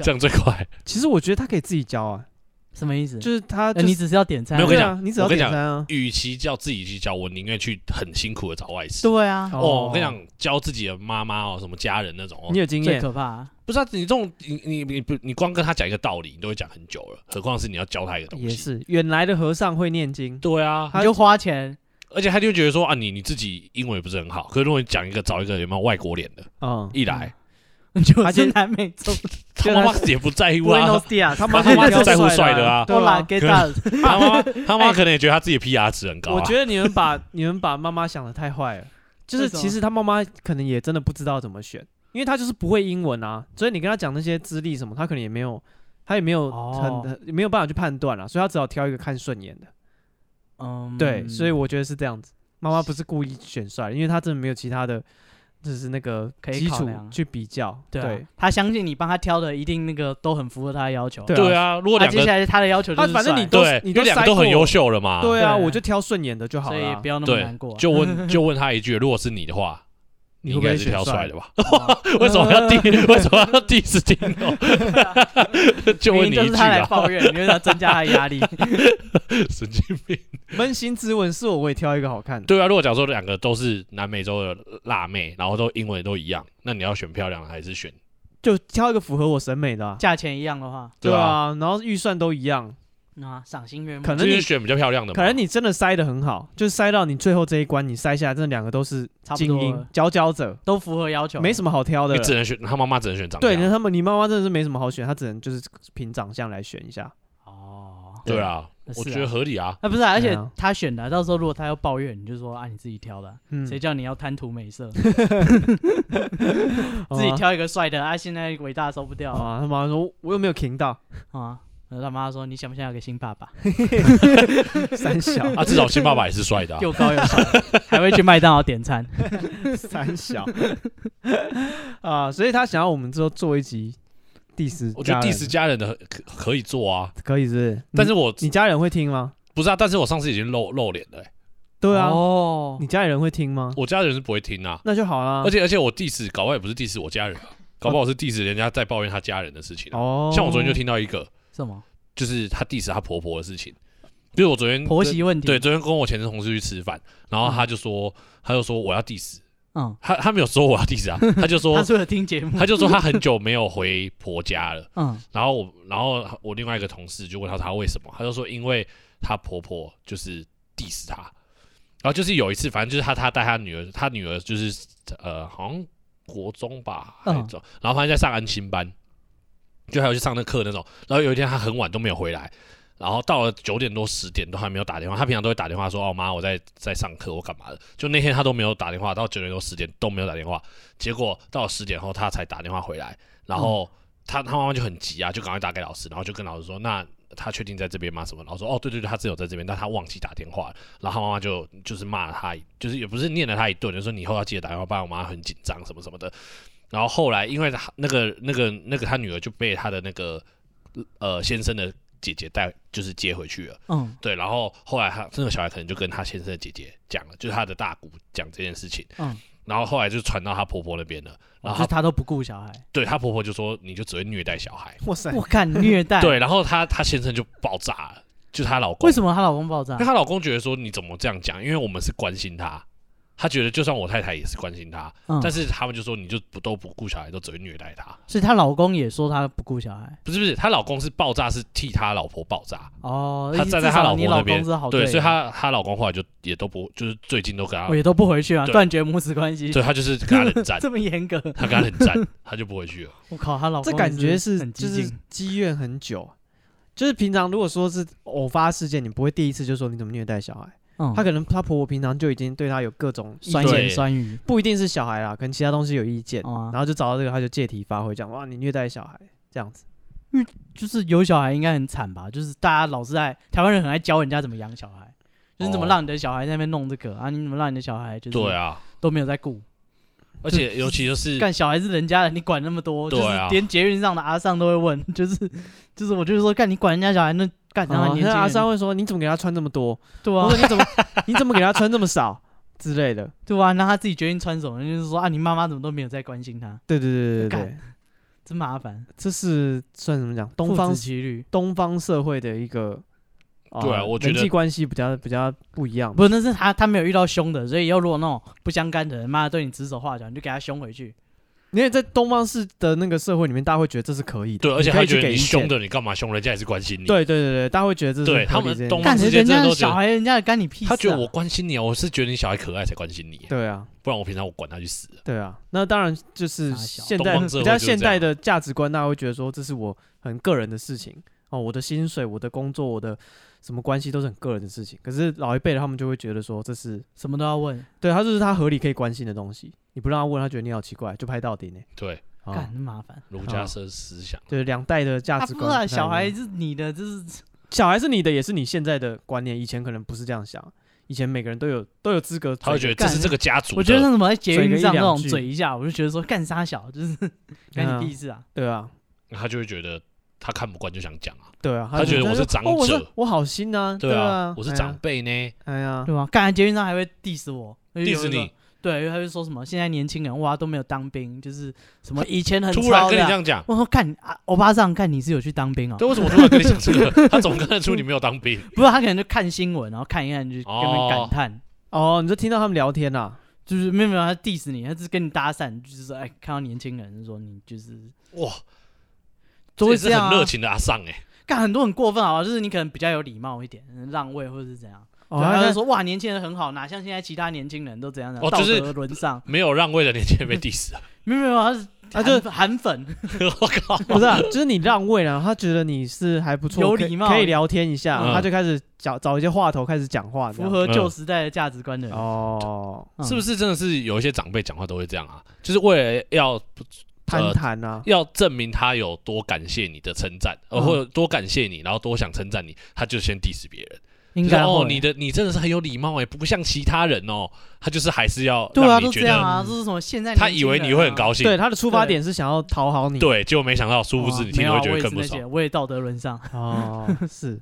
Speaker 3: 这样最快。
Speaker 1: 其实我觉得她可以自己教啊，
Speaker 2: 什么意思？
Speaker 1: 就是她
Speaker 2: 呃
Speaker 1: 就
Speaker 2: 你
Speaker 1: 是、
Speaker 2: 只是要点餐
Speaker 3: 没
Speaker 2: 而
Speaker 3: 有
Speaker 2: 已，
Speaker 3: 我跟哎你
Speaker 1: 对啊，你
Speaker 3: 讲
Speaker 1: 只要
Speaker 3: 我跟
Speaker 1: 点
Speaker 3: 你讲
Speaker 1: 餐啊。
Speaker 3: 与其叫自己去教，我宁愿去很辛苦的找外食。
Speaker 2: 对啊，
Speaker 3: 哦，我跟你讲，教自己的妈妈哦，什么家人那种哦
Speaker 1: 你，有经
Speaker 2: 最
Speaker 1: 验，
Speaker 2: 可怕啊、
Speaker 3: 不是啊，你这种你你你不你光跟他讲一个道理，你都会讲很久了，何况是你要教他一个东西。
Speaker 1: 也，是远来的和尚会念经。
Speaker 3: 对啊，
Speaker 2: 你就花钱，
Speaker 3: 而且他就觉得说啊，你你自己英文也不是很好，可是如果你讲一个找一个有没有外国脸的，
Speaker 1: 嗯，
Speaker 3: 一来
Speaker 2: 嗯就 (laughs)
Speaker 1: 他
Speaker 2: 是
Speaker 1: 就
Speaker 2: 南美洲
Speaker 3: 他妈妈也不在乎啊
Speaker 2: Buenos，Dias，
Speaker 1: 他妈
Speaker 3: 他妈
Speaker 1: 也
Speaker 3: 不在乎帅
Speaker 1: 的
Speaker 3: 的啊
Speaker 1: 对
Speaker 2: 多拉给大，
Speaker 1: (laughs)
Speaker 3: 他妈妈他妈可能也觉得他自己 PR 值很高、啊。
Speaker 1: 哎我觉得你们把 (laughs) 你们把妈妈想的太坏了，就
Speaker 2: 为
Speaker 1: 是
Speaker 2: 什么
Speaker 1: 其实她妈妈可能也真的不知道怎么选，因为她就是不会英文啊，所以你跟她讲那些资历什么，她可能也没有，她也没有很
Speaker 2: 哦
Speaker 1: 很也没有办法去判断啊了，所以她只好挑一个看顺眼的。
Speaker 2: 嗯，
Speaker 1: 对，所以我觉得是这样子，妈妈不是故意选帅，因为她真的没有其他的，就是那个
Speaker 2: 可以
Speaker 1: 基
Speaker 2: 考
Speaker 1: 础
Speaker 2: 量
Speaker 1: 去比较。
Speaker 2: 对啊
Speaker 1: 对，
Speaker 2: 他相信你帮他挑的一定那个都很符合他的要求，
Speaker 1: 对
Speaker 3: 对啊，如果
Speaker 2: 那
Speaker 3: 两
Speaker 2: 接
Speaker 3: 个
Speaker 2: 下来他的要求就
Speaker 1: 啊
Speaker 2: 是
Speaker 1: 反正
Speaker 2: 帅
Speaker 1: 你都
Speaker 3: 对，
Speaker 1: 你
Speaker 3: 因为两个
Speaker 1: 塞
Speaker 3: 都很
Speaker 1: 过
Speaker 3: 优秀了嘛。
Speaker 1: 对啊，
Speaker 2: 对
Speaker 1: 我就挑顺眼的就好
Speaker 2: 所
Speaker 1: 了
Speaker 2: 以
Speaker 1: 啊
Speaker 2: 不。要那么
Speaker 3: 对
Speaker 2: 难过 (laughs) 啊。
Speaker 3: 就
Speaker 1: (laughs)
Speaker 3: 问就问他一句，如果是你的话，你
Speaker 1: 你会不
Speaker 3: 应
Speaker 1: 会
Speaker 3: 该是
Speaker 1: 选
Speaker 3: 挑
Speaker 1: 帅
Speaker 3: 帅的吧？ (laughs)
Speaker 2: 哦
Speaker 3: 为什么
Speaker 1: (laughs)
Speaker 3: 要第为什么要第一次听哦？
Speaker 1: (laughs)
Speaker 3: (laughs) 就问
Speaker 2: 明明
Speaker 3: 你
Speaker 2: 就
Speaker 3: 一
Speaker 2: 是
Speaker 3: 句
Speaker 2: 他来
Speaker 3: 啊，
Speaker 2: 抱怨，你为他增加他的压
Speaker 3: (laughs)
Speaker 2: 力。
Speaker 3: 神经病。
Speaker 1: 扪心自问，是我我也挑一个好看的。
Speaker 3: 对啊，如果假如说两个都是南美洲的辣妹，然后都英文都一样，那你要选漂亮的还是选？
Speaker 1: 就挑一个符合我审美的、啊。
Speaker 2: 价钱一样的话，
Speaker 1: 对
Speaker 3: 吧？
Speaker 1: 啊，然后预算都一样，
Speaker 2: 啊，赏心悦目。
Speaker 1: 可
Speaker 3: 就
Speaker 1: 能
Speaker 3: 是
Speaker 1: 你
Speaker 3: 选比较漂亮的嘛。
Speaker 1: 可能你真的塞的很好，就是塞到你最后这一关，你塞下来，真的两个都是
Speaker 2: 差不
Speaker 1: 精
Speaker 2: 多
Speaker 1: 英
Speaker 2: 了
Speaker 1: 佼佼者，
Speaker 2: 都符合要求，
Speaker 1: 没什么好挑的
Speaker 3: 你
Speaker 1: 了。
Speaker 3: 只能选他妈妈，只能选长
Speaker 1: 对，那
Speaker 3: 相。
Speaker 1: 他们你妈妈真的是没什么好选，她只能就是凭长相来选一下。
Speaker 2: 哦。
Speaker 3: 对啊，我
Speaker 2: 是啊
Speaker 3: 觉得合理啊。
Speaker 2: 啊，不是啊，而
Speaker 1: 对
Speaker 2: 且
Speaker 1: 啊
Speaker 2: 他选的啊，到时候如果他要抱怨，你就说啊，你自己挑的啊，
Speaker 1: 嗯，
Speaker 2: 谁叫你要贪图
Speaker 1: (laughs)
Speaker 2: 美色，
Speaker 1: 好啊
Speaker 2: 自己挑一个帅的啊，现在伟大收不掉啊
Speaker 1: 啊？他妈说，我又没有停到
Speaker 2: 啊。然后他妈说：“你想不想要个新爸
Speaker 1: 啊
Speaker 2: 爸？
Speaker 1: 三小
Speaker 3: 啊，至少新爸爸也是
Speaker 1: (laughs)
Speaker 3: 帅的啊。
Speaker 2: 又高又帅，还会去麦当劳点餐。
Speaker 1: 三小啊，所以他想要我们之后做一集 diss，
Speaker 3: 我觉
Speaker 1: 家
Speaker 3: 得第
Speaker 1: 人嗯
Speaker 3: 十家人的可可以做啊，
Speaker 1: 可以是不是，
Speaker 3: 但是我
Speaker 1: 你你家人会听吗？
Speaker 3: 不是啊，但是我上次已经露露脸了欸、”
Speaker 1: (laughs) 对啊，
Speaker 2: 哦
Speaker 1: 你，家里人会听吗？
Speaker 3: 我家人是不会听啊。
Speaker 1: 那就好啦。
Speaker 3: 而且而且我 diss 搞不好也不是 diss 我家人
Speaker 2: (laughs)
Speaker 3: 啊，搞不好是 diss 人家在抱怨他家人的事情啊、
Speaker 1: 哦，
Speaker 3: 像我昨天就听到一个，
Speaker 2: 什么
Speaker 3: 就是他 diss 他婆婆的事情，就是我昨天
Speaker 2: 婆媳问题？
Speaker 3: 嗯对，昨天跟我前同事去吃饭，然后他就说他就说我要 diss
Speaker 2: 嗯，
Speaker 3: 他，他没有说我要 diss 啊，他就
Speaker 2: (laughs) 他
Speaker 3: 说
Speaker 2: 是有听节目
Speaker 3: 他，就说他很久没有回婆家了，
Speaker 2: 嗯，
Speaker 3: 然后我然后我另外一个同事就问他他为什么，他就说因为他婆婆就是 diss 他，然后就是有一次反正就是他他带他女儿，他女儿就是呃好像国中吧还是
Speaker 2: 嗯
Speaker 3: 中，然后反正在上安心班，就还有去上那课那种，然后有一天他很晚都没有回来。然后到了九点多十点都还没有打电话，他平常都会打电话说：“哦妈，我在在上课，我干嘛的？”就那天他都没有打电话，到九点多十点都没有打电话。结果到了十点后他才打电话回来，然后他他妈妈就很急啊，就赶快打给老师，然后就跟老师说：“那他确定在这边吗？”什么？老师说：“哦，对对对，他只有在这边，但他忘记打电话了。”然后他妈妈就就是骂了他一，就是也不是念了他一顿，就说：“你以后要记得打电话，不然我妈很紧张什么什么的。”然后后来因为他那个那个那个他女儿就被他的那个呃先生的姐姐带就是接回去了。
Speaker 2: 嗯，
Speaker 3: 对，然后后来他那个小孩可能就跟他先生的姐姐讲了，就是他的大姑讲这件事情。
Speaker 2: 嗯哦
Speaker 3: 然后后来就传到他婆婆那边了，然
Speaker 2: 然
Speaker 3: 后
Speaker 2: 后
Speaker 3: 她
Speaker 2: 他都不顾小孩，
Speaker 3: 对他婆婆就说：“你就只会虐待小孩。
Speaker 1: 哇塞
Speaker 2: 我，看虐待。，
Speaker 3: 对，然后她她先生就爆炸了，就她老公
Speaker 2: 为什么她老公爆炸
Speaker 3: 因为？她老公觉得说你怎么这样讲？因为我们是关心她，他觉得就算我太太也是关心他，
Speaker 2: 嗯
Speaker 3: 但是他们就说你就不都不顾小孩，都只会虐待他。
Speaker 2: 所以她老公也说她不顾小孩
Speaker 3: 不是不是，她老公是爆炸，是替她老婆爆炸。
Speaker 2: 哦，
Speaker 3: 她
Speaker 2: 至
Speaker 3: 站在
Speaker 2: 少
Speaker 3: 她老
Speaker 2: 你
Speaker 3: 婆
Speaker 2: 老
Speaker 3: 那边
Speaker 2: 公是好
Speaker 3: 对，
Speaker 2: 的
Speaker 3: 所以她她老公后来就也都不，就是最近都跟她
Speaker 2: 我，也都不回去啊，
Speaker 3: 对
Speaker 2: 断绝母子关系，
Speaker 3: 对她就是跟她冷
Speaker 2: (laughs)
Speaker 3: 战，
Speaker 2: 这么严格，
Speaker 3: 她跟她冷战，她就不回去了。
Speaker 2: 我靠，她老公
Speaker 1: 这感觉
Speaker 2: 是
Speaker 1: 是
Speaker 2: 很
Speaker 1: 就
Speaker 2: 激
Speaker 1: 是
Speaker 2: 进，
Speaker 1: 积怨很久，就是平常如果说是偶发事件，你不会第一次就说你怎么虐待小孩，
Speaker 2: 嗯
Speaker 1: 她可能她婆婆平常就已经对她有各种意
Speaker 2: 酸
Speaker 1: 见
Speaker 3: 对
Speaker 2: 言酸语
Speaker 1: 不一定是小孩啦，可能其他东西有意见，
Speaker 2: 哦啊，
Speaker 1: 然后就找到这个，她就借题发挥，讲哇你虐待小孩这
Speaker 2: (laughs)
Speaker 1: 样子，
Speaker 2: 就是有小孩应该很惨吧？就是大家老是在台湾人很爱教人家怎么养小孩，就是你怎么
Speaker 3: 哦
Speaker 2: 让你的小孩在那边弄这个啊？你怎么让你的小孩就是
Speaker 3: 对啊，
Speaker 2: 都没有在顾？
Speaker 3: 而且尤其就是
Speaker 2: 干小孩是人家的，你管那么多？
Speaker 3: 对
Speaker 2: 就
Speaker 3: 啊
Speaker 2: 是连捷运上的阿尚都会问， (laughs) 就是就是我就是说，干你管人家小孩哦那干
Speaker 1: 然
Speaker 2: 让他
Speaker 1: 后
Speaker 2: 年轻
Speaker 1: 哦那阿
Speaker 2: 人
Speaker 1: 三会说你怎么给他穿这么多，
Speaker 2: 对
Speaker 1: 我
Speaker 2: 啊
Speaker 1: 说你怎么你怎么给他穿这么少之类的，
Speaker 2: (laughs) 对啊，让他自己决定穿什么，就是说啊，你妈妈怎么都没有在关心他，
Speaker 1: 对对对对对
Speaker 2: (laughs) 干
Speaker 1: 对，
Speaker 2: 真麻 (laughs) 烦。
Speaker 1: 这是算怎么讲？东
Speaker 2: 父
Speaker 1: 方
Speaker 2: 子骑驴，
Speaker 1: 东方社会的一个。呃
Speaker 3: 对啊我觉
Speaker 1: 人
Speaker 3: 得
Speaker 1: 际关系比较比较不一样，
Speaker 2: 不，那是他他没有遇到凶的，所以以后如果那种不相干的人，妈的对你指手画脚，你就给他凶回去。
Speaker 1: 因为在东方式的那个社会里面，大家会觉得这是可以的，
Speaker 3: 对，而且
Speaker 1: 你可
Speaker 3: 她
Speaker 1: 以去
Speaker 3: 觉得
Speaker 1: 给
Speaker 3: 你
Speaker 1: 意见
Speaker 3: 凶，的，你干嘛凶？人家也是关心你。
Speaker 1: 对对对对，大家会觉得这是
Speaker 3: 对
Speaker 1: 合
Speaker 3: 他
Speaker 1: 理
Speaker 3: 们
Speaker 1: 这件
Speaker 3: 东
Speaker 1: 事
Speaker 2: 干
Speaker 3: 直
Speaker 2: 谁
Speaker 3: 接
Speaker 2: 人
Speaker 3: 真的
Speaker 2: 家
Speaker 3: 都
Speaker 2: 的
Speaker 3: 觉得
Speaker 2: 小孩，人家也干你屁事、啊。
Speaker 3: 她觉得我关心你啊，我是觉得你小孩可爱才关心你，
Speaker 1: 对啊，
Speaker 3: 不然我平常我管他去死。
Speaker 1: 对啊，那当然就是
Speaker 2: 傻小
Speaker 1: 现
Speaker 3: 东
Speaker 1: 代
Speaker 3: 方社
Speaker 1: 比
Speaker 3: 会
Speaker 1: 较
Speaker 3: 就是这
Speaker 1: 现代
Speaker 3: 样
Speaker 1: 的价值观，大家会觉得说这是我很个人的事情哦，我的薪水、我的工作、我的什么关系都是很个人的事情。可是老一辈的他们就会觉得说这是
Speaker 2: 什么都要问，
Speaker 1: 对他就是他合理可以关心的东西，你不让他问，他觉得你好奇怪，就拍到底呢。
Speaker 3: 对，
Speaker 1: 哦
Speaker 2: 干真麻烦。
Speaker 3: 儒家
Speaker 1: 哦
Speaker 3: 思思想，
Speaker 1: 对两代的价
Speaker 2: 啊，
Speaker 1: 值
Speaker 2: 不是
Speaker 1: 观
Speaker 2: 啊，
Speaker 1: 不太一样，
Speaker 2: 小孩是你的，就是
Speaker 1: 小孩是你的，也是你现在的观念，以前可能不是这样想，以前每个人都有都有资格
Speaker 3: 他
Speaker 1: 追
Speaker 3: 会
Speaker 1: 个，
Speaker 3: 觉得这是这个家族的。
Speaker 2: 我觉得那什么在捷
Speaker 1: 嘴个
Speaker 2: 运
Speaker 1: 一
Speaker 2: 上那
Speaker 1: 两
Speaker 2: 种
Speaker 1: 句
Speaker 2: 嘴一下，我就觉得说干啥小，就是干你屁事啊。
Speaker 1: 对啊，
Speaker 3: 他就会觉得他看不惯就想讲啊，
Speaker 1: 对啊，
Speaker 3: 他
Speaker 1: 就
Speaker 3: 觉得我
Speaker 1: 说
Speaker 3: 是长
Speaker 1: 哦我是
Speaker 3: 者
Speaker 1: 我好心啊，
Speaker 3: 对
Speaker 1: 啊
Speaker 3: 啊，，我是长辈呢，
Speaker 1: 哎呀，哎呀，
Speaker 2: 对吧？干完捷运上还会 diss 我
Speaker 3: 迪士。
Speaker 2: 有一
Speaker 3: 尼
Speaker 2: 个对，因为他就说什么现在年轻人哇都没有当兵，就是什么以前很
Speaker 3: 突然
Speaker 2: 操
Speaker 3: 跟你
Speaker 2: 的啊
Speaker 3: 这样讲，
Speaker 2: 我说干啊，欧巴上干你是有去当兵哦？
Speaker 3: 对，为什么突然跟你讲这个？他怎么看得出你没有当兵？
Speaker 2: 不是，他可能就看新闻，然后看一看就跟你感
Speaker 3: 哦
Speaker 2: 叹，
Speaker 1: 哦，你就听到他们聊天啦、啊
Speaker 2: 就是没有没有他 diss 你，他只是跟你搭讪，就是说哎，看到年轻人就说你就是
Speaker 3: 哇，
Speaker 2: 都
Speaker 3: 这
Speaker 2: 会
Speaker 3: 也
Speaker 2: 这
Speaker 3: 是
Speaker 2: 样、
Speaker 3: 很
Speaker 2: 啊
Speaker 3: 热，情的阿尚哎，
Speaker 2: 干很多很过分好吧？就是你可能比较有礼貌一点，让位或者是怎样，
Speaker 1: 哦，
Speaker 2: 然后
Speaker 1: 他
Speaker 2: 啊他
Speaker 1: 在
Speaker 2: 就说哇年轻人很好，哪像现在其他年轻人都怎样的、
Speaker 3: 哦就是
Speaker 2: 道德沦丧，
Speaker 3: 没有让位的年轻人被 diss 啊！ (laughs)
Speaker 2: 没有没有，他是
Speaker 1: 他就
Speaker 2: 韩韩粉，
Speaker 3: 我靠，
Speaker 1: (laughs) 不是、啊，就是你让位了，他觉得你是还不错，
Speaker 2: 有
Speaker 1: 可以
Speaker 2: 礼貌
Speaker 1: 可以聊天一下，
Speaker 3: 嗯
Speaker 1: 他就开始找找一些话头开始讲话，这
Speaker 2: 符
Speaker 1: 样
Speaker 2: 合
Speaker 3: 嗯
Speaker 2: 旧时代的价值观的人，
Speaker 1: 哦，
Speaker 2: 嗯
Speaker 3: 是不是真的是有一些长辈讲话都会这样啊？就是为了要呃
Speaker 1: 攀谈啊，
Speaker 3: 要证明他有多感谢你的称赞，呃，
Speaker 1: 嗯
Speaker 3: 或者多感谢你，然后多想称赞你，他就先 diss 别人。
Speaker 2: 应该
Speaker 3: 就是哦，
Speaker 2: 会
Speaker 3: 你的你真的是很有礼貌哎，不像其他人哦，他就是还是要
Speaker 2: 对啊，
Speaker 3: 让你
Speaker 2: 都
Speaker 3: 觉
Speaker 2: 这样
Speaker 3: 得
Speaker 2: 啊，这是什么现在、
Speaker 3: 他以为你
Speaker 1: 啊
Speaker 3: 会很，高兴，
Speaker 1: 对，他的出发点是想要讨好你，
Speaker 3: 对，结果没想到，殊不知
Speaker 2: 哦
Speaker 3: 你
Speaker 2: 没
Speaker 3: 听
Speaker 2: 有
Speaker 3: 了
Speaker 2: 啊
Speaker 3: 会觉
Speaker 2: 我
Speaker 3: 得
Speaker 2: 也是
Speaker 3: 更不
Speaker 2: 那些
Speaker 3: 爽，
Speaker 2: 我也道德沦丧，
Speaker 1: 哦，是，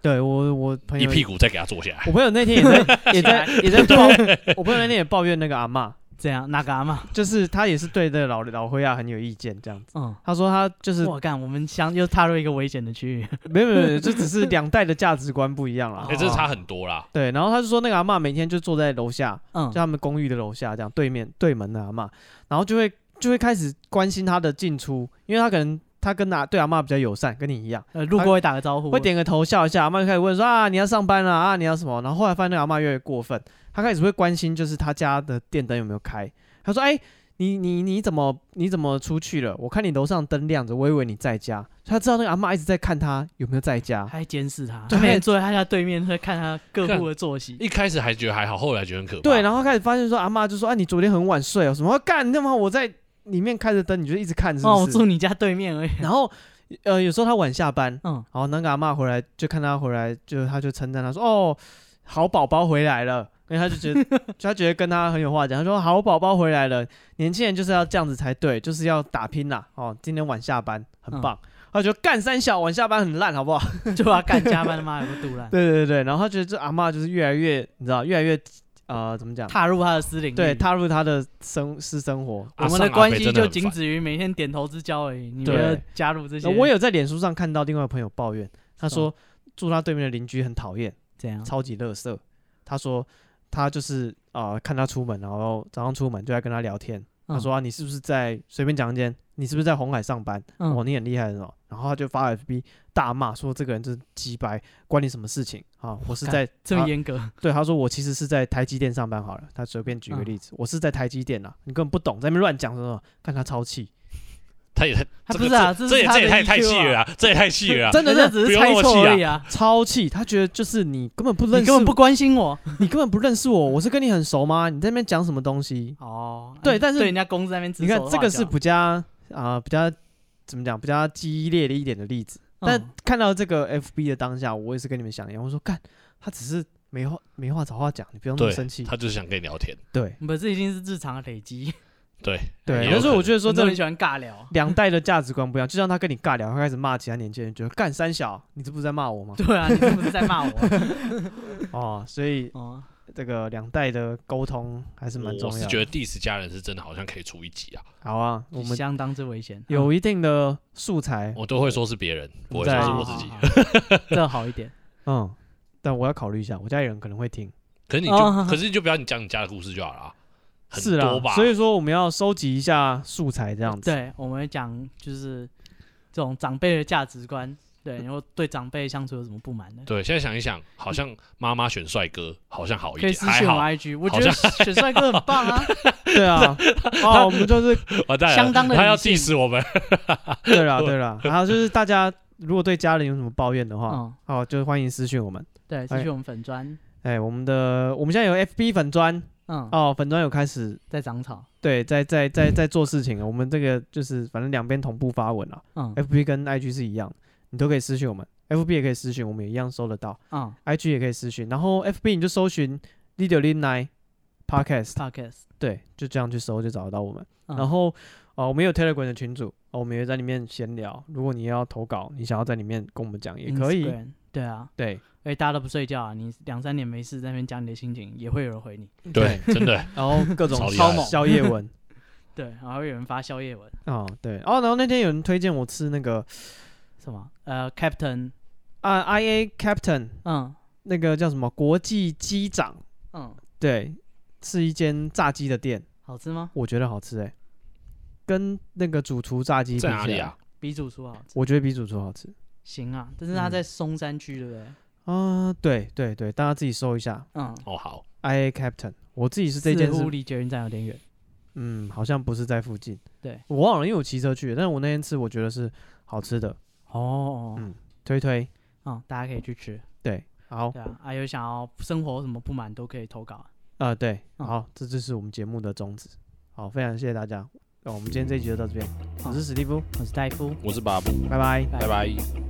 Speaker 1: 对我我朋
Speaker 3: 一
Speaker 1: 友
Speaker 3: 屁股再给他坐下来。
Speaker 1: (laughs) 我朋友那天也在也在也在抱，我朋友那天也抱怨那个阿嬷，
Speaker 2: 这样哪个阿啊嘛？
Speaker 1: 就是他也是对那个老老灰啊很有意见这样子。
Speaker 2: 嗯，
Speaker 1: 他说他就是
Speaker 2: 我干，我们相又踏入一个危险的区域，
Speaker 1: 没有没有，没有就只是两代的价值观不一样啦
Speaker 2: 哦
Speaker 3: 哎、。这差很多啦。
Speaker 1: 对，然后他就说那个阿嬷每天就坐在楼下，
Speaker 2: 嗯
Speaker 1: 就，他们公寓的楼下这样对面对门的阿嬷，然后就会就会开始关心她的进出，因为她可能她跟阿对阿嬷比较友善，跟你一样，
Speaker 2: 呃，路过会打个招呼，
Speaker 1: 会点个头笑一下，阿嬷就开始问说啊你要上班了啊你要什么，然后后来发现那个阿嬷越来越过分，她开始会关心就是她家的电灯有没有开，她说哎。你你你怎么你怎么出去了？我看你楼上灯亮着，我以为你在家。她知道那个阿嬷一直在看她有没有在家
Speaker 2: 他，还监视他，
Speaker 1: 对
Speaker 2: 他每天坐在他家对面，会看他各户的作息，
Speaker 3: 一开始还觉得还好，后来觉得很可怕。
Speaker 1: 对，
Speaker 3: 后
Speaker 1: 然后开始发现说，阿妈就说：“啊，你昨天很晚睡哦，什么干？那么我在里面开着灯，你就一直看，是
Speaker 2: 哦，我
Speaker 1: 不是？”
Speaker 2: 住你家对面而已，
Speaker 1: 然后，呃，有时候她晚下班，
Speaker 2: 嗯，
Speaker 1: 然后那个阿妈回来就看她回来，就她就称赞她说：“哦，好宝宝回来了。”因为她就觉得，她觉得跟她很有话讲，她说：“好宝宝回来了，年轻人就是要这样子才对，就是要打拼啦。哦，今天晚下班
Speaker 2: 嗯
Speaker 1: 很棒。她觉得干三小晚下班很烂，好不好？
Speaker 2: (laughs) 就把他干加班他妈有个肚烂，
Speaker 1: 对对对，然后她觉得这阿妈就是越来越，你知道，越来越呃，怎么讲？
Speaker 2: 踏入他的私领域，
Speaker 1: 对，踏入她的生私生活，
Speaker 2: 我们的关系就仅止于每天点头之交而已，你没有
Speaker 1: 对
Speaker 2: 加入这些，
Speaker 1: 那我有在脸书上看到另外一个朋友抱怨，他说住他对面的邻居很讨厌，
Speaker 2: 怎样？
Speaker 1: 超级垃圾。他说他就是啊、看他出门，然后早上出门就在跟他聊天。他
Speaker 2: 嗯
Speaker 1: 说、啊、你是不是在随便讲一间？你是不是在红海上班？
Speaker 2: 嗯
Speaker 1: 哦，你很厉害的哦。然后他就发 FB 大骂说这个人真是鸡掰，关你什么事情啊？我是
Speaker 2: 干
Speaker 1: 在
Speaker 2: 这么
Speaker 1: 啊
Speaker 2: 严格，
Speaker 1: 对，他说我其实是在台积电上班好了。他随便举个
Speaker 2: 嗯
Speaker 1: 例子，我是在台积电啊，你根本不懂，在那边乱讲什么，看他超气。
Speaker 3: 他也太
Speaker 2: 他
Speaker 3: 这
Speaker 2: 不
Speaker 3: 个
Speaker 2: 是啊
Speaker 3: 这
Speaker 2: 这
Speaker 3: 这
Speaker 2: 是
Speaker 3: 也
Speaker 2: 他
Speaker 3: 这也
Speaker 2: 的
Speaker 3: 太太
Speaker 2: EQ
Speaker 3: 细
Speaker 2: 啊
Speaker 3: 了啊，这也太细
Speaker 2: (laughs)
Speaker 3: 了啊。
Speaker 1: 真的
Speaker 2: 人家
Speaker 1: 是
Speaker 2: 只
Speaker 3: 不
Speaker 2: 是
Speaker 3: 用
Speaker 2: 猜
Speaker 3: 那么
Speaker 2: 错
Speaker 3: 气
Speaker 2: 而已啊，
Speaker 1: 超气，他觉得就是你根本不认
Speaker 2: 你
Speaker 1: 识
Speaker 2: 根
Speaker 1: 我，
Speaker 2: 本不关心我。
Speaker 1: 你根本不认识我，我是跟你很熟吗？你在那边讲什么东西？
Speaker 2: 哦，
Speaker 1: 对
Speaker 2: 啊
Speaker 1: 但是
Speaker 2: 对人家公司那边指
Speaker 1: 你看
Speaker 2: 手画
Speaker 1: 这个是
Speaker 2: 脚，
Speaker 1: 比较啊、比较怎么讲比较激烈的一点的例子。但
Speaker 2: 嗯
Speaker 1: 看到这个 FB 的当下，我也是跟你们想一样，我说干，他只是没话没话找话讲，你不用那么
Speaker 3: 对
Speaker 1: 生气。
Speaker 3: 他就是想跟你聊天，
Speaker 1: 对
Speaker 2: 不，这已经是日常的累积。
Speaker 3: 对
Speaker 1: 对，
Speaker 3: 也
Speaker 1: 但
Speaker 3: 有
Speaker 1: 是
Speaker 3: 可
Speaker 1: 我
Speaker 3: 能
Speaker 1: 觉得说
Speaker 2: 说真
Speaker 1: 这
Speaker 2: 的很喜欢
Speaker 1: (laughs)
Speaker 2: 尬聊，
Speaker 1: 两代的价值观不一样，就像他跟你尬聊，他开始骂其他年轻人，觉得干三小，你这不是在骂我吗？
Speaker 2: 对啊，你是不是在骂我？
Speaker 1: 哦，所以
Speaker 2: (laughs) 哦，
Speaker 1: 这个两代的沟通还是蛮重
Speaker 3: 我
Speaker 1: 要
Speaker 3: 是
Speaker 1: 的。
Speaker 3: 觉得 diss 家人是真的好像可以出一集啊，
Speaker 1: 好啊，我们
Speaker 2: 相当之危险，嗯
Speaker 1: 有一定的素材，
Speaker 3: 我都会说是别人，不会
Speaker 1: 在还
Speaker 3: 说是
Speaker 1: 是
Speaker 3: 我自己。
Speaker 2: 己，啊这好一点。
Speaker 1: 嗯，但我要考虑一下，我家里人可能会听，
Speaker 3: 可是你
Speaker 2: 哦
Speaker 3: 就可是你就不要你讲你家的故事就好了啊，很
Speaker 1: 是啦
Speaker 3: 多吧，？
Speaker 1: 所以说我们要收集一下素材，这样子。
Speaker 2: 对，我们会讲就是这种长辈的价值观，对，然后对长辈相处有什么不满的，
Speaker 3: 对，现在想一想，好像妈妈选帅哥好像好一
Speaker 2: 可以
Speaker 3: 点，
Speaker 2: 私
Speaker 3: 还
Speaker 2: 信我
Speaker 3: 好。
Speaker 2: IG，我
Speaker 3: 好
Speaker 2: 觉得选帅哥很棒
Speaker 3: (laughs)
Speaker 2: 啊，
Speaker 1: 对啊，哦，我们就是
Speaker 3: 完啊蛋了，
Speaker 2: 相当的
Speaker 3: 他要
Speaker 2: 理性
Speaker 3: diss 我们，
Speaker 1: 对啦对啦，还有就是大家如果对家人有什么抱怨的话，
Speaker 2: 嗯，
Speaker 1: 哦，就欢迎私讯我们。
Speaker 2: 对，
Speaker 1: 哎
Speaker 2: 继续我们粉砖，
Speaker 1: 哎，我们的我们现在有 FB 粉砖
Speaker 2: 嗯，
Speaker 1: 哦，粉砖有开始
Speaker 2: 在长草，
Speaker 1: 对，在在在在做事情了。啊我们这个就是反正两边同步发文啊
Speaker 2: 嗯
Speaker 1: ，FB 跟 IG 是一样，你都可以私讯我们，FB 也可以私讯，我们也一样收得到
Speaker 2: 嗯
Speaker 1: ，IG 也可以私讯。然后 FB 你就搜寻 Leader l i n i Podcast，
Speaker 2: ，Podcast，
Speaker 1: 对，就这样去搜就找得到我们。
Speaker 2: 嗯
Speaker 1: 然后呃，我们有 Telegram 的群组，哦，我们也在里面闲聊。如果你要投稿，你想要在里面跟我们讲也可以。
Speaker 2: Instagram，对啊，
Speaker 1: 对
Speaker 2: 哎，大家都不睡觉啊，你两三点没事在那边讲你的心情，也会有人回你，
Speaker 3: (laughs) 对，
Speaker 2: (laughs)
Speaker 3: 真的
Speaker 1: 然后各种
Speaker 3: 超厉
Speaker 1: 宵
Speaker 3: 害
Speaker 1: 宵夜文 (laughs)
Speaker 2: 对，然后有人发宵夜文，
Speaker 1: 哦，对哦，然后那天有人推荐我吃那个
Speaker 2: 什么呃，Captain，
Speaker 1: 啊、I A Captain
Speaker 2: 嗯
Speaker 1: 那个叫什么国际机长，
Speaker 2: 嗯，
Speaker 1: 对，是一间炸鸡的店，
Speaker 2: 好吃吗？
Speaker 1: 我觉得好吃哎、跟那个主厨炸鸡比起
Speaker 3: 在
Speaker 1: 来
Speaker 3: 哪里啊？？
Speaker 2: 比主厨好吃，
Speaker 1: 我觉得比主厨好吃
Speaker 2: 行啊，但是他
Speaker 1: 嗯
Speaker 2: 在松山区，对不对？
Speaker 1: 啊、对对对，大家自己搜一下
Speaker 2: 嗯，
Speaker 3: 哦，好，
Speaker 1: I A Captain，我自己是这件
Speaker 2: 似乎
Speaker 1: 事，
Speaker 2: 离捷运站有点远。
Speaker 1: 嗯，好像不是在附近，
Speaker 2: 对
Speaker 1: 我忘了，因为我骑车去的，但是我那天吃我觉得是好吃的，
Speaker 2: 哦
Speaker 1: 嗯推推，
Speaker 2: 嗯，大家可以去吃。
Speaker 1: 对，好啊、
Speaker 2: 对啊，啊有想要生活有什么不满都可以投稿啊。
Speaker 1: 呃对，
Speaker 2: 嗯
Speaker 1: 好，这就是我们节目的宗旨，好，非常谢谢大家，那、我们今天这一集就到这边，我是史蒂夫，
Speaker 2: 我是戴夫，
Speaker 3: 我是巴布，
Speaker 1: 拜拜。
Speaker 3: 拜拜。